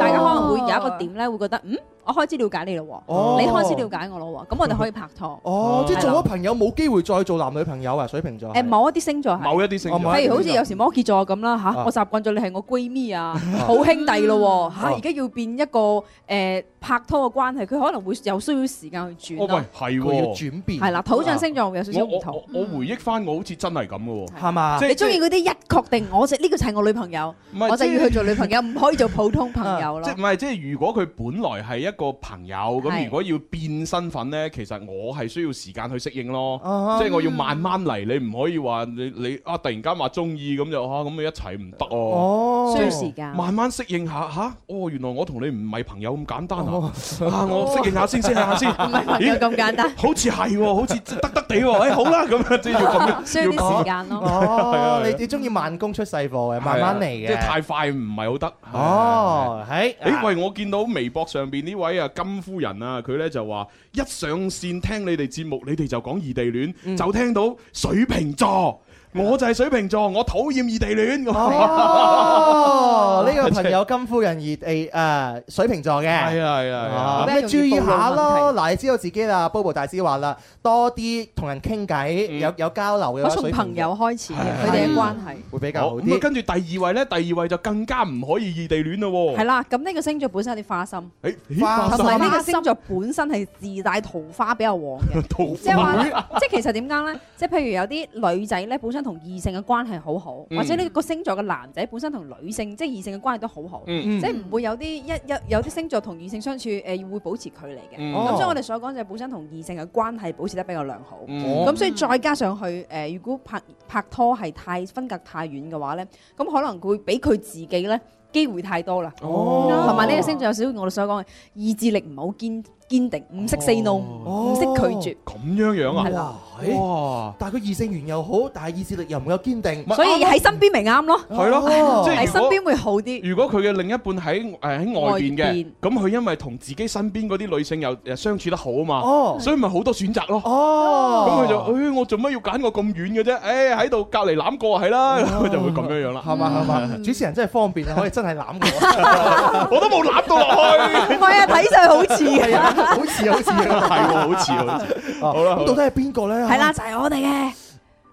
Speaker 2: 傾大家可能會有一個點咧，會覺得嗯。我開始了解你咯
Speaker 6: 哦
Speaker 2: 喎，你開始了解我咯喎，咁我哋可以拍拖。
Speaker 6: 哦，即係做
Speaker 2: 係
Speaker 6: 咗
Speaker 2: 啦
Speaker 6: 朋友冇機會再做男女朋友啊，水瓶座。
Speaker 2: 誒某一啲星座係，
Speaker 5: 某一啲啊星座
Speaker 6: 哦某一啲
Speaker 2: 譬如好似
Speaker 6: 星座
Speaker 2: 有時摩羯座咁啦
Speaker 6: 啊
Speaker 2: 嚇，我習慣咗你係我閨蜜啊，好兄弟咯喎嚇，
Speaker 5: 啊
Speaker 2: 而家要變一個誒拍拖嘅關係，佢可能會有需要時間去轉
Speaker 5: 哦
Speaker 2: 咯。
Speaker 5: 喂，係
Speaker 6: 佢要
Speaker 5: 喎，
Speaker 6: 轉變
Speaker 2: 係啦，土象星座會有少少
Speaker 5: 我
Speaker 2: 唔同。
Speaker 5: 我我回憶翻，我好似真係咁嘅喎。
Speaker 6: 係嘛
Speaker 5: 即係
Speaker 2: 你中意嗰啲一確定，我就呢個就係我女朋友，
Speaker 5: 唔係
Speaker 2: 我就
Speaker 5: 即係
Speaker 2: 要去做女朋友，唔可以做普通朋友
Speaker 5: 即
Speaker 2: 咯
Speaker 5: 係。唔係即係如果佢本來係一個朋友咁，
Speaker 2: 係
Speaker 5: 如果要變身份呢，其實我係需要時間去適應咯。
Speaker 6: 啊
Speaker 5: 即係我要慢慢嚟，你唔可以話你你啊突然間話中意咁就嚇啊咁咪一齊唔得
Speaker 6: 哦
Speaker 5: 哦。
Speaker 6: 需要
Speaker 5: 即係
Speaker 6: 時
Speaker 2: 啊
Speaker 6: 間
Speaker 5: 慢慢適應下嚇。哦，原來我同你唔係朋友咁簡單啊！
Speaker 6: 哦
Speaker 5: 啊，我適應下先，適應下先。
Speaker 2: 唔係朋友
Speaker 5: 咦
Speaker 2: 咁簡單
Speaker 5: 好似係喎，好似得得地喎。哎，好啦，咁樣即係要咁樣。
Speaker 2: 需要
Speaker 5: 要咁
Speaker 2: 啲時間咯。
Speaker 5: 係啊
Speaker 6: 哦，
Speaker 5: 係啊
Speaker 6: 你你中意慢工出細貨嘅，慢慢嚟嘅。
Speaker 5: 即係太快唔係好得。
Speaker 6: 哦，係。
Speaker 5: 誒喂！我見到微博上邊呢位啊金夫人啊，佢呢就話一上線聽你哋節目，你哋就講異地戀，
Speaker 6: 嗯
Speaker 5: 就聽到水瓶座，我就係水瓶座，我討厭異地戀。
Speaker 6: 哦，呢個朋友金夫人而誒誒水瓶座嘅，
Speaker 5: 係啊係啊係啊
Speaker 6: 咁你注意下咯。嗱，你知道自己啦，Bobo 大師話啦，多啲同人傾偈，有有交流嘅
Speaker 2: 我
Speaker 6: 話，
Speaker 2: 從
Speaker 6: 水
Speaker 2: 朋
Speaker 6: 瓶
Speaker 2: 友開始嘅，佢哋嘅關係。
Speaker 6: 會比較
Speaker 5: 好
Speaker 6: 哦好
Speaker 5: 咁啊，
Speaker 6: 啲。
Speaker 5: 跟住第二位呢，第二位就更加唔可以異地戀咯。
Speaker 2: 係，啦，咁呢個星座本身有啲花心，
Speaker 5: 誒，
Speaker 6: 花
Speaker 2: 同埋呢個
Speaker 5: 心
Speaker 2: 星座本身係自帶桃花比較旺嘅。
Speaker 5: 桃
Speaker 2: 即係話
Speaker 5: 花
Speaker 2: 咧，即係其實點講咧？即係譬如有啲女仔咧，本身身同異性嘅關係好好，
Speaker 15: 嗯
Speaker 2: 或者呢個星座嘅男仔本身同女性即係異性嘅關係都好好，
Speaker 15: 嗯嗯
Speaker 2: 即係唔會有啲一一有啲星座同異性相處誒會保持距離嘅。
Speaker 15: 嗯
Speaker 2: 咁
Speaker 15: 哦
Speaker 2: 所以我哋所講就係本身同異性嘅關係保持得比較良好。
Speaker 5: 哦
Speaker 15: 嗯
Speaker 2: 咁所以再加上去誒，如果拍拍拖係太分隔太遠嘅話咧，咁可能會俾佢自己咧機會太多啦。
Speaker 15: 哦
Speaker 2: 同埋呢個星座有少少我哋所講嘅意志力唔好堅堅定，唔識 say no，唔
Speaker 15: 哦
Speaker 2: 識拒絕。
Speaker 5: 咁樣樣
Speaker 2: 係
Speaker 5: 啊
Speaker 2: 啦？哦
Speaker 5: 哇！
Speaker 6: 但係佢異性緣又好，但係意志力又唔夠堅定，
Speaker 2: 所以喺身邊咪啱咯，
Speaker 5: 係咯即係
Speaker 2: 哦喺
Speaker 5: 如
Speaker 2: 身
Speaker 5: 果
Speaker 2: 邊會好啲。
Speaker 5: 如果佢嘅另一半喺誒喺外邊
Speaker 2: 外
Speaker 5: 嘅
Speaker 2: 邊，
Speaker 5: 咁佢因為同自己身邊嗰啲女性又誒相處得好啊嘛，
Speaker 6: 哦
Speaker 5: 所以咪好多選擇咯。
Speaker 6: 哦
Speaker 5: 咁佢就誒我做乜要揀我咁遠嘅啫？誒喺度隔離攬過係啦，
Speaker 2: 哦
Speaker 5: 佢 就會咁樣樣啦。
Speaker 6: 係嘛係嘛？主持人真係方便啊，可以真係攬 我，
Speaker 5: 我都冇攬到落去。
Speaker 2: 唔係啊睇上去好似 嘅
Speaker 6: 係啊好似好似
Speaker 5: 係喎好似好
Speaker 6: 似。好啦，咁到底係邊個咧？
Speaker 2: 係啦，就係我哋嘅，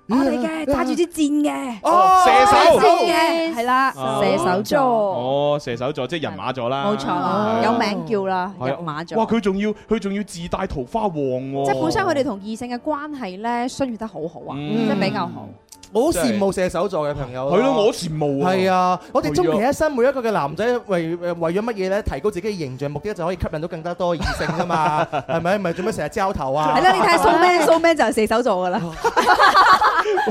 Speaker 2: 我哋嘅揸住支箭嘅，
Speaker 5: 哦射手
Speaker 2: 揸支箭嘅，係啦，
Speaker 5: 哦
Speaker 2: 射手座，
Speaker 5: 哦，射手座即係人馬座啦，
Speaker 2: 冇錯，有名叫啦，
Speaker 5: 係
Speaker 2: 入
Speaker 5: 啊
Speaker 2: 馬
Speaker 5: 哇！
Speaker 2: 座。
Speaker 5: 佢仲要佢仲要自帶桃花旺喎。
Speaker 2: 即係本身佢哋同異性嘅關係咧，相處得好好啊，
Speaker 5: 嗯
Speaker 2: 即係比較好。
Speaker 6: 我好羨慕射手座嘅朋友。
Speaker 5: 係咯我羨慕啊
Speaker 6: 係啊，我哋終
Speaker 5: 係
Speaker 6: 其一生，每一個嘅男仔為誒為咗乜嘢咧？提高自己嘅形象目的就可以吸引到更加多異性 㗎嘛，係咪？唔係做咩成日交頭啊？
Speaker 2: 係啦，你睇下蘇咩蘇咩就係射手座 噶啦，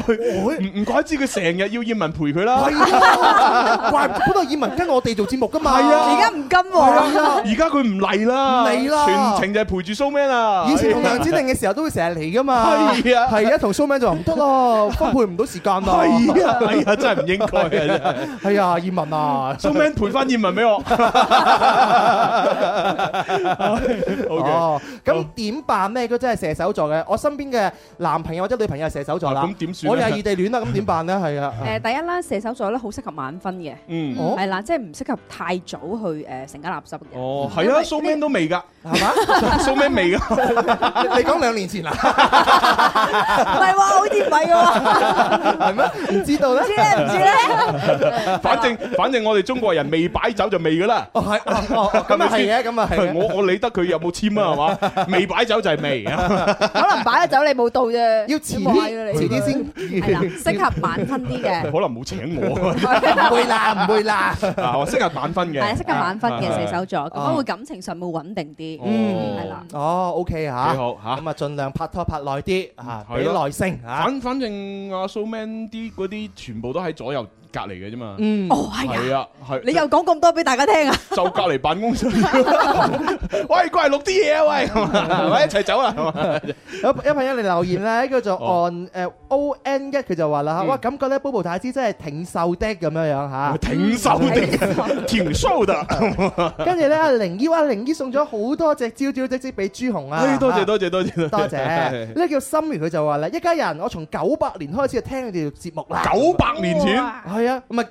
Speaker 5: 唔唔怪之佢成日要葉文陪佢 啦。
Speaker 6: 係啊，怪唔得本來以文跟我哋做節目㗎嘛。
Speaker 5: 係啊而家
Speaker 2: 唔跟
Speaker 6: 係啊
Speaker 5: 而家佢唔嚟啦，
Speaker 6: 唔嚟啦
Speaker 5: 全程就係陪住啊 So Man 啦。
Speaker 6: 以前同梁子玲嘅時候都會成日嚟㗎嘛。
Speaker 5: 係啊
Speaker 6: 係啊，同蘇明就話唔 得咯，分配唔到時間咯。
Speaker 5: 係 啊，哎呀，真係唔應該啊！
Speaker 6: 係啊，葉文啊
Speaker 5: 真係 So Man 陪翻葉文俾我。OK
Speaker 6: 哦，咁點辦呢？佢真係射手座嘅，我身邊嘅男朋友或者女朋友係射手座啦，
Speaker 5: 啊咁點算
Speaker 6: 我
Speaker 5: 呢
Speaker 6: 又係異地戀啦，咁 點辦呢？係啊，
Speaker 2: 誒第一啦，射手座咧好適合晚婚嘅，
Speaker 5: 嗯
Speaker 6: 哦
Speaker 2: 係啦，即係唔適合太早去誒成家立室嘅。
Speaker 5: 哦，係啊，So Man 都未㗎， 係嘛？So Man 未㗎，
Speaker 6: 你講兩年前啊
Speaker 2: 唔
Speaker 6: 啦，
Speaker 2: 係喎，好似唔係
Speaker 6: 係咩？唔知道咧？
Speaker 2: 知啊咧唔知咧？
Speaker 5: 反正反正我哋中國人未擺酒就未㗎啦。
Speaker 6: 哦，係，哦，哦咁啊係嘅，咁啊係嘅。
Speaker 5: 我我理得佢有冇簽啊，係嘛？未擺酒就係未啊。
Speaker 2: 可能擺咗酒你冇到啫，要
Speaker 6: 遲
Speaker 2: 啲
Speaker 6: 遲啲先
Speaker 2: 係啦，適合晚婚 啲嘅。
Speaker 5: 可能冇請 我。
Speaker 6: 唔會啦，唔會啦。
Speaker 5: 啊，我適合晚婚嘅。
Speaker 2: 係啊，適合晚婚嘅
Speaker 5: 啊
Speaker 2: 射手座，咁
Speaker 6: 啊
Speaker 2: 樣會感情上會穩定啲。
Speaker 6: 嗯，
Speaker 2: 係啦。
Speaker 6: 哦，OK 嚇，
Speaker 5: 幾好嗯
Speaker 6: 嚇，咁啊，啊盡量拍拖拍耐啲嚇，
Speaker 5: 係
Speaker 6: 俾
Speaker 5: 咯
Speaker 6: 耐性嚇。
Speaker 5: 反反正阿 So Man 啲嗰啲全部都喺左右隔離嘅啫嘛。
Speaker 6: 嗯
Speaker 2: 哦係啊
Speaker 5: 係啊，係。
Speaker 2: 你又講咁多俾大家聽啊？
Speaker 5: 就隔離 辦公室，喂，過嚟錄啲嘢啊，喂，係咪一齊走啦？係嘛
Speaker 6: 有有朋友嚟 留言咧，叫做
Speaker 5: 哦嗯
Speaker 6: on 誒 O N 一，佢就話啦嚇，哇感覺咧 Bobo 太子真係挺瘦的咁樣樣
Speaker 2: 啊
Speaker 6: 嚇，
Speaker 5: 挺瘦的，挺瘦的。
Speaker 6: 跟住咧，阿玲姨，阿玲姨送咗好多隻招招即即俾朱紅啊！
Speaker 5: 哎多謝多謝多謝
Speaker 6: 多謝。 呢個叫心如，佢就話啦：一家人，我從九八年開始就聽你哋節目啦。
Speaker 5: 900年前
Speaker 6: 係啊，唔 係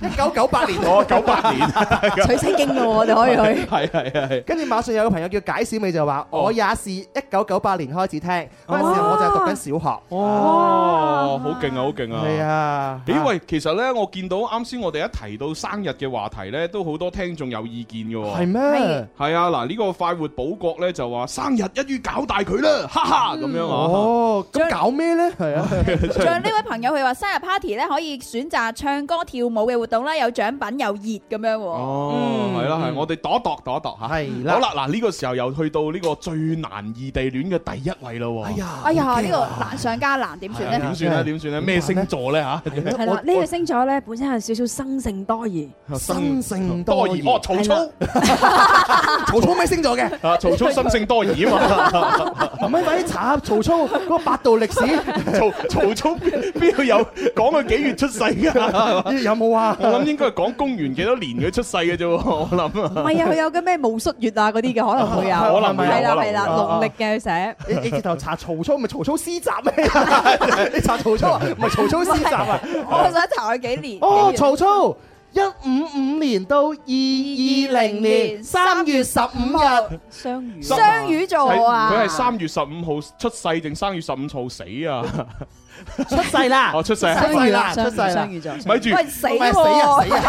Speaker 6: 一九九八年。
Speaker 5: 哦，九 八年，
Speaker 6: 取西經嘅喎我哋
Speaker 2: 哎
Speaker 6: 可以去
Speaker 5: 係係係係。
Speaker 6: 跟住馬上有個朋友叫解小美就話：
Speaker 5: 哦
Speaker 6: 我也是一九九八年開始聽，嗰陣時候我就係讀緊小學。
Speaker 5: 哦，好勁啊，好勁啊！
Speaker 6: 係啊，
Speaker 5: 咦喂，其實咧，我見到啱先我哋一提到生日嘅話題咧，都好多聽眾有意見嘅喎。
Speaker 6: 係咩？
Speaker 5: 係啊，嗱，呢個快活寶國咧就話生日一於搞大佢啦， 哈哈咁樣啊。
Speaker 6: 哦，咁搞咩咧？係啊，
Speaker 16: 像呢位朋友佢話生日 party 咧可以選擇唱歌跳舞嘅活動啦，有獎品有熱咁樣喎。
Speaker 5: 哦，係啦，係我哋度一度度一度嚇。係
Speaker 6: 啦
Speaker 5: 好啦，嗱，呢個時候又去到呢個最難異地戀嘅第一位啦喎。哎呀，
Speaker 16: 哎呀，呢個難上加難，點算呢？
Speaker 5: 點算咧？點算咧？咩星座咧 嚇？
Speaker 15: 係啦，呢個星座咧本身係少少生性多疑，
Speaker 5: 生
Speaker 6: 性
Speaker 5: 多疑哦，曹操，
Speaker 6: 曹操咩星座嘅？
Speaker 5: 啊，曹操 心性多疑啊嘛。
Speaker 6: 咪快啲查下曹操嗰個百度歷 史。
Speaker 5: 曹曹操邊邊度有講佢幾月出世 噶？
Speaker 6: 有冇啊？
Speaker 5: 我諗應該係講公元幾多年佢出世嘅啫喎， 我諗啊。
Speaker 2: 唔係啊，佢有嘅咩戊戌月啊嗰啲嘅可能會有，
Speaker 5: 可能會有
Speaker 2: 係啦
Speaker 5: 可能會
Speaker 2: 係
Speaker 5: 有
Speaker 2: 啦，農曆嘅寫。
Speaker 6: 你你直頭查曹操，咪曹操詩集 咩？你查曹操啊，唔係曹操詩集啊？
Speaker 16: 我想查佢幾年。
Speaker 6: 哦，
Speaker 16: 幾年
Speaker 6: 曹操一五五年到二二零年三月十五日
Speaker 2: 相遇
Speaker 16: 雙魚座啊
Speaker 5: 佢係三月十五號出世定三月十五號死啊？
Speaker 17: 出世啦！
Speaker 5: 哦，出世啊
Speaker 17: 出世啦，
Speaker 5: 雙魚
Speaker 17: 出世啦，
Speaker 5: 雙魚座咪住喂死
Speaker 17: 唔係死啊
Speaker 5: 喎
Speaker 17: 死啊！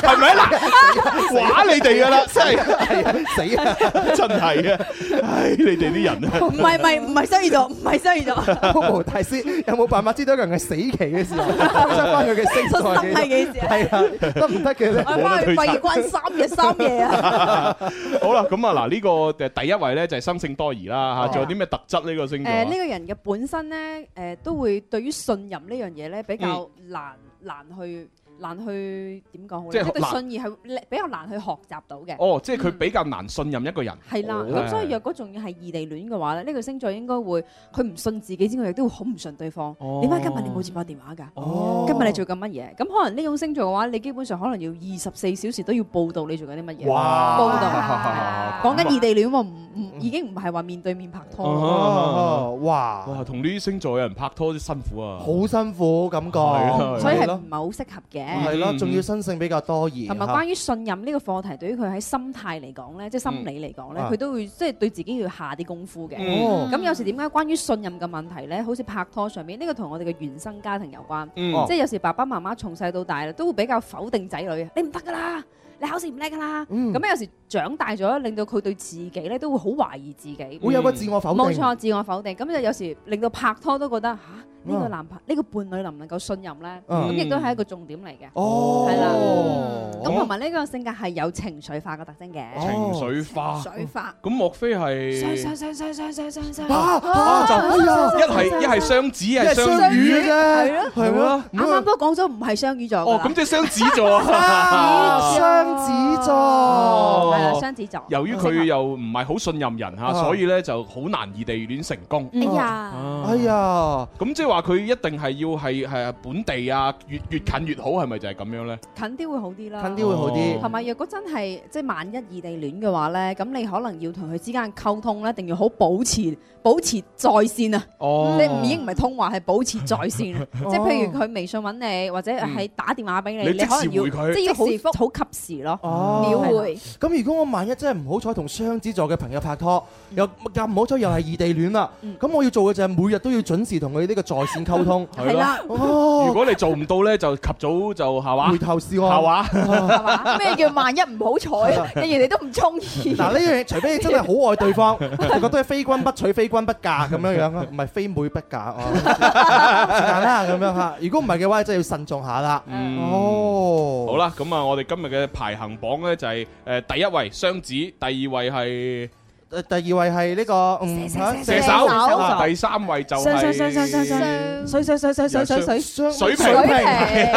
Speaker 5: 係咪嗱？
Speaker 17: 玩
Speaker 5: 玩你哋㗎啦 真
Speaker 6: 啊
Speaker 5: 係
Speaker 17: 係啊死啊！
Speaker 5: 真係啊！唉，你哋啲人啊，
Speaker 2: 唔係唔係唔係雙魚座，唔係雙魚座，
Speaker 6: Bobo 大師有冇辦法知道一個人係死期嘅時候，追得翻佢嘅星座
Speaker 2: 出生係幾時 啊
Speaker 6: 係啊，得唔得嘅咧？
Speaker 2: 我翻去閉關三日三夜啊！
Speaker 5: 好啦，咁啊嗱，呢個誒第一位咧就係生性多疑啦嚇，
Speaker 2: 哦
Speaker 5: 仲有啲咩特質呢個星座啊
Speaker 2: 誒？呢個人嘅本身咧，誒都會對於信任呢樣嘢咧比較難難去難去點講好
Speaker 5: 即
Speaker 2: 咧，
Speaker 5: 係
Speaker 2: 即係對
Speaker 5: 難
Speaker 2: 信義係比較難去學習到嘅。
Speaker 5: 哦，即係佢比較難信任一個人。
Speaker 2: 係啦，
Speaker 5: 哦
Speaker 2: 咁所以若果仲要係異地戀嘅話咧，呢個星座應該會佢唔信自己之外，亦都會好唔信對方。
Speaker 6: 哦
Speaker 2: 點解今日你冇接我電話㗎？今日你做緊乜嘢？咁可能呢種星座嘅話，你基本上可能要二十四小時都要報道你做緊啲乜嘢。
Speaker 5: 哇
Speaker 2: 報道講
Speaker 6: 啊
Speaker 2: 緊異地戀喎，唔
Speaker 6: 嗯
Speaker 2: 唔已經唔係話面對面拍拖啦。
Speaker 5: 哦
Speaker 6: 哇！
Speaker 5: 哇，同呢啲星座有人拍拖都辛苦啊！
Speaker 6: 好辛苦感
Speaker 5: 係啊
Speaker 6: 覺，
Speaker 2: 所以
Speaker 6: 係
Speaker 2: 係
Speaker 6: 咯嗯
Speaker 2: 唔係好適合嘅。
Speaker 6: 係咯，仲要生性比較多疑，
Speaker 2: 同埋關於信任呢個課題，對於佢喺心態嚟講咧，即係心理嚟講咧，
Speaker 6: 嗯
Speaker 2: 佢都會即係對自己要下啲功夫嘅。
Speaker 6: 嗯
Speaker 2: 咁有時點解關於信任嘅問題咧，好似拍拖上面呢個同我哋嘅原生家庭有關，
Speaker 5: 嗯
Speaker 2: 即係有時爸爸媽媽從細到大啦，都會比較否定仔女，你唔得㗎啦。你考試唔叻㗎啦，
Speaker 5: 嗯
Speaker 2: 咁有時長大咗，令到佢對自己咧都會好懷疑自己，
Speaker 6: 會有個自我否定
Speaker 2: 冇錯，自我否定。咁就有時令到拍拖都覺得吓呢個
Speaker 6: 嗯
Speaker 2: 男朋呢個伴侶能唔能夠信任咧？
Speaker 6: 嗯
Speaker 2: 咁亦都係一個重點嚟嘅。
Speaker 6: 哦，係啦。
Speaker 5: 哦
Speaker 2: 咁同埋呢個性格係有情緒化嘅特徵嘅。
Speaker 5: 情緒化，
Speaker 2: 情緒化
Speaker 5: 咁莫非係
Speaker 2: 上上上上上上上上
Speaker 6: 啊啊
Speaker 5: 就
Speaker 6: 哎呀
Speaker 5: 一係一係雙子，一係
Speaker 6: 一係
Speaker 5: 雙
Speaker 6: 雙魚
Speaker 5: 魚
Speaker 6: 啫
Speaker 2: 係咯，
Speaker 5: 係咯
Speaker 2: 啱啱都講咗唔係雙魚座㗎
Speaker 5: 哦
Speaker 2: 啦，
Speaker 5: 咁即係雙子座
Speaker 6: 啊
Speaker 5: 啊！
Speaker 6: 雙子座，
Speaker 2: 係啦，雙子座。
Speaker 5: 哦由於佢又唔係好信任人嚇，
Speaker 6: 啊
Speaker 5: 所以咧就好難異地戀成功。
Speaker 2: 哎呀
Speaker 5: 啊
Speaker 6: 哎呀，
Speaker 5: 咁即係話佢一定係要係係本地啊，越越近越好，係咪就係咁樣咧？
Speaker 2: 近啲會好啲啦，
Speaker 5: 近啲會好啲
Speaker 2: 同埋若果真係即係萬一異地戀嘅話咧，咁你可能要同佢之間嘅溝通咧，一定要好保持 保持在線啊！
Speaker 5: 哦
Speaker 2: 你唔已經唔係通話，係保持在線啊！
Speaker 5: 哦
Speaker 2: 即係譬如佢微信揾你，或者係打電話俾你，
Speaker 6: 你
Speaker 2: 你可能
Speaker 6: 即時回哦
Speaker 2: 要
Speaker 6: 佢
Speaker 2: 即係要好好及時咯，秒回。
Speaker 6: 咁如果我萬一真係唔好彩同雙子座嘅朋友拍拖，
Speaker 5: 嗯
Speaker 6: 又又唔好彩又係異地戀啦，咁我要做嘅就係每日都要準時同佢呢個在線 溝通。
Speaker 5: 係啦
Speaker 6: 哦
Speaker 5: 如果你做唔到咧，就及早就係嘛？
Speaker 6: 回哦頭是岸
Speaker 5: 係嘛？
Speaker 18: 咩叫萬一唔好彩啊？人哋都唔中意。
Speaker 6: 嗱呢樣嘢，除非你真係好愛 對方，你覺得係非君不娶、非君不嫁咁樣樣啊，唔係非妹不嫁哦。 是但啦咁樣嚇，如果唔係嘅話，真係要慎重下啦。哦，
Speaker 5: 嗯好啦，咁啊，我哋今日嘅排行榜咧就係誒第一位雙子，第二位係
Speaker 6: 誒第二位係呢個嗯
Speaker 5: 射手，啊第三位就
Speaker 6: 上上上上上上
Speaker 5: 係。
Speaker 2: 水水水水水水水
Speaker 5: 水平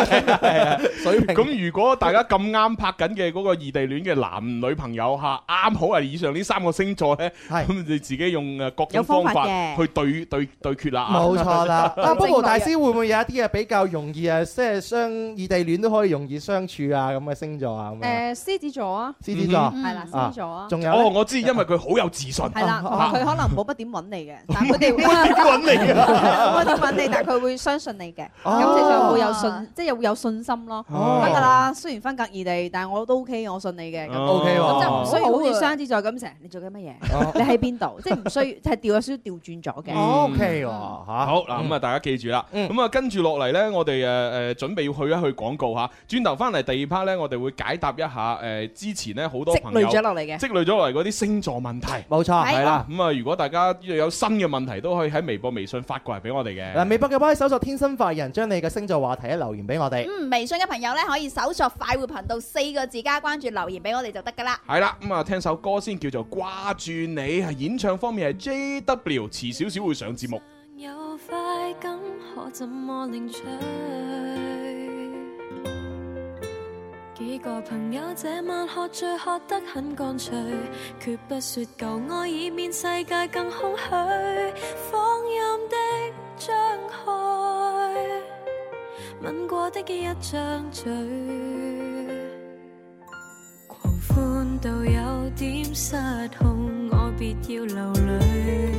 Speaker 6: 水 平。
Speaker 5: 咁如果大家咁啱拍緊嘅嗰個異地戀嘅男女朋友吓，啱好係以上呢三個星座咧，咁你自己用誒各種
Speaker 6: 有方
Speaker 5: 方
Speaker 6: 法
Speaker 5: 法
Speaker 6: 嘅
Speaker 5: 去對對對決啦。
Speaker 6: 冇錯啦，啊，
Speaker 5: 啊
Speaker 6: 不過大師會唔會有一啲嘢比較容易啊，即係相異地戀都可以容易相處啊，咁嘅星座啊，咁樣
Speaker 2: 誒獅子座啊，
Speaker 6: 獅子座
Speaker 2: 係啦，獅子座啊，
Speaker 6: 仲有
Speaker 5: 哦，我知，因為佢好有自信。
Speaker 2: 係啦，
Speaker 5: 啊
Speaker 2: 佢可能冇乜點揾你嘅，但係佢哋會
Speaker 5: 冇乜點揾你㗎
Speaker 2: 冇乜點揾你，但係佢會相信你嘅，
Speaker 5: 哦
Speaker 2: 咁你就會有信，即係會有信心咯。
Speaker 5: 哦
Speaker 2: 得㗎啦，雖然分隔異地，但係我都 OK，我信你嘅。咁
Speaker 5: 哦 OK 喎
Speaker 2: 咁就唔需要
Speaker 19: 啊
Speaker 5: 好
Speaker 2: 好似雙子座咁成，日你做緊乜嘢？
Speaker 5: 哦
Speaker 2: 你喺邊度？即係唔 需要，係調有少少調轉咗嘅。
Speaker 6: 喎
Speaker 5: 好
Speaker 2: 嗯
Speaker 5: 嗱，咁啊大家記住啦，咁啊跟住落嚟呢，我哋誒誒準備要去一去廣告嚇，轉頭翻嚟第二 part 呢，我哋會解答一下誒之前呢好多朋友
Speaker 2: 積累咗落嚟嘅
Speaker 5: 積累咗落嚟嗰啲星座問題，
Speaker 6: 冇錯
Speaker 5: 係啦，咁啊如果大家有新嘅問題都可以喺微博、微信發過嚟俾我哋嘅
Speaker 6: 嗱，。微博嘅話可以搜索天生快人，將你嘅星座話題咧留言俾我哋。
Speaker 19: 嗯，微信嘅朋友咧可以搜索快活頻道四個字加關注留言俾我哋就得噶啦。
Speaker 5: 係啦，咁啊聽首歌先叫做《掛住你》，係演唱方面係 JW，遲少少會上節目。
Speaker 3: 有快感可怎麼領取？幾個朋友這晚喝醉，喝得很乾脆，決不說舊愛，以免世界更空虛。放任的張開，吻過的一張嘴，狂歡到有點失控，我別要流淚。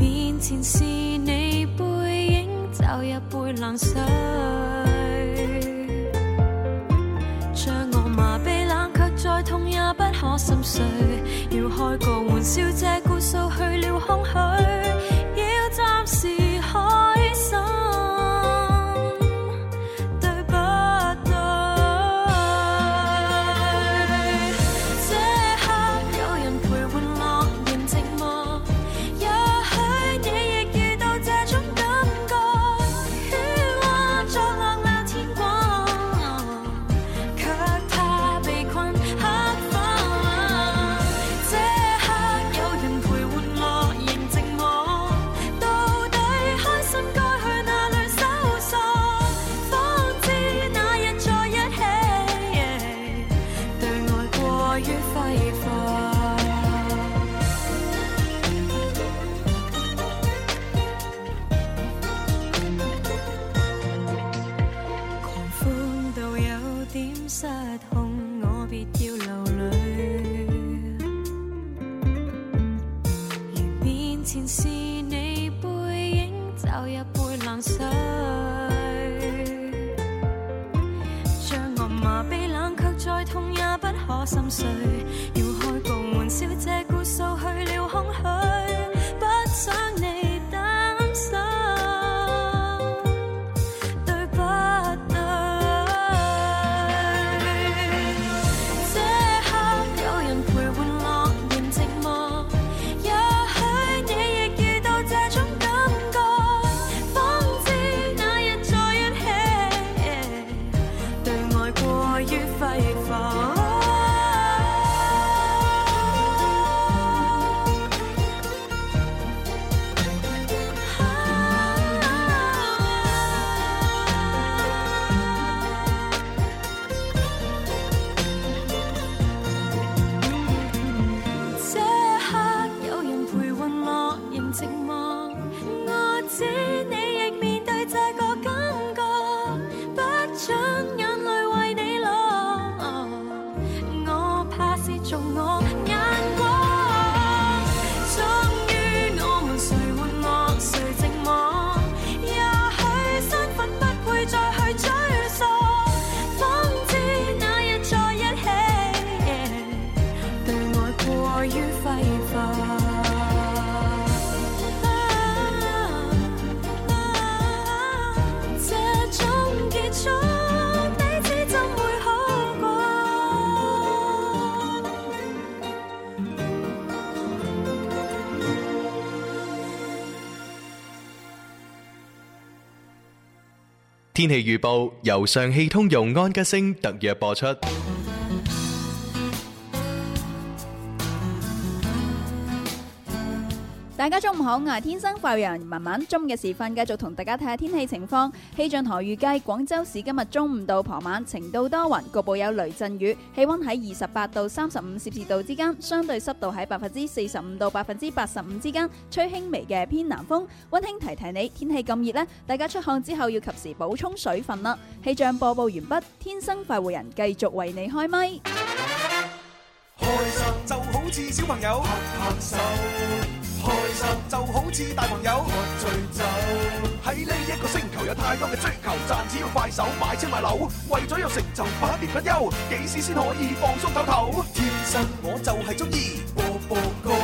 Speaker 3: 面前是你背影，就一杯冷水，將我麻痹冷卻，再痛也不可心碎。要開個玩笑，借故掃去了空虛，會冷水，將我麻痹冷卻，再痛也不可心碎。要開個玩笑，借故掃去了空虛，不想你擔心，對不對？這刻有人陪伴我，嫌寂寞。也許你亦遇到這種感覺，方知那日在一起，對愛過於揮霍。這刻有人陪伴我，仍寂寞。我知你亦面對這個感覺，不准眼淚為你落。我怕是做我眼光。終於我們誰玩樂，誰寂寞？也許身份不會再去追溯，方知那日在一起。對愛過於揮霍，這種結束彼此怎會好過？
Speaker 1: 天氣預報由上汽通用安吉星特約播出。
Speaker 2: 大家中午好，我係天生快活人文文。中午嘅時分，繼續同大家睇下天氣情況。氣象台預計廣州市今日中午到傍晚晴到多雲，局部有雷陣雨，氣温喺二十八到三十五攝氏度之間，相對濕度喺百分之四十五到百分之八十五之間，吹輕微嘅偏南風。温馨提提你，天氣咁熱呢，大家出汗之後要及時補充水分啦。氣象播報完畢，天生快活人繼續為你開咪。
Speaker 12: 开心就好似小朋友拍拍手，开心就好似大朋友喝醉酒。喺呢一個星球有太多嘅追求，賺錢要快手買車買樓，為咗有成就百年不休，幾時先可以放鬆透透？天生我就係中意播播歌，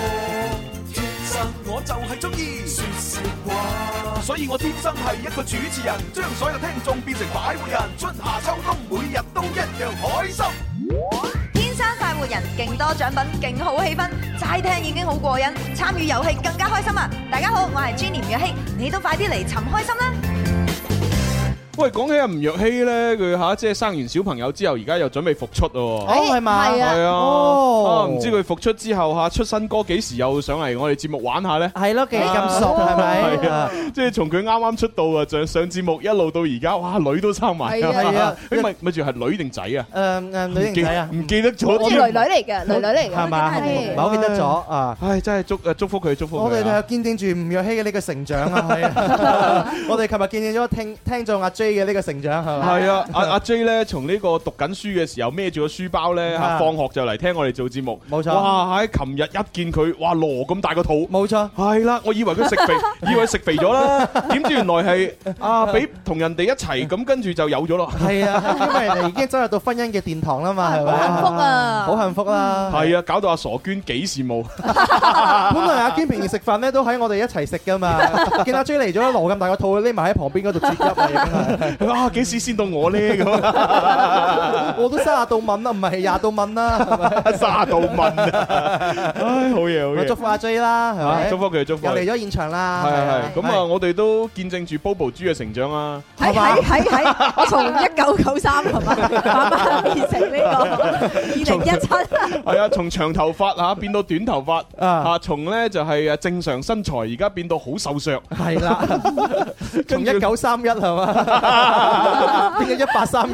Speaker 12: 天生我就係中意说笑話，所以我天生係一個主持人，將所有聽眾變成擺活人，春夏秋冬每日都一樣開心。
Speaker 20: 天生快活人，勁多獎品，勁好氣氛，齋聽已經好過癮，參與遊戲更加開心啊！大家好，我係 Jenny 吳若希，你都快啲嚟尋開心啦！
Speaker 5: 喂，講起阿吳若希咧，佢吓即係生完小朋友之後，而家又準備復出喎。哦
Speaker 6: 哎係嘛係啊
Speaker 5: 係啊。啊
Speaker 6: 哦
Speaker 5: 唔知佢復出之後吓出新歌幾時又上嚟我哋節目玩下咧？
Speaker 6: 係咯，既然咁熟係咪？
Speaker 5: 係啊， 即係從佢啱啱出道啊，上上節目一路到而家，哇，女都生埋。
Speaker 6: 係啊係啊
Speaker 5: 誒咪咪住係女定仔啊？
Speaker 6: 誒誒，女型仔啊，
Speaker 5: 唔記得咗
Speaker 21: 我
Speaker 5: 添。
Speaker 21: 女女嚟嘅，女女嚟嘅，
Speaker 6: 係嘛
Speaker 21: 係
Speaker 6: 唔係好記得咗啊！
Speaker 5: 唉，真係祝誒祝福佢，祝福佢啊
Speaker 6: 我哋就係見證住吳若希嘅呢個成長啊！係啊，我哋琴日見證咗聽聽眾阿 J 嘅呢個成長係嘛？
Speaker 5: 係啊，阿阿 J 咧，從呢個讀緊書嘅時候孭住個書包咧，
Speaker 6: 啊
Speaker 5: 放學就嚟聽我哋做節目。冇
Speaker 6: 錯
Speaker 5: 哇！喺琴日一見佢，哇，羅咁大個肚。冇錯。係啦，我以為佢食肥，以為食肥咗啦，點知原來係啊，俾同人哋一齊咁，跟住就有咗咯。
Speaker 6: 係啊，因為人哋已經走入到婚姻嘅殿堂啦嘛，係咪？
Speaker 5: 好幸福啊
Speaker 6: 好幸福啦！
Speaker 5: 係啊，搞到阿傻娟幾羨慕。
Speaker 6: 本來阿堅平時食飯咧都喺我哋一齊食 噶嘛，見阿 J 嚟咗羅咁大個肚，匿埋喺旁邊嗰度啜泣啊！
Speaker 5: 啊，幾時先到我咧 咁？
Speaker 6: 我都卅到敏啦，唔係廿到敏啦，係咪
Speaker 5: 卅到敏啊！唉，好嘢好
Speaker 6: 我
Speaker 5: 嘢。
Speaker 6: 祝福阿 J 啦，係
Speaker 5: 啊
Speaker 6: 咪？
Speaker 5: 祝福佢祝福佢
Speaker 6: 又嚟咗現場啦，
Speaker 5: 係
Speaker 6: 係
Speaker 5: 係，咁啊，我哋都見證住 Bobo 豬嘅成長 啊。
Speaker 21: 喺喺喺喺，我從一九九三係嘛，慢慢變成呢個二零一七。
Speaker 5: 係啊，從長頭髮嚇變到短頭髮啊，從咧就係誒 正常身材，而家變到好瘦削。
Speaker 6: 係啦，從一九三一係嘛， 聽日一八三一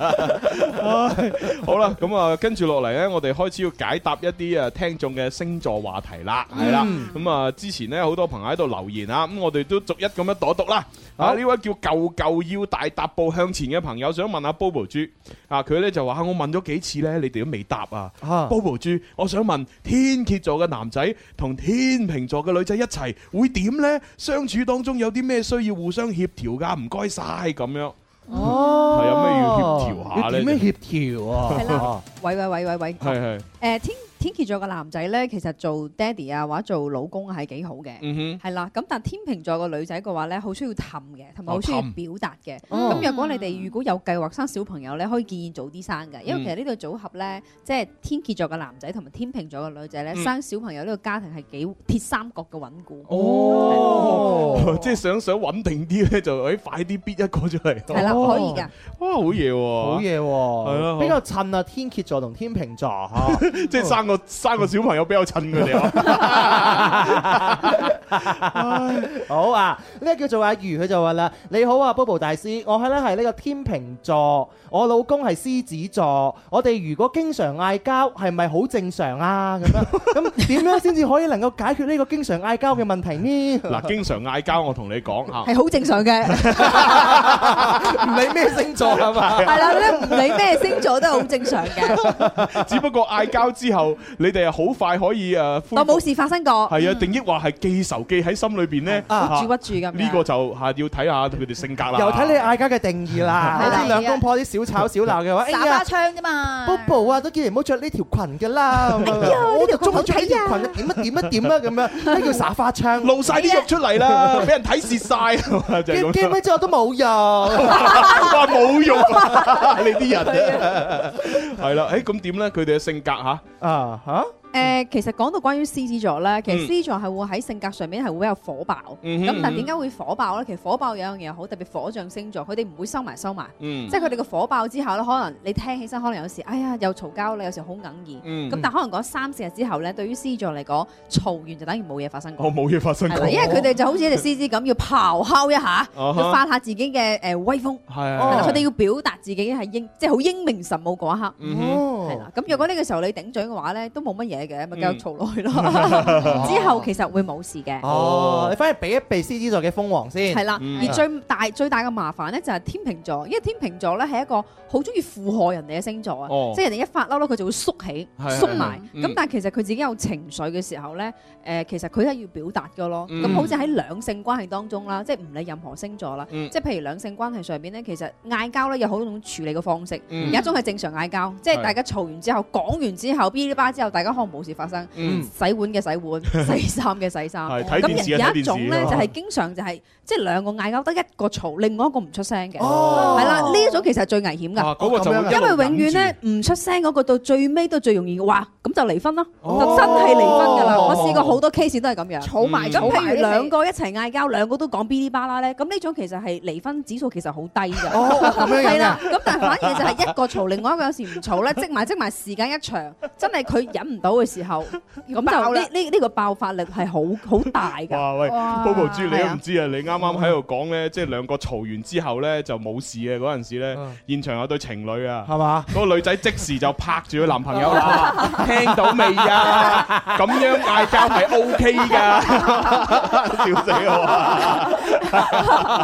Speaker 5: 唉好啦，咁啊，跟住落嚟呢，我哋開始要解答一啲啊聽眾嘅星座話題啦，係啦，咁啊，之前呢，好多朋友喺度留言啊，咁我哋都逐一咁樣度一讀啦。啊！呢位叫舊舊要大踏步向前嘅朋友，想問下 Bobo 豬啊，佢呢就話：啊我問咗幾次呢，你哋都未答啊！Bobo
Speaker 6: 哦
Speaker 5: 豬，我想問天蝎座嘅男仔同天秤座嘅女仔一齊會點呢？相處當中有啲咩需要互相協調㗎？唔該晒咁樣。
Speaker 6: 哦，
Speaker 5: 係有咩要協調下呢？
Speaker 6: 要點樣協調啊？
Speaker 2: 係啦，喂喂喂喂喂，
Speaker 5: 係係。
Speaker 2: 誒天天蝎座嘅男仔咧，其實做爹哋啊或者做老公啊係幾好嘅，
Speaker 5: 嗯
Speaker 2: 係啦。咁但天秤座嘅女仔嘅話咧，好需要氹嘅，同埋
Speaker 5: 哦
Speaker 2: 好需要
Speaker 5: 氹
Speaker 2: 表達嘅。
Speaker 5: 哦
Speaker 2: 咁若果你哋如果有計劃生小朋友咧，可以建議早啲生嘅，因為
Speaker 5: 嗯
Speaker 2: 其實呢對組合咧，即係天蝎座嘅男仔同埋天秤座嘅女仔咧，
Speaker 5: 嗯
Speaker 2: 生小朋友呢個家庭係幾鐵三角嘅穩固。
Speaker 5: 哦，即係想想穩定啲呢，就誒哎快啲搣一個出嚟。
Speaker 2: 係啦，可以㗎。
Speaker 5: 哇，好嘢喎！
Speaker 6: 好嘢
Speaker 5: 哦係
Speaker 6: 喎，
Speaker 5: 啊
Speaker 6: 比較襯啊天蝎座同天秤座嚇，
Speaker 5: 即係生個生個小朋友比較襯佢哋啊。
Speaker 6: 好啊，呢個叫做阿如，佢就話啦：你好啊，Bobo 大師，我係咧係呢個天秤座，我老公係獅子座，我哋如果經常嗌交，係咪好正常啊？咁樣咁點樣先至可以能夠解決呢個經常嗌交嘅問題呢？
Speaker 5: 嗱，經常嗌交，我同你講啊嚇，
Speaker 2: 係好正常嘅，
Speaker 6: 唔理咩星座係嘛？
Speaker 2: 係啦，你唔理咩星座都係好正常嘅，
Speaker 5: 只不過嗌交之後，你哋係好快可以誒恢
Speaker 2: 當
Speaker 5: 復
Speaker 2: 冇事發生過。
Speaker 5: 係啊，定抑或係記仇記喺心裏邊咧，
Speaker 2: 啊
Speaker 5: 嚇
Speaker 2: 屈住屈住咁樣
Speaker 5: 呢個就嚇要睇下佢哋性格啦。
Speaker 6: 又睇你啊嗌交嘅定義 啦，
Speaker 5: 係啦
Speaker 6: 好似兩公婆啲小吵小鬧嘅話，哎呀
Speaker 22: 槍啫嘛
Speaker 6: ，Bobo 啊，都叫你唔好着呢條裙 嘅啦，咁
Speaker 5: 哎
Speaker 6: 樣我就中意着呢條裙啊，點一點一點啊，咁樣呢叫耍 花槍，
Speaker 5: 露晒啲肉出嚟啦，俾人睇蝕晒， 就係
Speaker 6: 驚
Speaker 5: 咁
Speaker 6: 驚
Speaker 5: 樣。
Speaker 6: 咩之後都冇 用，
Speaker 5: 哇
Speaker 6: 哇
Speaker 5: 冇用啊！你啲人係啦，誒咁點咧？佢哋嘅性格嚇
Speaker 6: 啊嚇。
Speaker 2: 誒、其實講到關於獅子座咧，其實
Speaker 5: 嗯
Speaker 2: 獅子座係會喺性格上面係會比較火爆。咁、
Speaker 5: 嗯哼
Speaker 2: 但係點解會火爆咧？其實火爆有樣嘢好，特別火象星座，佢哋唔會收埋收埋。
Speaker 5: 嗯
Speaker 2: 即係佢哋個火爆之後咧，可能你聽起身可能有時，哎呀又嘈交啦，有時好哽耳。咁、
Speaker 5: 嗯
Speaker 2: 但可能講三四日之後咧，對於獅子座嚟講，嘈完就等於冇嘢發生過。
Speaker 5: 我哦冇嘢發生
Speaker 2: 係
Speaker 5: 過，
Speaker 2: 啦，因為佢哋就好似一隻獅子咁，要咆哮一下，
Speaker 5: 啊哈
Speaker 2: 要發下自己嘅誒威風。
Speaker 5: 係啊
Speaker 2: 係啦佢哋要表達自己係英，即係好英明神武嗰一刻。
Speaker 5: 嗯
Speaker 6: 哦
Speaker 5: 哼
Speaker 2: 係啦，咁若果呢個時候你頂嘴嘅話咧，都冇乜嘢嘅，咪繼續嘈落去咯。
Speaker 6: 嗯
Speaker 2: 之後其實會冇事嘅。
Speaker 6: 哦，你反而避一避獅子座嘅瘋狂先。
Speaker 2: 係啦，而最大最大嘅麻煩咧就係天秤座，因為天秤座咧係一個好中意附和人哋嘅星座啊
Speaker 5: 哦，
Speaker 2: 即係人哋一發嬲咧，佢就會縮起、
Speaker 5: 係係
Speaker 2: 縮埋。
Speaker 5: 係
Speaker 2: 咁
Speaker 5: 嗯
Speaker 2: 但係其實佢自己有情緒嘅時候咧，誒其實佢都係要表達嘅咯。
Speaker 5: 嗯
Speaker 2: 咁好似喺兩性關係當中啦，即係唔理任何星座啦，
Speaker 5: 嗯
Speaker 2: 即係譬如兩性關係上邊咧，其實嗌交咧有好多種處理嘅方式，
Speaker 5: 嗯
Speaker 2: 有一種係正常嗌交，即係大家嘈完之後講完之後，嗶哩吧啦之後，大家可能冇事發生，
Speaker 5: 嗯
Speaker 2: 洗碗嘅洗 碗，洗衫嘅洗衫。
Speaker 5: 係睇
Speaker 2: 咁
Speaker 5: 電視
Speaker 2: 有
Speaker 5: 嘅
Speaker 2: 一
Speaker 5: 睇電視
Speaker 2: 種咧
Speaker 5: 啊
Speaker 2: 就係經常就係即係兩個嗌交得一個嘈，另外一個唔出聲嘅，
Speaker 5: 哦
Speaker 2: 係啦，呢一種其實係最危險
Speaker 5: 啊
Speaker 2: 㗎。
Speaker 5: 嗰個就會 一路
Speaker 2: 因為永遠咧唔出聲嗰個到最尾都最容易話，咁就離婚啦，就真係離婚㗎啦。
Speaker 22: 哦
Speaker 2: 我試過好多 case 都係咁樣，
Speaker 22: 儲埋
Speaker 2: 咁
Speaker 5: 嗯
Speaker 22: 儲埋
Speaker 2: 譬
Speaker 22: 啲
Speaker 2: 如兩個一齊嗌交，兩個都講嗶哩吧啦咧，咁呢種其實係離婚指數其實好低㗎。
Speaker 6: 哦咁樣樣㗎
Speaker 2: 係啦，咁但係反而就係一個嘈，另外一個有時唔嘈咧，積埋積埋時間一長，真係佢忍唔到嘅時候，咁
Speaker 22: 爆
Speaker 2: 就
Speaker 22: 啦
Speaker 2: 呢呢呢個爆發力係好好大㗎。
Speaker 5: 哇喂
Speaker 2: 哇
Speaker 5: ，Bobo 豬你
Speaker 2: 係
Speaker 5: 都
Speaker 2: 啊
Speaker 5: 唔知啊！你啱啱喺度講咧，即係兩個嘈完之後咧就冇事嘅嗰陣時
Speaker 2: 嗯
Speaker 5: 咧，現場有對情侶啊，
Speaker 6: 嗯係嘛？
Speaker 5: 嗰個女仔即時就拍住佢男朋友 啦，聽到未啊？咁樣嗌交係 O K 噶， 笑死我啊！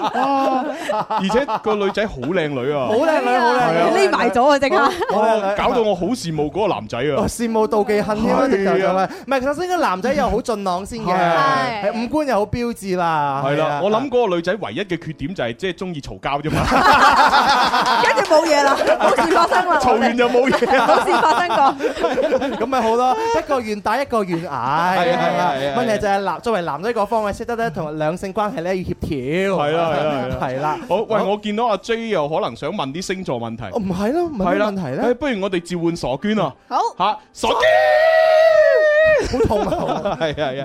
Speaker 5: 而且個女仔好靚女啊，
Speaker 6: 好靚女，好靚
Speaker 5: 係啊
Speaker 6: 女，
Speaker 2: 匿埋咗啊！即刻
Speaker 5: 哇搞到我好羨慕嗰個男仔啊！
Speaker 6: 哦羨慕妒忌恨添啦，直頭就
Speaker 5: 係
Speaker 6: 係
Speaker 5: 啊。
Speaker 6: 唔係，首先個男仔又好俊朗先嘅，
Speaker 5: 係
Speaker 6: 係五官又好標緻啦。
Speaker 5: 係啦
Speaker 6: 啊，
Speaker 5: 我諗嗰個女仔唯一嘅缺點就係即係中意嘈交啫嘛。
Speaker 2: 跟住冇嘢啦，冇事發生啦。
Speaker 5: 嘈完就冇嘢
Speaker 2: 冇事發生過。
Speaker 6: 咁咪好咯，一個願打一個願挨。
Speaker 5: 係啊係啊係啊
Speaker 6: 問題就係男作為男仔嗰方，我識得咧同兩性關係咧要協調。
Speaker 5: 係啦係啦係啦，
Speaker 6: 係啦。
Speaker 5: 好，喂，我見到阿 J 又可能想問啲星座問題，
Speaker 6: 哦唔係咯，唔係
Speaker 5: 係啦
Speaker 6: 問題
Speaker 5: 誒
Speaker 6: 咧。
Speaker 5: 不如我哋召喚傻娟啊，
Speaker 6: 好
Speaker 5: 嚇傻娟，
Speaker 6: 好痛啊！
Speaker 5: 系 係係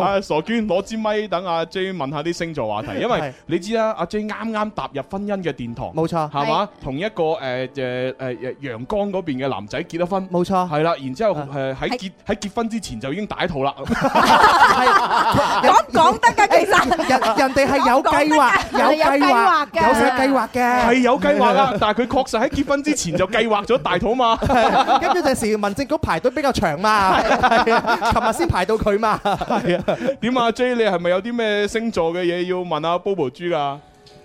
Speaker 5: 啊！傻娟攞支咪等阿 J 問下啲星座 話題，因為
Speaker 6: 係
Speaker 5: 你知啦，阿 J 啱啱踏入婚姻嘅殿堂，
Speaker 6: 冇錯
Speaker 5: 係嘛？同一個呃誒誒誒誒陽江嗰邊嘅男仔結咗婚，
Speaker 6: 冇錯，
Speaker 5: 係啦。然之
Speaker 6: 啊
Speaker 5: 後誒喺結喺結婚之前就已經打一 套啦，
Speaker 6: 講講得㗎，其實人人哋係有 計劃，有計劃，有寫計劃嘅，
Speaker 5: 係有計劃啦。但係佢確實喺結婚之前就計劃咗大肚 嘛。
Speaker 6: 跟住就時民政局排隊比較長嘛，係啊琴日先排到佢嘛。
Speaker 5: 係啊，點啊 J 你係咪有啲咩星座嘅嘢要問阿 Bobo 豬㗎？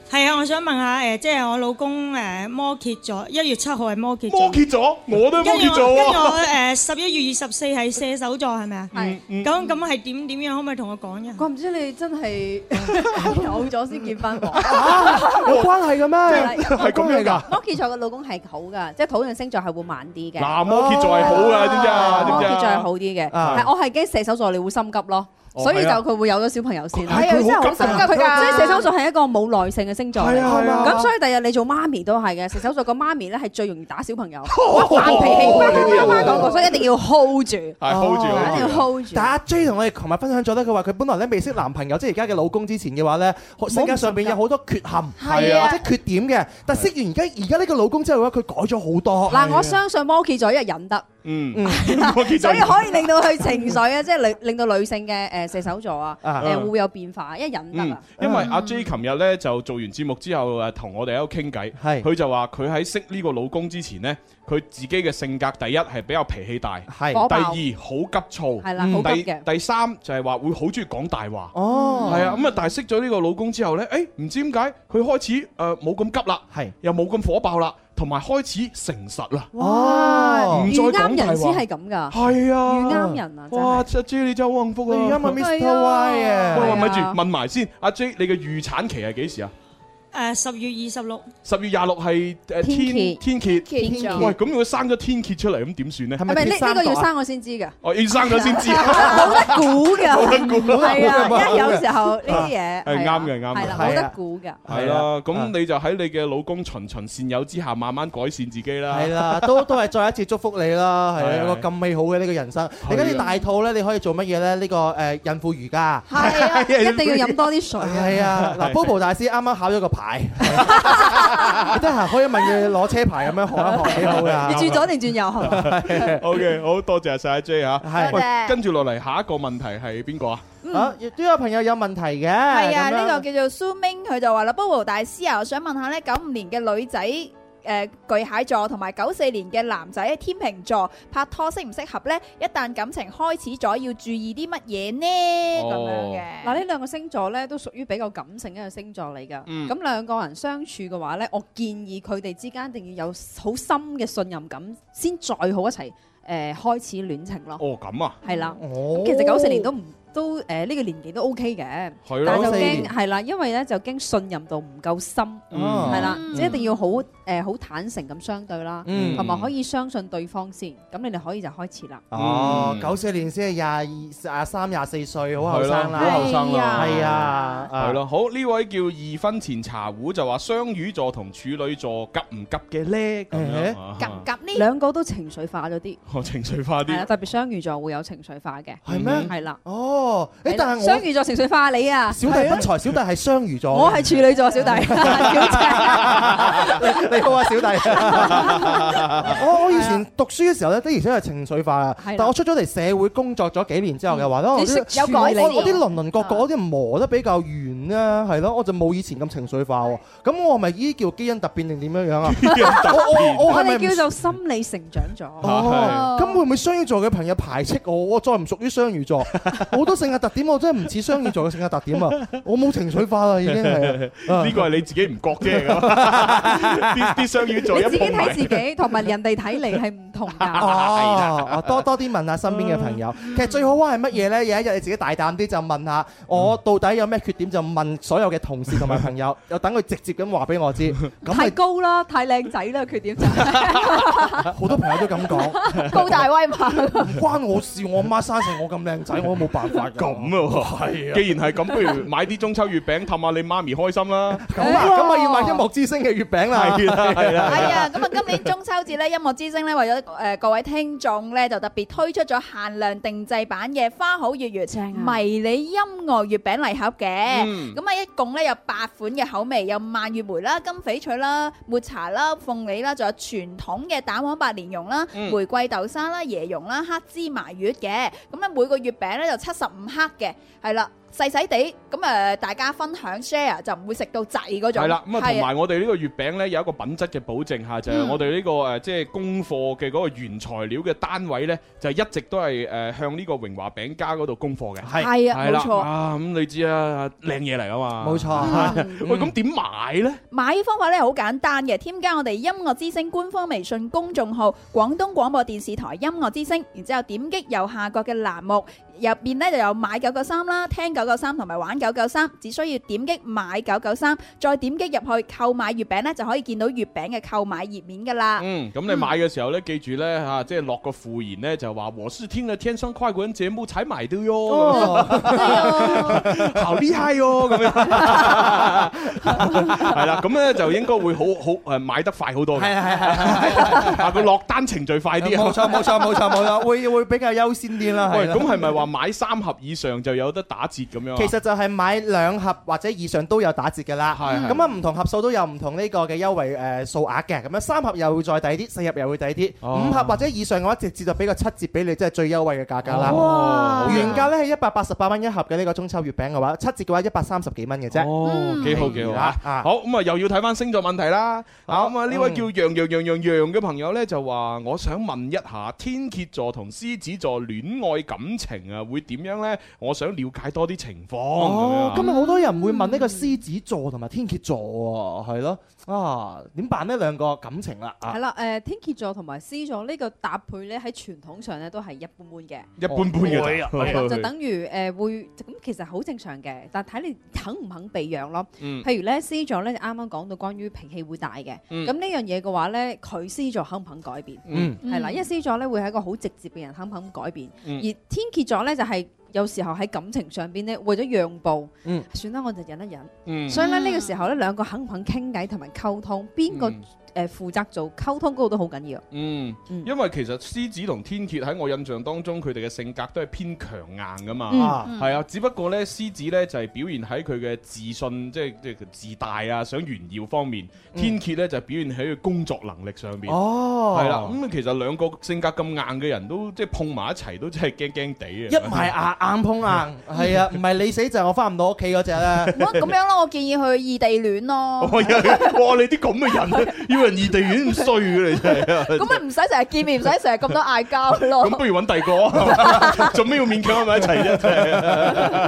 Speaker 3: 係啊，我想問下誒，即係我老公誒摩羯座，一月七號係摩羯座。
Speaker 5: 摩羯座，我都係摩羯座
Speaker 3: 跟住我
Speaker 5: 喎。
Speaker 3: 誒十一月二十四係射手座係咪啊？
Speaker 5: 係嗯
Speaker 3: 咁咁係點點樣？可唔可以同我講一下？
Speaker 2: 我唔知你真係有咗先結婚 喎。
Speaker 6: 冇關係嘅咩？
Speaker 5: 係咁樣
Speaker 6: à?
Speaker 5: 㗎。
Speaker 2: 摩羯座嘅老公係好㗎，即係土象星座係會慢啲嘅。哦
Speaker 5: 嗱，摩羯座係好㗎，知唔知啊？知唔
Speaker 2: 摩
Speaker 5: 知啊
Speaker 2: 羯座係好啲嘅，
Speaker 5: 啊
Speaker 2: 係我係驚射手座你會心急咯。
Speaker 5: 哦
Speaker 2: 所以就
Speaker 5: 係啊
Speaker 2: 佢會有咗小朋友先啦，
Speaker 5: 係啊佢真係好心急㗎
Speaker 2: 所以射手座係一個冇耐性嘅星座嚟
Speaker 5: 係啊係啊
Speaker 2: 咁所以第日你做媽咪都係嘅，射手座個媽咪咧係最容易打小朋友，
Speaker 6: 哇
Speaker 2: 發脾氣，啱啱啱啱講過，所以一定要 hold 住，
Speaker 5: 係 hold 住
Speaker 2: 哦一定要 hold 住。
Speaker 6: 但阿 J 同我哋琴日分享咗咧，佢話佢本來咧未識男朋友，即係而家嘅老公之前嘅話咧，性格上邊有好多缺陷，
Speaker 2: 係啊
Speaker 6: 或者缺點嘅。但識完而家而家呢個老公之後嘅話，佢改咗好多。
Speaker 2: 嗱，我相信摩羯座因為忍得。
Speaker 5: 嗯，
Speaker 2: 所以可以令到佢情緒啊，即係 令令到女性嘅誒射手座啊，
Speaker 5: 啊
Speaker 2: 誒會會有變化，因為忍得
Speaker 5: 嗯
Speaker 2: 啊。，
Speaker 5: 因為阿 J 琴日咧就做完節目之後誒，同我哋喺度傾偈，佢就話佢喺識呢個老公之前呢，佢自己嘅性格第一係比較脾氣大，
Speaker 6: 係
Speaker 5: 第
Speaker 6: 火爆
Speaker 5: 二好急躁，
Speaker 6: 係啦好急
Speaker 5: 嗯第
Speaker 6: 嘅
Speaker 5: 第三就係話會好中意講大話，
Speaker 6: 哦
Speaker 5: 係啊，咁啊，但係識咗呢個老公之後呢，誒唔知點解佢開始誒冇咁急啦，
Speaker 6: 係
Speaker 5: 又冇咁火爆啦，同埋開始誠實啦，
Speaker 2: 哇！
Speaker 5: 哦唔
Speaker 2: 遇
Speaker 5: 再
Speaker 2: 啱
Speaker 5: 講大話
Speaker 2: 人先係咁㗎，
Speaker 5: 係啊，
Speaker 2: 遇啱人啊，真係
Speaker 5: 哇！阿 J 你真係好幸福啊！
Speaker 6: 你啱 啊，Mr. Y 啊，
Speaker 5: 喂喂，咪住，問埋先，阿 J 你嘅預產期係幾時啊？
Speaker 3: 誒十月二十六。
Speaker 5: 十月廿六係誒天
Speaker 3: 天蠍
Speaker 5: 天蝎，
Speaker 3: 天蠍
Speaker 5: 喂，咁如果生咗天蝎出嚟，咁點算呢？係
Speaker 2: 係咪呢呢個
Speaker 5: 啊
Speaker 2: 要生我先知㗎？啊
Speaker 5: 哦，要生咗先知，
Speaker 2: 冇得估㗎，
Speaker 5: 冇得估
Speaker 2: 係啊，
Speaker 5: 冇得估
Speaker 2: 因為有時候呢啲嘢啊
Speaker 5: 係啱嘅，啱嘅，
Speaker 2: 係啦，冇得估㗎。
Speaker 5: 係
Speaker 6: 啊
Speaker 5: 啦，咁你就喺你嘅老公循循善誘之下，慢慢改善自己啦。
Speaker 6: 係啦，都都係再一次祝福你啦，係啊
Speaker 5: 係
Speaker 6: 有個咁美好嘅呢個人生。你而家你大肚咧，你可以做乜嘢咧？呢個誒孕婦瑜伽
Speaker 2: 係啊，一定要飲多啲水啊！
Speaker 6: 係啊，嗱，Bobo 大師啱啱考咗個 牌，你得閒可以問佢攞車牌咁樣學一學，幾好 㗎。
Speaker 2: 你轉左定轉右係嘛？
Speaker 5: OK，好多謝晒阿 J 嚇。
Speaker 6: 係
Speaker 5: 喂
Speaker 6: 多謝
Speaker 5: 跟住落嚟下一個問題係邊個啊？
Speaker 2: 嗯
Speaker 6: 啊，亦都有朋友有問題嘅。
Speaker 23: 係
Speaker 6: 係
Speaker 23: 啊，呢個叫做蘇明，佢就話啦，Bobo 大師啊，我想問下咧，九五年嘅女仔誒、呃巨蟹座同埋九四年嘅男仔天秤座拍拖適唔適合咧？一旦感情開始咗，要注意啲乜嘢呢？咁、樣嘅。
Speaker 2: 哦嗱，呢兩個星座咧都屬於比較感性嘅一個星座嚟㗎。
Speaker 23: 嗯
Speaker 2: 咁兩個人相處嘅話咧，我建議佢哋之間一定要有好深嘅信任感，先再好一齊誒、呃、開始戀情咯。
Speaker 5: 哦，咁啊，
Speaker 2: 係啦
Speaker 5: 哦
Speaker 2: 咁其實九四年都唔都誒呢、個年紀都 OK 嘅，
Speaker 5: 係咯
Speaker 2: 但係就
Speaker 5: 94年
Speaker 2: 驚係啦，因為咧就驚信任度唔夠深，
Speaker 6: 哦
Speaker 5: 嗯
Speaker 2: 係啦
Speaker 5: 嗯，
Speaker 2: 即係一定要好誒好坦誠咁相對啦，
Speaker 6: 嗯
Speaker 2: 同埋可以相信對方先，咁你哋可以就開始啦。
Speaker 6: 哦
Speaker 2: 嗯，
Speaker 6: 九四年先係廿二、廿三、廿四歲，好後生啦，
Speaker 5: 係咯好後生啦
Speaker 6: 係啊，
Speaker 5: 係咯，好呢位叫二分前茶壺就話雙魚座同處女座急唔
Speaker 6: 啊
Speaker 5: 急嘅咧？咁樣啊
Speaker 2: 呢兩個都情緒化咗啲，
Speaker 5: 我情緒化
Speaker 2: 係啦，啊
Speaker 5: 啲。
Speaker 2: 特別雙魚座會有情緒化嘅，係
Speaker 6: 咩
Speaker 5: 嗯
Speaker 2: 係啦，
Speaker 6: 哦，誒
Speaker 2: 係啦
Speaker 6: 但係我
Speaker 2: 雙魚座情緒化你 啊，
Speaker 6: 小弟不才，小弟係雙魚座。
Speaker 2: 我係處女座，小弟
Speaker 6: 你你好啊，小弟。我我以前讀書嘅時候咧，的而且係情緒化啊。
Speaker 2: 係啦
Speaker 6: 但我出咗嚟社會工作咗幾年之後嘅話咧，我
Speaker 2: 你識
Speaker 6: 啲
Speaker 2: 有改善
Speaker 6: 我我啲鄰鄰角角嗰啲磨得比較圓啦，係咯，我就冇以前咁情緒化喎。咁我係咪依叫基因突變定點樣樣啊？ 我我我
Speaker 2: 我
Speaker 6: 係咪
Speaker 2: 哋
Speaker 6: 唔
Speaker 2: 叫做心理成長咗。
Speaker 6: 哦，咁會唔會雙魚座嘅朋友排斥我？我再唔屬於雙魚 座，好多性格特點我真係唔似雙魚座嘅性格特點啊！我冇情緒化啦，已經 係。
Speaker 5: 呢個係你自己唔覺啫，咁啲啲雙魚座一
Speaker 2: 你自己
Speaker 5: 碰埋
Speaker 2: 睇自己，同埋人哋睇你係唔同㗎。
Speaker 6: 哦， 哦多多啲問下身邊
Speaker 5: 嗯
Speaker 6: 嘅朋友。其實最好係乜嘢呢？有一日你自己大膽啲就問下
Speaker 5: 嗯
Speaker 6: 我到底有咩缺點，就問所有嘅同事同埋朋 友，又等佢直接咁話俾我知。咁
Speaker 2: 太
Speaker 6: 咪
Speaker 2: 高啦，太靚仔啦，缺點就 係
Speaker 6: 好多朋友都 咁講，
Speaker 2: 高大威猛。
Speaker 6: 唔關我事，我媽生成我咁靚仔，我都冇辦法㗎。
Speaker 5: 咁啊喎，
Speaker 6: 係啊
Speaker 5: 既然係咁，不如買啲中秋月餅氹下你媽咪開心啦。
Speaker 6: 咁啊，咁啊要買音樂之星嘅月餅啦。
Speaker 5: 哎 係啦係啦係啦
Speaker 23: 係啊，咁啊，今年中秋節咧，音樂之星咧為咗
Speaker 2: 誒各位聽眾咧就特別推出咗限量定製版嘅花好月圓迷你音樂月餅禮盒嘅，
Speaker 24: 嗯
Speaker 2: 咁啊一共咧有八款嘅口味，有蔓越莓啦、金翡翠啦、抹茶啦、鳳梨啦，仲有傳統嘅蛋黃白蓮蓉啦、
Speaker 24: 嗯
Speaker 2: 玫瑰豆沙啦、椰蓉啦、黑芝麻月嘅，咁咧每個月餅咧就七十五克嘅，係啦。細細地咁誒，大家分享 share 就唔會食到滯嗰種。
Speaker 5: 係啦，咁啊同
Speaker 2: 係
Speaker 5: 埋我哋呢個月餅呢，有一個品質嘅保證嚇，就係、
Speaker 2: 嗯
Speaker 5: 我哋呢、個誒即係供貨嘅嗰個原材料嘅單位呢，就一直都係誒、呃向呢個榮華餅家嗰度供貨嘅。
Speaker 6: 係
Speaker 2: 係啊
Speaker 5: 係啦
Speaker 2: 冇錯
Speaker 5: 啊咁你知啊，靚嘢嚟啊嘛。
Speaker 6: 冇錯
Speaker 12: 嗯
Speaker 5: 係
Speaker 2: 嗯
Speaker 5: 喂咁點買呢？
Speaker 2: 買嘅方法咧好簡單嘅，添加我哋音樂之聲官方微信公眾號廣東廣播電視台音樂之聲，然之後點擊右下角嘅欄目。入邊咧就有買九九三啦、聽九九三同埋玩九九三，只需要點擊買九九三，再點擊入去購買月餅咧，就可以見到月餅嘅購買頁面噶啦。
Speaker 5: 嗯，咁你買嘅時候呢，記住呢，嚇，即係落個附言呢，就話我是聽了天生快活人節目才買的喲，
Speaker 2: 哦
Speaker 6: 哦
Speaker 5: 咁樣好厲害喲， 咁樣係啦，咁呢，就應該會好好誒買得快好多嘅，係
Speaker 6: 係啊
Speaker 5: 係係，個落單程序快啲，啊
Speaker 6: 冇錯冇錯冇錯冇錯，會會比較優先啲啦。
Speaker 5: 喂，
Speaker 6: 啦
Speaker 5: 咁係咪話買三盒以上就有得打折咁樣啊？
Speaker 6: 其實就係買兩盒或者以上都有打折嘅啦。
Speaker 5: 係
Speaker 6: 咁啊，唔同盒數都有唔同呢個嘅優惠誒數額嘅。咁樣三盒又會再抵啲，四盒又會抵啲，
Speaker 5: 哦
Speaker 6: 五盒或者以上嘅話，直接就俾個七折俾你，即係最優惠嘅價格
Speaker 5: 哇
Speaker 6: 啦
Speaker 5: 哦好。嘅啊
Speaker 6: 原價咧係一百八十八蚊一盒嘅呢個中秋月餅嘅話，七折嘅話一百三十幾蚊嘅啫。嗯
Speaker 5: 哦幾好幾好啊！好咁啊，又要睇翻星座問題啦。啊咁啊，呢
Speaker 6: 嗯
Speaker 5: 位叫楊楊楊楊楊嘅朋友呢，就話：我想問一下天蝎座同獅子座戀愛感情啊，會點樣呢？我想了解多啲情況。
Speaker 6: 哦，
Speaker 5: 咁
Speaker 6: 今日
Speaker 5: 樣啊
Speaker 6: 好多人會問呢個獅子座同埋天蝎座喎，係咯，啊點辦呢？兩個感情啦，啊
Speaker 12: 係啦，誒、天蝎座同埋獅座呢個搭配咧，喺傳統上咧都係一般般嘅，
Speaker 5: 一般般嘅
Speaker 12: 係啦
Speaker 5: 會啊
Speaker 12: 就等於誒、會咁，其實好正常嘅，但睇你肯唔肯避讓咯。
Speaker 5: 嗯
Speaker 12: 譬如咧，獅座咧，啱啱講到關於脾氣會大嘅，咁呢、
Speaker 5: 嗯
Speaker 12: 樣嘢嘅話咧，佢獅座肯唔肯改變？
Speaker 5: 嗯
Speaker 12: 係啦，
Speaker 5: 嗯
Speaker 12: 因為獅座咧會係一個好直接嘅人，肯唔肯改變？
Speaker 5: 嗯
Speaker 12: 而天蝎座咧就係、有時候喺感情上邊咧，為咗讓步，
Speaker 6: 嗯
Speaker 12: 算啦，我就忍一忍。
Speaker 5: 嗯
Speaker 12: 所以咧呢個時候咧，兩個肯唔肯傾偈同埋溝通，邊個誒負責做溝通嗰個都好緊要。
Speaker 5: 嗯，因為其實獅子同天蝎喺我印象當中，佢哋嘅性格都係偏強硬噶嘛，
Speaker 12: 嗯
Speaker 5: 係、啊，只不過呢，獅子呢就係、表現喺佢嘅自信，即係即係自大啊，想炫耀方面；
Speaker 12: 嗯
Speaker 5: 天蝎呢就表現喺佢工作能力上面。
Speaker 6: 哦
Speaker 5: 嗯係啦，咁、其實兩個性格咁硬嘅人都即係碰埋一齊，都真係驚驚地啊！
Speaker 6: 一埋牙硬碰硬，係啊，唔係你死就係我翻唔到屋企嗰 只啦。
Speaker 2: 咁樣咯，我建議去異地戀
Speaker 12: 嗯
Speaker 2: 咯，
Speaker 5: 哇！你啲咁嘅人，要人異地戀咁衰嘅你真係啊！
Speaker 2: 咁咪唔使成日見面，唔使成日咁多嗌交
Speaker 12: 哦
Speaker 2: 咯。
Speaker 5: 咁不如揾第二 個，做咩要勉強喺埋一齊啫？真係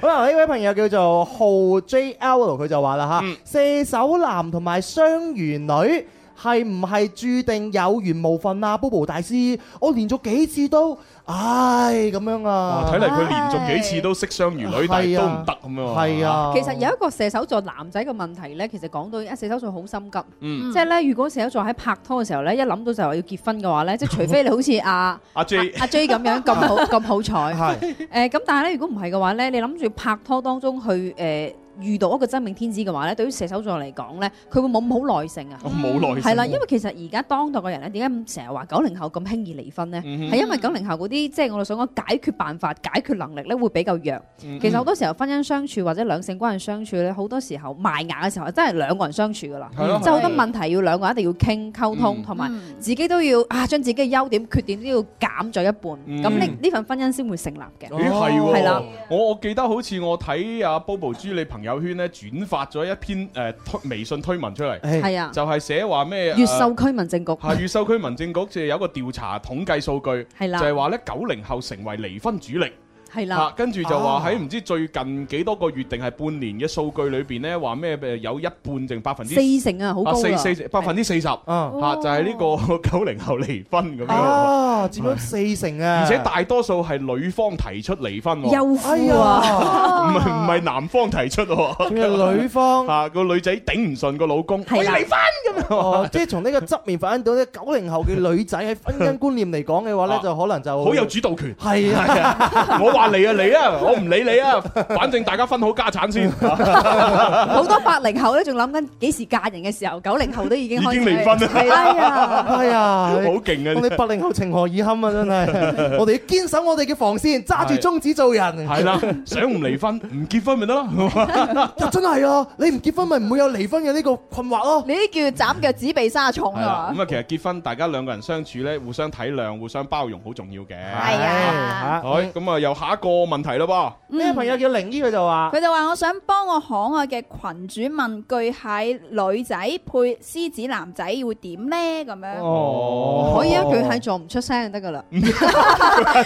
Speaker 6: 好啦，呢位朋友叫做浩 JL，佢就話啦吓，射手男同埋雙魚女。係唔係注定有緣無分啊，Bobo 大師？我連續幾次都，唉咁樣啊！
Speaker 5: 睇嚟佢連續幾次都識雙魚女，但係
Speaker 6: 係
Speaker 5: 都
Speaker 6: 啊
Speaker 5: 唔得咁樣。
Speaker 6: 係啊
Speaker 12: 其實有一個射手座男仔嘅問題咧，其實講到啊，射手座好心急，
Speaker 5: 嗯
Speaker 12: 即係咧，如果射手座喺拍拖嘅時候咧，一諗到就話要結婚嘅 話咧，即係除非你好似阿
Speaker 5: 阿 J
Speaker 12: 阿 J 咁樣 咁好咁好彩，
Speaker 5: 係
Speaker 12: 誒咁，但係咧，如果唔係嘅話咧，你諗住拍拖當中去誒。遇到一個真命天子嘅話咧，對於射手座嚟講咧，佢會冇咁好耐性啊，
Speaker 5: 哦冇耐性
Speaker 12: 係啦，因為其實而家當代嘅人咧，點解咁成日話九零後咁輕易離婚咧？
Speaker 5: 嗯哼
Speaker 12: 係因為九零後嗰啲即係我哋想講解決辦法、解決能力咧會比較弱。
Speaker 5: 嗯
Speaker 12: 其實好多時候婚姻相處或者兩性關係相處咧，好多時候埋牙嘅時候真係兩個人相處噶啦，
Speaker 5: 係咯嗯
Speaker 12: 即係好多問題要兩個人一定要傾溝通，同埋
Speaker 2: 嗯
Speaker 12: 自己都要啊將自己嘅優點缺點都要減咗一
Speaker 5: 嗯
Speaker 12: 半，咁呢呢份婚姻先會成立嘅。
Speaker 5: 咦係喎，
Speaker 12: 啦。
Speaker 5: 我我記得好似我睇阿 Bobo 豬你朋友圈咧轉發咗一篇誒推微信推文出嚟，
Speaker 12: 係啊
Speaker 5: 就係寫話咩
Speaker 12: 越秀區民政局
Speaker 5: 係越秀區民政局就有一個調查統計數據，
Speaker 12: 係啦
Speaker 5: 就係話咧九零後成為離婚主力。
Speaker 12: 係
Speaker 5: 啊
Speaker 12: 啦，
Speaker 5: 跟住就話喺唔知最近幾多個月定係半年嘅數據裏邊咧，話咩誒有一半定百分之
Speaker 12: 四成啊好高啊
Speaker 6: 哦
Speaker 5: 啊 四四成百分之四十嚇，就係呢個九零後離婚咁樣。
Speaker 6: 哦哇，佔咗四成啊！
Speaker 5: 而且大多數係女方提出離婚喎，
Speaker 6: 休夫啊
Speaker 5: 唔係唔係男方提出喎，
Speaker 6: 仲有女方
Speaker 5: 啊個女仔頂唔順個老公，
Speaker 6: 係啦
Speaker 5: 我要離婚咁樣。
Speaker 6: 哦，即係從呢個側面反映到咧，九零後嘅女仔喺婚姻觀念嚟講嘅話咧，就可能就
Speaker 5: 好有主導權，
Speaker 6: 係啊
Speaker 5: 係啊！我話嚟啊嚟啊，我唔理你啊，反正大家分好家產先，
Speaker 12: 好多八零後咧，仲諗緊幾時嫁人嘅時候，九零後都已經
Speaker 5: 已
Speaker 12: 開始
Speaker 5: 經離婚啦，
Speaker 12: 係啊啦。
Speaker 6: 哎呀，
Speaker 5: 好勁啊！
Speaker 6: 我哋八零後情何以堪啊！真係， 我哋要堅守我哋嘅防線，揸住宗旨做人。
Speaker 5: 係 啦，想唔離婚唔結婚咪得咯。
Speaker 6: 就真係啊！你唔結婚咪唔會有離婚嘅呢個困惑咯。
Speaker 25: 你啲叫斬腳趾避沙蟲
Speaker 5: 係啦，
Speaker 25: 啊！
Speaker 5: 咁啊，其實結婚大家兩個人相處咧，互相體諒、互相包容，好重要嘅。係
Speaker 25: 啊
Speaker 5: 好咁啊，又下一個問題啦噃。
Speaker 6: 咩朋友叫靈姨，佢就話
Speaker 2: 佢就話：我想幫我可愛嘅群主問巨蟹女仔配獅子男仔會點呢？咁樣
Speaker 5: 哦
Speaker 12: 可以啊，巨蟹座唔出聲就得噶啦。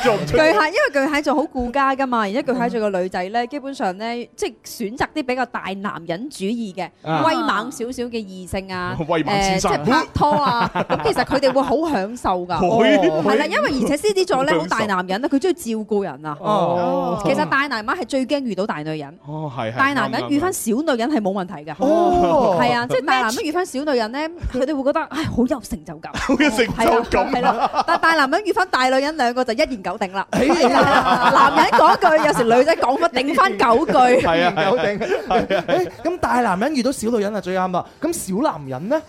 Speaker 5: 做唔
Speaker 12: 巨蟹，因為巨蟹座好顧家噶嘛，而家巨蟹座嘅女仔
Speaker 5: 嗯
Speaker 12: 咧，基本上咧，即係選擇啲比較大男人主義嘅、
Speaker 5: 啊，
Speaker 12: 威猛少少嘅異性啊
Speaker 5: 威猛先生
Speaker 12: 誒即係拍拖啊，咁其實佢哋會好享受噶，
Speaker 5: 會
Speaker 12: 哦係啦，因為而且獅 子座咧
Speaker 5: 哦好
Speaker 12: 好大男人啦，佢中意照顧人啊，
Speaker 5: 哦
Speaker 12: 其實大男人係最驚遇到大女人。
Speaker 5: 哦，係係
Speaker 12: 大男人遇翻小女人係冇問題㗎，
Speaker 5: 哦
Speaker 6: 哦
Speaker 12: 係啊，即係大男人遇翻小女 人咧，佢哋會覺得唉好有成就感，好
Speaker 5: 有成
Speaker 12: 就感係啦。但係大男人遇翻大女人兩個就一言九鼎啦，
Speaker 5: 哎
Speaker 12: 係啊男人講句，有時女仔講乜頂翻 九句，
Speaker 6: 係啊，有定。誒咁大男人遇到小女人啊最啱啦。咁小男人呢？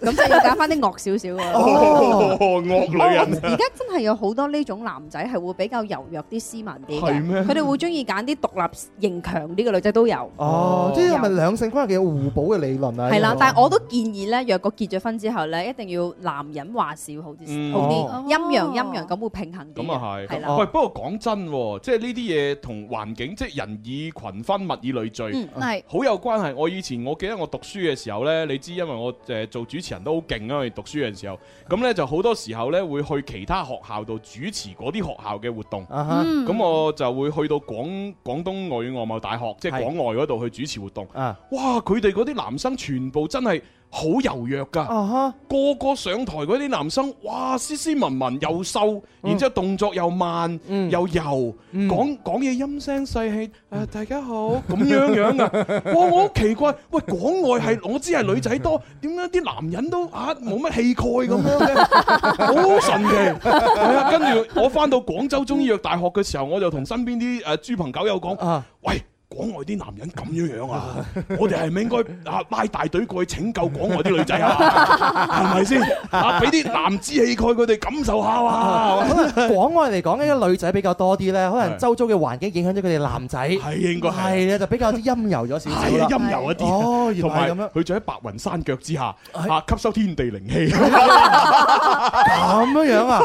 Speaker 12: 咁即係要揀翻啲惡少少嘅。
Speaker 6: 哦
Speaker 5: 惡女人
Speaker 12: 而家真係有好多呢種男仔係會比較柔弱啲、斯文啲
Speaker 6: 係咩
Speaker 12: 嘅，佢哋會中意揀啲獨立型強啲嘅女仔都有。
Speaker 6: 哦，即係咪兩性關係嘅互補嘅理論啊？
Speaker 12: 係啦
Speaker 6: 呢，個
Speaker 12: 但係我都建議咧，若果結咗婚之後咧，一定要男人話事好
Speaker 5: 嗯
Speaker 12: 啲，好
Speaker 5: 哦
Speaker 12: 啲陰陽陰陽咁會平衡啲嘅。
Speaker 5: 咁啊係，
Speaker 12: 係啦
Speaker 5: 喂，不過講真喎，即係呢啲嘢同環境，即係人以群分，物以類聚
Speaker 12: 嗯，係
Speaker 5: 好有關係。我以前我記得我讀書嘅時候呢，你知因為我誒做主持人都好勁啊，我哋讀書嘅時候，咁呢就好多時候呢會去其他學校度主持嗰啲學校嘅活動，
Speaker 6: 啊哈嗯
Speaker 5: 咁我就會去到廣廣東外外貿大學，即係
Speaker 6: 係
Speaker 5: 廣外嗰度去主持活動。
Speaker 6: 啊，
Speaker 5: 哇！佢哋嗰啲男生全部真係好柔弱㗎， 個個上台嗰啲男生，哇，斯斯文文又瘦，然之後動作又慢，又柔，講講嘢陰聲細氣，誒大家好咁樣樣㗎，哇！我好奇怪，喂，廣外係我知係女仔多，點解啲男人都啊冇乜氣概咁 樣嘅？好神奇，係啊！跟住我翻到廣州中醫藥大學嘅時候，我就同身邊啲誒豬朋狗友講，喂。廣外啲男人咁樣樣啊！ 我哋係咪應該啊拉大隊過去拯救廣外啲女仔 啊？係咪先？啊，俾啲男子氣概佢哋感受下 啊！
Speaker 6: 可能廣外嚟講，呢個女仔比較多啲咧，可能周遭嘅環境影響咗佢哋男仔，係
Speaker 5: 應該係
Speaker 6: 係啊，就比較啲陰柔咗少少
Speaker 5: 係
Speaker 6: 啦
Speaker 5: 啊，陰柔一啲，
Speaker 6: 哦，原
Speaker 5: 同埋
Speaker 6: 來係咁樣。
Speaker 5: 佢就喺白雲山腳之下啊，吸收天地靈 氣。
Speaker 6: 咁樣樣啊！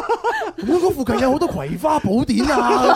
Speaker 6: 我嗰附近有好多葵花寶典 啊，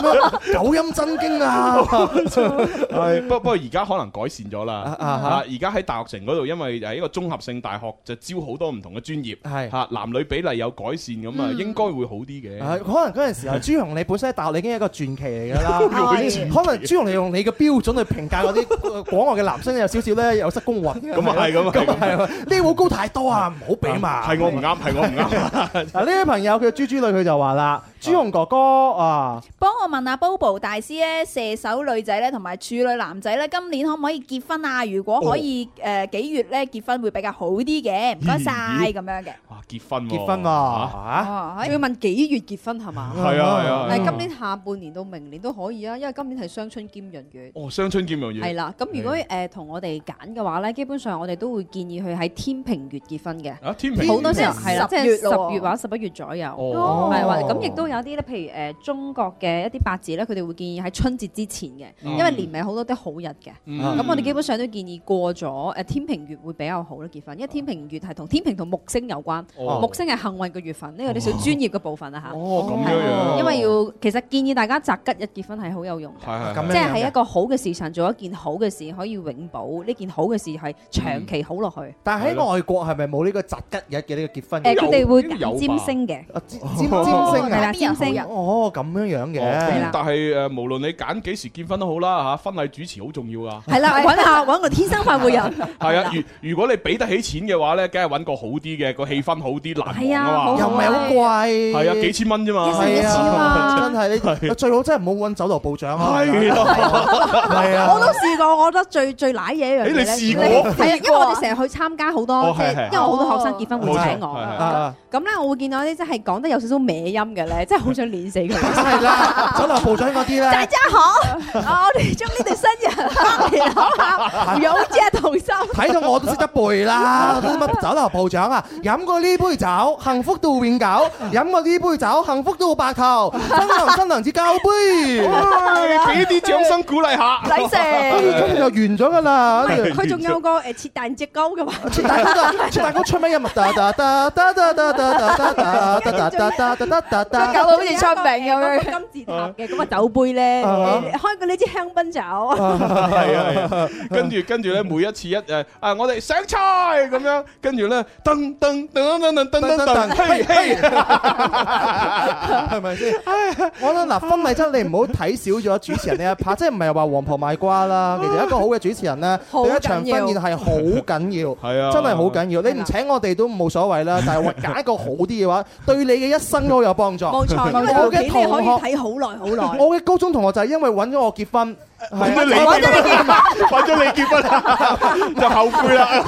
Speaker 6: 咁樣九陰真經啊，
Speaker 5: 係不不過而家可能改善咗啦。
Speaker 6: 啊
Speaker 5: 啊，而家喺大學城嗰度，因為係一個綜合性大學，就招好多唔同嘅專業。
Speaker 6: 係
Speaker 5: 嚇男女比例有改善咁啊，
Speaker 6: 嗯
Speaker 5: 應該會好啲嘅。
Speaker 6: 啊可能嗰陣 時候，朱紅你本身喺大學已經係一個傳奇嚟㗎啦。
Speaker 5: 係
Speaker 6: 可能朱紅你用你嘅標準去評價嗰啲呃廣外嘅男生，有少少咧有失公允嘅。
Speaker 5: 咁啊係咁啊係
Speaker 6: 咁啊係啊呢個高太多啊，唔好俾嘛。啊
Speaker 5: 係我唔啱，係我唔啱。
Speaker 6: 嗱，呢位朋友佢豬豬女佢就話
Speaker 5: 啊
Speaker 6: 啦，朱紅哥哥啊，
Speaker 2: 幫我問下 Bobo 大師咧，射手女仔咧同埋處女男仔咧，今年可唔可以結婚啊？如果
Speaker 5: 哦
Speaker 2: 可以誒幾月咧結婚會比較好啲嘅？唔該晒
Speaker 5: 咦
Speaker 2: 咁樣嘅。
Speaker 5: 哇！結婚喎
Speaker 6: 結婚喎
Speaker 5: 啊
Speaker 12: 哦仲要問幾月結婚係嘛？
Speaker 5: 係啊係啊係啊
Speaker 12: 誒今年下半年到明年都可以啊，因為今年係雙春兼闰月。
Speaker 5: 哦，雙春兼闰月。
Speaker 12: 係啦，咁如果誒同我哋揀嘅話咧，基本上我哋都會建議佢喺天平月結婚嘅。
Speaker 5: 啊天平月
Speaker 12: 好多時候
Speaker 5: 即係
Speaker 12: 係啦，
Speaker 5: 十
Speaker 12: 即
Speaker 5: 月
Speaker 12: 係
Speaker 5: 咯喎
Speaker 12: 十月或者十一月左右。
Speaker 5: 哦
Speaker 12: 係或咁亦都有啲咧，譬如誒中國嘅一啲八字咧，佢哋會建議喺春節之前嘅，
Speaker 5: 嗯
Speaker 12: 因為年尾好多啲好日嘅。
Speaker 5: 嗯
Speaker 12: 咁我哋基本上都建議過咗誒天平月會比較好啦結婚，因為天平月係同天平同木星有關，
Speaker 5: 哦
Speaker 12: 木星係幸運嘅月份，呢個啲少專業嘅部分啦嚇。
Speaker 5: 哦咁
Speaker 12: 係
Speaker 5: 樣樣
Speaker 12: 因為要其實建議大家擇吉日結婚係好有用嘅。
Speaker 5: 係係
Speaker 12: 即係喺一個好嘅時辰做一件好嘅事，可以永保呢件好嘅事係長期好落去。
Speaker 6: 但喺外
Speaker 5: 哦
Speaker 6: 國係咪冇呢個擇吉日嘅呢個結婚？
Speaker 12: 誒，佢哋會揀占星嘅，
Speaker 6: 占星啊
Speaker 12: 係啦，占
Speaker 2: 人好人。
Speaker 6: 哦，咁樣樣嘅。
Speaker 5: 咁但係誒，無論你揀幾時結婚都好啦嚇，婚禮主持好重要噶。
Speaker 12: 係啦，揾下揾個天生快活人。
Speaker 5: 係啊，如如果你俾得起錢嘅話咧，梗係揾個好啲嘅，個氣氛好啲，難
Speaker 12: 係啊
Speaker 5: 忘
Speaker 6: 又
Speaker 5: 啊
Speaker 6: 唔
Speaker 5: 嘛。
Speaker 6: 係好貴，
Speaker 5: 係啊，幾千蚊啫嘛。
Speaker 6: 係啊，真係你最好真係唔好揾酒樓部長啊！係 係啊，
Speaker 12: 我都試過，我覺得最最賴嘢一樣嘢
Speaker 6: 誒你
Speaker 12: 咧
Speaker 6: 試過
Speaker 12: 係啊，因為我哋成日去參加好
Speaker 6: 哦
Speaker 12: 多，即係
Speaker 6: 係係
Speaker 12: 因為我好多學生結婚會
Speaker 6: 冇
Speaker 12: 請我
Speaker 6: 錯係
Speaker 12: 啊
Speaker 6: 係
Speaker 12: 咁咧我會見到啲真係講得有少少歪音嘅咧，真係好想碾死佢。
Speaker 6: 係啦，酒樓部長嗰啲咧，
Speaker 12: 大家 好，
Speaker 2: 哦
Speaker 12: 我哋中呢對新人百年好合，有志同心。
Speaker 6: 睇到我都識得背啦，啲乜酒樓部長啊，飲過呢杯酒，幸福到永久；飲過呢杯酒，幸福到白頭。新郎新娘子交杯，
Speaker 5: 唉俾啲掌聲鼓勵下
Speaker 12: 禮成
Speaker 6: 咁就完咗㗎啦。
Speaker 12: 佢仲有個誒切蛋隻糕嘅嘛，
Speaker 6: 切蛋糕就切蛋糕出咩音樂？嗒嗒嗒嗒嗒嗒嗒嗒嗒嗒嗒嗒嗒嗒嗒。
Speaker 2: 搞到好似出名咁樣。
Speaker 12: 金字塔嘅嗰個酒杯咧，
Speaker 5: 啊
Speaker 12: 誒開過呢支香檳酒。
Speaker 5: 係啊係啊，跟住跟住咧，每一次一誒啊，我哋上菜咁樣，跟住咧噔噔噔噔噔噔噔噔，嘿嘿，
Speaker 6: 係咪先？我覺得嗱，婚禮真係你唔好睇少咗主持人呢一 part，即係唔係話黃婆賣瓜啦。其實一個好嘅主持人咧，
Speaker 12: 好緊
Speaker 6: 對
Speaker 12: 要
Speaker 6: 一場婚宴係好緊要，係
Speaker 5: 啊
Speaker 6: 真係好緊要。你唔請我哋都冇所謂啦，但係揀一個好啲嘅話，對你嘅一生都好有幫助。
Speaker 12: 冇錯，冇
Speaker 6: 我
Speaker 12: 錯，
Speaker 6: 嘅
Speaker 12: 你可
Speaker 6: 同學，
Speaker 12: 以睇好耐好耐。
Speaker 6: 我嘅高中同學就係因為揾咗我結婚，
Speaker 5: 揾咗你揾咗你結 婚揾咗你結婚就後悔啦。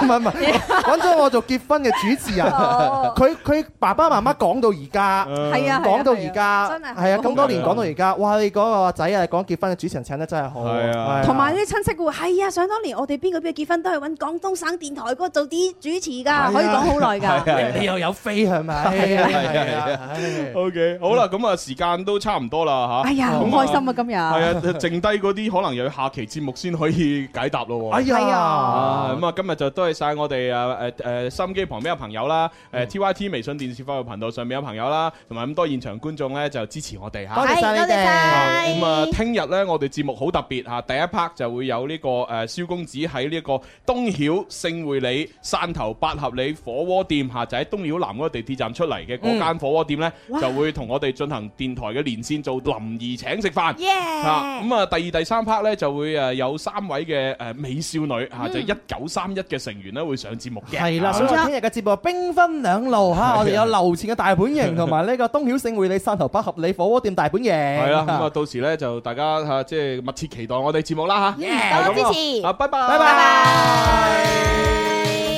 Speaker 6: 唔係唔係，揾咗我做結婚嘅主持人，
Speaker 5: 哦
Speaker 6: 佢佢爸爸媽媽講到而家，
Speaker 5: 係啊
Speaker 6: 講到而家，
Speaker 12: 真係
Speaker 6: 係啊，咁多年講到而家，哇！你嗰個仔啊，講結婚嘅主持人請得真係好，
Speaker 5: 係啊
Speaker 12: 同埋啲親戚會係啊，想當年我哋邊個邊個結婚都係揾廣東省電台嗰個做啲主持㗎，可以講好耐㗎。
Speaker 6: 你你又有飛係咪？
Speaker 5: 係啊
Speaker 6: 係啊
Speaker 5: 係啊，OK，好啦，咁啊時間都差唔多啦嚇。
Speaker 12: 哎呀，好
Speaker 5: 咁
Speaker 12: 開心啊今日。
Speaker 5: 係啊，剩低嗰啲可能又要下期節目先可以解答咯喎。
Speaker 6: 哎呀係啊
Speaker 5: 啊咁啊，今日就多謝晒我哋啊誒誒心機旁邊嘅朋友啦，誒 T Y T 微信電視快活頻道上面嘅朋友啦，同埋咁多現場觀眾咧就支持我哋嚇。
Speaker 6: 多謝晒你哋
Speaker 5: 啊咁啊，聽日咧我哋節目好特別嚇，第一 part 就會有呢個誒蕭公子喺呢個東曉盛匯里汕頭八合里火鍋店啊嚇，就喺東曉南嗰個地鐵站出嚟嘅嗰間火鍋店咧
Speaker 3: 哇，
Speaker 5: 就會同我哋進行電台嘅連線做林兒請食飯。
Speaker 3: Yeah
Speaker 5: 啊咁啊，第二、第三 part 咧就會誒有三位嘅誒美少女嚇，就一九三一嘅成員咧會上節目嘅。
Speaker 6: 係啦，
Speaker 5: 啊
Speaker 6: 所以我哋聽日嘅節目兵分兩路
Speaker 5: 係
Speaker 6: 嚇，
Speaker 5: 啊
Speaker 6: 我哋有樓前嘅大本營同埋呢個東曉盛會理汕頭北合理火鍋店大本營。
Speaker 5: 係啦，咁啊，到時咧就大家嚇即係密切期待我哋節目啦嚇。
Speaker 6: Yeah，
Speaker 5: 係咁啊
Speaker 6: 多支持
Speaker 5: 啊，拜拜，
Speaker 6: 拜拜。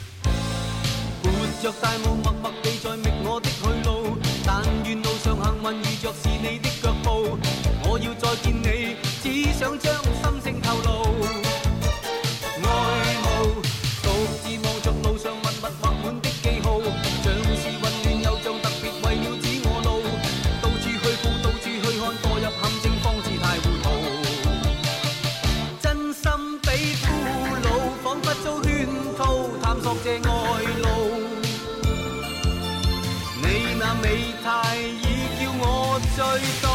Speaker 26: 活着大霧，默默地在覓我的去路。但願路上幸運遇着是你的腳步。我要再見你，只想將心聲透露。愛慕，獨自望着路上密密畫滿的記號，像是混亂又像特別為了指我路。到處去顧，到處去看，墮入陷阱方知太糊塗。真心比俘虜，彷彿遭圈套，探索這愛路。你那美態已叫我醉到。